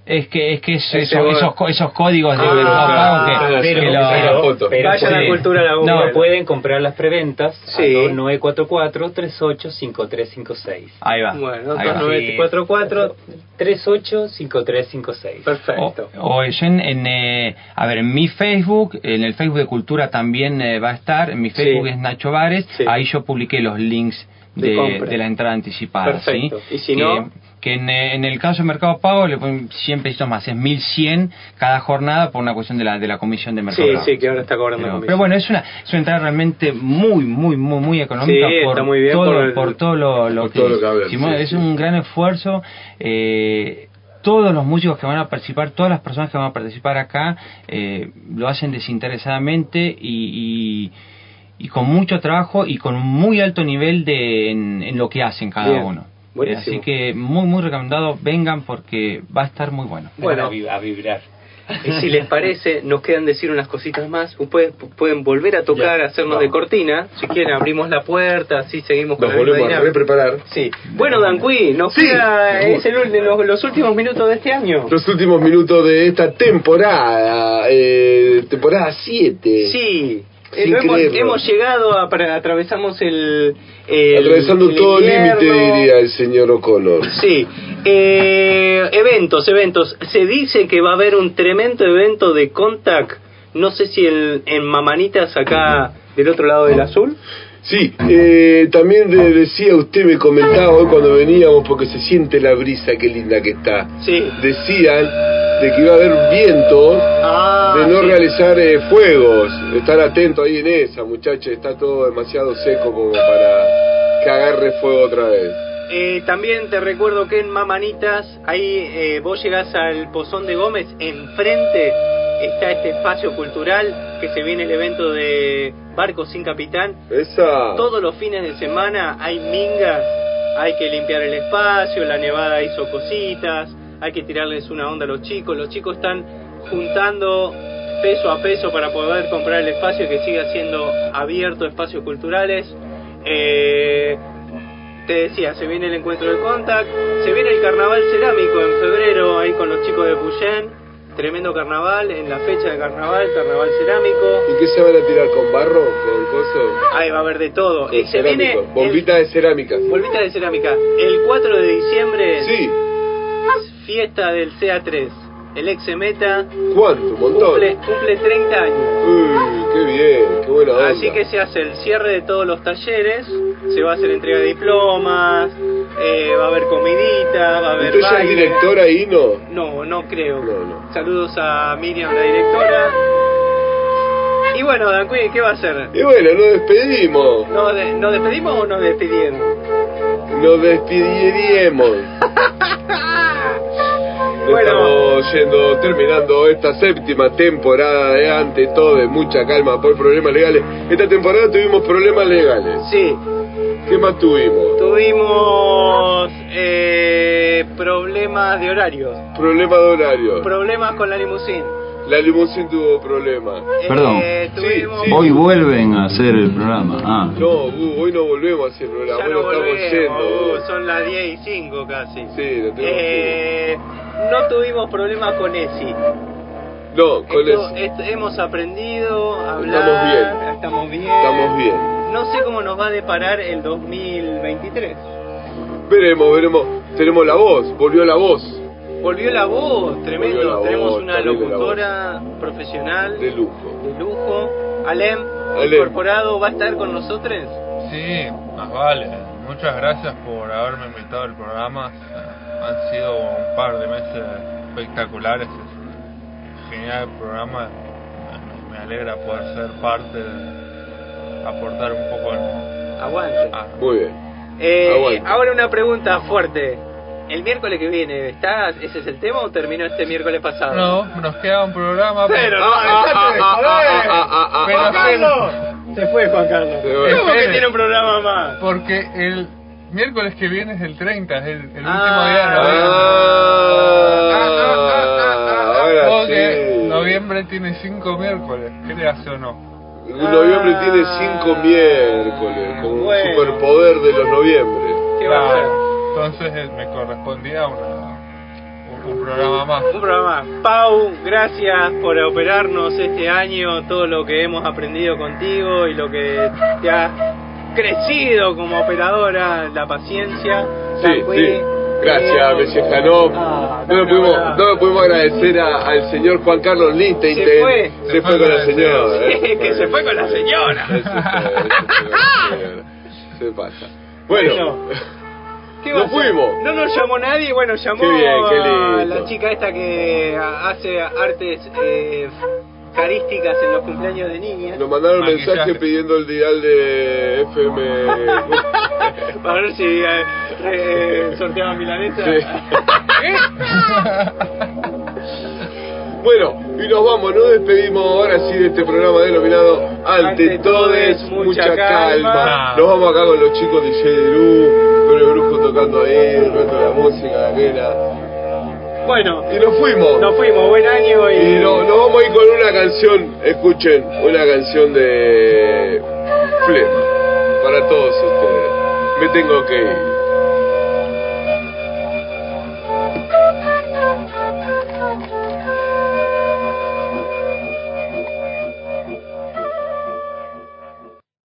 Speaker 16: Es que, es que es
Speaker 3: Ese
Speaker 16: eso-
Speaker 3: bueno.
Speaker 16: esos, co- esos códigos de
Speaker 17: Ah,
Speaker 16: Mercado Pago que,
Speaker 17: pero-
Speaker 16: que lo-
Speaker 17: pero- pero
Speaker 3: Vayan a
Speaker 17: pueden-
Speaker 3: Cultura La Boca.
Speaker 17: No, pueden comprar las preventas
Speaker 3: Sí.
Speaker 17: al 2944-385356.
Speaker 16: Ahí va.
Speaker 3: Bueno,
Speaker 17: Ahí va. 2944-385356.
Speaker 3: Perfecto.
Speaker 17: Oh,
Speaker 16: O eso en, en, eh, a ver, en mi Facebook, en el Facebook de Cultura también eh, va a estar, en mi Facebook es Nacho Vares, ahí yo publiqué los links
Speaker 3: De
Speaker 16: de,
Speaker 3: compra.
Speaker 16: de la entrada anticipada.
Speaker 3: Perfecto.
Speaker 16: ¿sí?
Speaker 3: Y si
Speaker 16: que,
Speaker 3: no-
Speaker 16: que en, eh, en el caso de Mercado Pago le ponen 100 pesitos más, es 1100 cada jornada por una cuestión de la, de la comisión de Mercado
Speaker 3: Sí,
Speaker 16: Pago.
Speaker 3: sí, que ahora está cobrando
Speaker 16: Pero,
Speaker 3: comisión.
Speaker 16: pero bueno, es una, es una entrada realmente muy, muy, muy, muy económica
Speaker 3: Sí,
Speaker 16: por,
Speaker 3: está muy bien
Speaker 16: todo,
Speaker 3: por el-
Speaker 16: por todo lo, lo
Speaker 2: por
Speaker 16: que,
Speaker 2: todo lo que hablan,
Speaker 16: hicimos.
Speaker 2: sí,
Speaker 16: es un gran esfuerzo. eh, todos los músicos que van a participar, todas las personas que van a participar acá, eh, lo hacen desinteresadamente y, y- y con mucho trabajo y con un muy alto nivel de, en, en lo que hacen cada
Speaker 3: Bien,
Speaker 16: uno.
Speaker 3: buenísimo.
Speaker 16: Así que muy, muy recomendado, vengan porque va a estar muy bueno.
Speaker 3: Bueno. A
Speaker 17: a vibrar.
Speaker 3: *laughs* Y si les parece, nos quedan decir unas cositas más. Ustedes pu- pueden volver a tocar, hacernos de cortina. Si quieren, abrimos la puerta, así seguimos con
Speaker 2: Nos
Speaker 3: la misma
Speaker 2: volvemos a
Speaker 3: dinámica.
Speaker 2: repreparar.
Speaker 3: Sí. Bueno, Danqui, nos queda es el ul- de los, los últimos minutos de este año.
Speaker 2: Los últimos minutos de esta temporada, eh, temporada 7.
Speaker 3: Sí. Eh,
Speaker 2: Sin
Speaker 3: lo hemos,
Speaker 2: creerlo.
Speaker 3: hemos llegado a para- atravesamos el, el-
Speaker 2: Atravesando todo el
Speaker 3: invierno.
Speaker 2: límite, diría el señor
Speaker 3: *laughs*
Speaker 2: O'Connor.
Speaker 3: Sí. Eh, eventos, eventos. Se dice que va a haber un tremendo evento de Contact. No sé si en, en Mamanitas, acá del otro lado del azul.
Speaker 2: Ah. Sí, eh, también le decía usted, me comentaba hoy cuando veníamos, porque se siente la brisa, qué linda que está.
Speaker 3: Sí.
Speaker 2: Decían de que iba a haber vientos,
Speaker 3: Ah,
Speaker 2: de no realizar eh, fuegos. Estar atento ahí en esa, muchachos, está todo demasiado seco como para que agarre fuego otra vez.
Speaker 3: Eh, también te recuerdo que en Mamanitas, ahí eh, vos llegás al Pozón de Gómez, enfrente está este espacio cultural que se viene el evento de Barcos sin Capitán.
Speaker 2: Esa.
Speaker 3: Todos los fines de semana hay mingas, hay que limpiar el espacio, la nevada hizo cositas, hay que tirarles una onda a los chicos. Los chicos están juntando peso a peso para poder comprar el espacio y que siga siendo abierto, espacios culturales. Eh, te decía, se viene el encuentro de Contact, se viene el carnaval cerámico en febrero ahí con los chicos de Puyén, tremendo carnaval, en la fecha de carnaval, carnaval cerámico,
Speaker 2: ¿Y qué se van a tirar con barro, con coso?
Speaker 3: ahí va a haber de todo.
Speaker 2: Con
Speaker 3: Y se viene
Speaker 2: cerámico, bombita de cerámica.
Speaker 3: Volvita de cerámica. El 4 de diciembre.
Speaker 2: Sí.
Speaker 3: Fiesta del CA3. El ex meta.
Speaker 2: ¿Cuánto? Un montón.
Speaker 3: Cumple, cumple 30 años.
Speaker 2: Uy, qué bien, qué buena onda.
Speaker 3: Así que se hace el cierre de todos los talleres. Se va a hacer entrega de diplomas. eh, va a haber comidita. Va a haber.
Speaker 2: ¿Usted ya es
Speaker 3: baile.
Speaker 2: directora ahí, no?
Speaker 3: No, no creo. Saludos a Miriam, la directora. Y bueno, Danqui, ¿qué va a hacer?
Speaker 2: Y bueno, nos despedimos.
Speaker 3: ¿Nos, de- ¿Nos despedimos o nos despidieron?
Speaker 2: nos despidiríamos. Estamos yendo, terminando esta séptima temporada de Ante Todo de Mucha Calma por problemas legales. Esta temporada tuvimos problemas legales.
Speaker 3: Sí.
Speaker 2: ¿Qué más tuvimos?
Speaker 3: Tuvimos eh, problemas de horario,
Speaker 2: Problemas de horario.
Speaker 3: problemas con la limusín.
Speaker 2: La limusín tuvo problemas.
Speaker 18: Perdón.
Speaker 3: Eh, tuvimos...
Speaker 18: Hoy vuelven a hacer el programa. Ah.
Speaker 2: No, Gu, hoy no volvemos a hacer programa,
Speaker 3: Ya
Speaker 2: hoy
Speaker 3: no
Speaker 2: nos estamos
Speaker 3: volvemos,
Speaker 2: yendo.
Speaker 3: uh, son las 10 y 5 casi.
Speaker 2: Sí, lo tenemos
Speaker 3: Eh, no tuvimos problemas con ESI.
Speaker 2: No, con
Speaker 3: Esto-
Speaker 2: eso.
Speaker 3: est- hemos aprendido a hablar.
Speaker 2: Estamos bien.
Speaker 3: Estamos bien.
Speaker 2: Estamos bien.
Speaker 3: No sé cómo nos va a deparar el 2023.
Speaker 2: Veremos, veremos. Tenemos la voz, volvió la voz.
Speaker 3: Volvió la voz, tremendo.
Speaker 2: Volvió la
Speaker 3: Tenemos
Speaker 2: voz,
Speaker 3: una
Speaker 2: terrible la
Speaker 3: locutora profesional
Speaker 2: de lujo.
Speaker 3: De lujo. Alem,
Speaker 2: Alem.
Speaker 3: incorporado, va a estar con nosotros.
Speaker 4: Sí, más vale. Muchas gracias por haberme invitado al programa. Han sido un par de meses espectaculares. Es un genial programa. Me- Me alegra poder ser parte, de- aportar un poco. Ah.
Speaker 3: Aguante.
Speaker 2: Muy bien.
Speaker 3: Eh,
Speaker 4: Aguante.
Speaker 3: ahora una pregunta fuerte. El miércoles que viene, ¿estás? ¿Ese es el tema o terminó este miércoles pasado?
Speaker 4: No, nos queda un programa.
Speaker 3: Pero
Speaker 2: Ah,
Speaker 3: no, dejate de joder.
Speaker 4: Pero
Speaker 3: Juan
Speaker 4: esperen.
Speaker 3: Carlos. Se fue Juan Carlos.
Speaker 2: Este
Speaker 4: fue.
Speaker 3: ¿Cómo que tiene un programa más?
Speaker 4: Porque el miércoles que viene es el 30, es el, el último
Speaker 3: Ah.
Speaker 4: día de Ah,
Speaker 3: Ah,
Speaker 4: noviembre.
Speaker 2: Ah. ahora
Speaker 4: Porque
Speaker 2: sí.
Speaker 4: ah. noviembre tiene 5 miércoles, creas o no.
Speaker 2: Noviembre tiene
Speaker 3: Ah.
Speaker 2: cinco miércoles, con
Speaker 4: bueno.
Speaker 2: un superpoder de los noviembre.
Speaker 4: Claro. Entonces eh, me correspondía una- un, un programa más.
Speaker 3: Un programa. más. Pau, gracias por operarnos este año, todo lo que hemos aprendido contigo y lo que te ha crecido como operadora, la paciencia.
Speaker 2: Sí, sí. Gracias, Messi Janov.
Speaker 3: Ah,
Speaker 2: No lo pudimos, no lo pudimos agradecer a- al señor Juan Carlos Linte.
Speaker 3: Se fue.
Speaker 2: Se fue con la señora.
Speaker 3: Sí,
Speaker 2: ¿eh?
Speaker 3: que se fue con la
Speaker 2: *laughs*
Speaker 3: señora.
Speaker 2: Se pasa. *laughs* Bueno,
Speaker 3: ¿Qué
Speaker 2: Nos
Speaker 3: va a hacer?
Speaker 2: fuimos.
Speaker 3: No nos llamó nadie, bueno, llamó
Speaker 2: Qué bien, qué
Speaker 3: a
Speaker 2: lindo.
Speaker 3: la chica esta que a- hace artes eh, carísticas en los cumpleaños de niñas.
Speaker 2: nos mandaron un
Speaker 3: Maquillaje.
Speaker 2: mensaje pidiendo el dial de FM.
Speaker 3: *laughs* Para ver si eh, re- eh, sorteaban milanesa.
Speaker 2: Sí. ¿Eh? Bueno, y nos vamos, nos despedimos ahora sí de este programa denominado Ante
Speaker 3: Ante
Speaker 2: Todes,
Speaker 3: todes,
Speaker 2: mucha
Speaker 3: mucha
Speaker 2: calma.
Speaker 3: calma.
Speaker 2: Nos vamos acá con los chicos de Yedru, con el brujo tocando ahí, el resto de la música, la nena.
Speaker 3: Bueno,
Speaker 2: Y nos fuimos.
Speaker 3: Nos fuimos, buen año y-
Speaker 2: no- nos vamos a ir con una canción, escuchen, una canción de Flema, para todos ustedes. Me tengo que ir.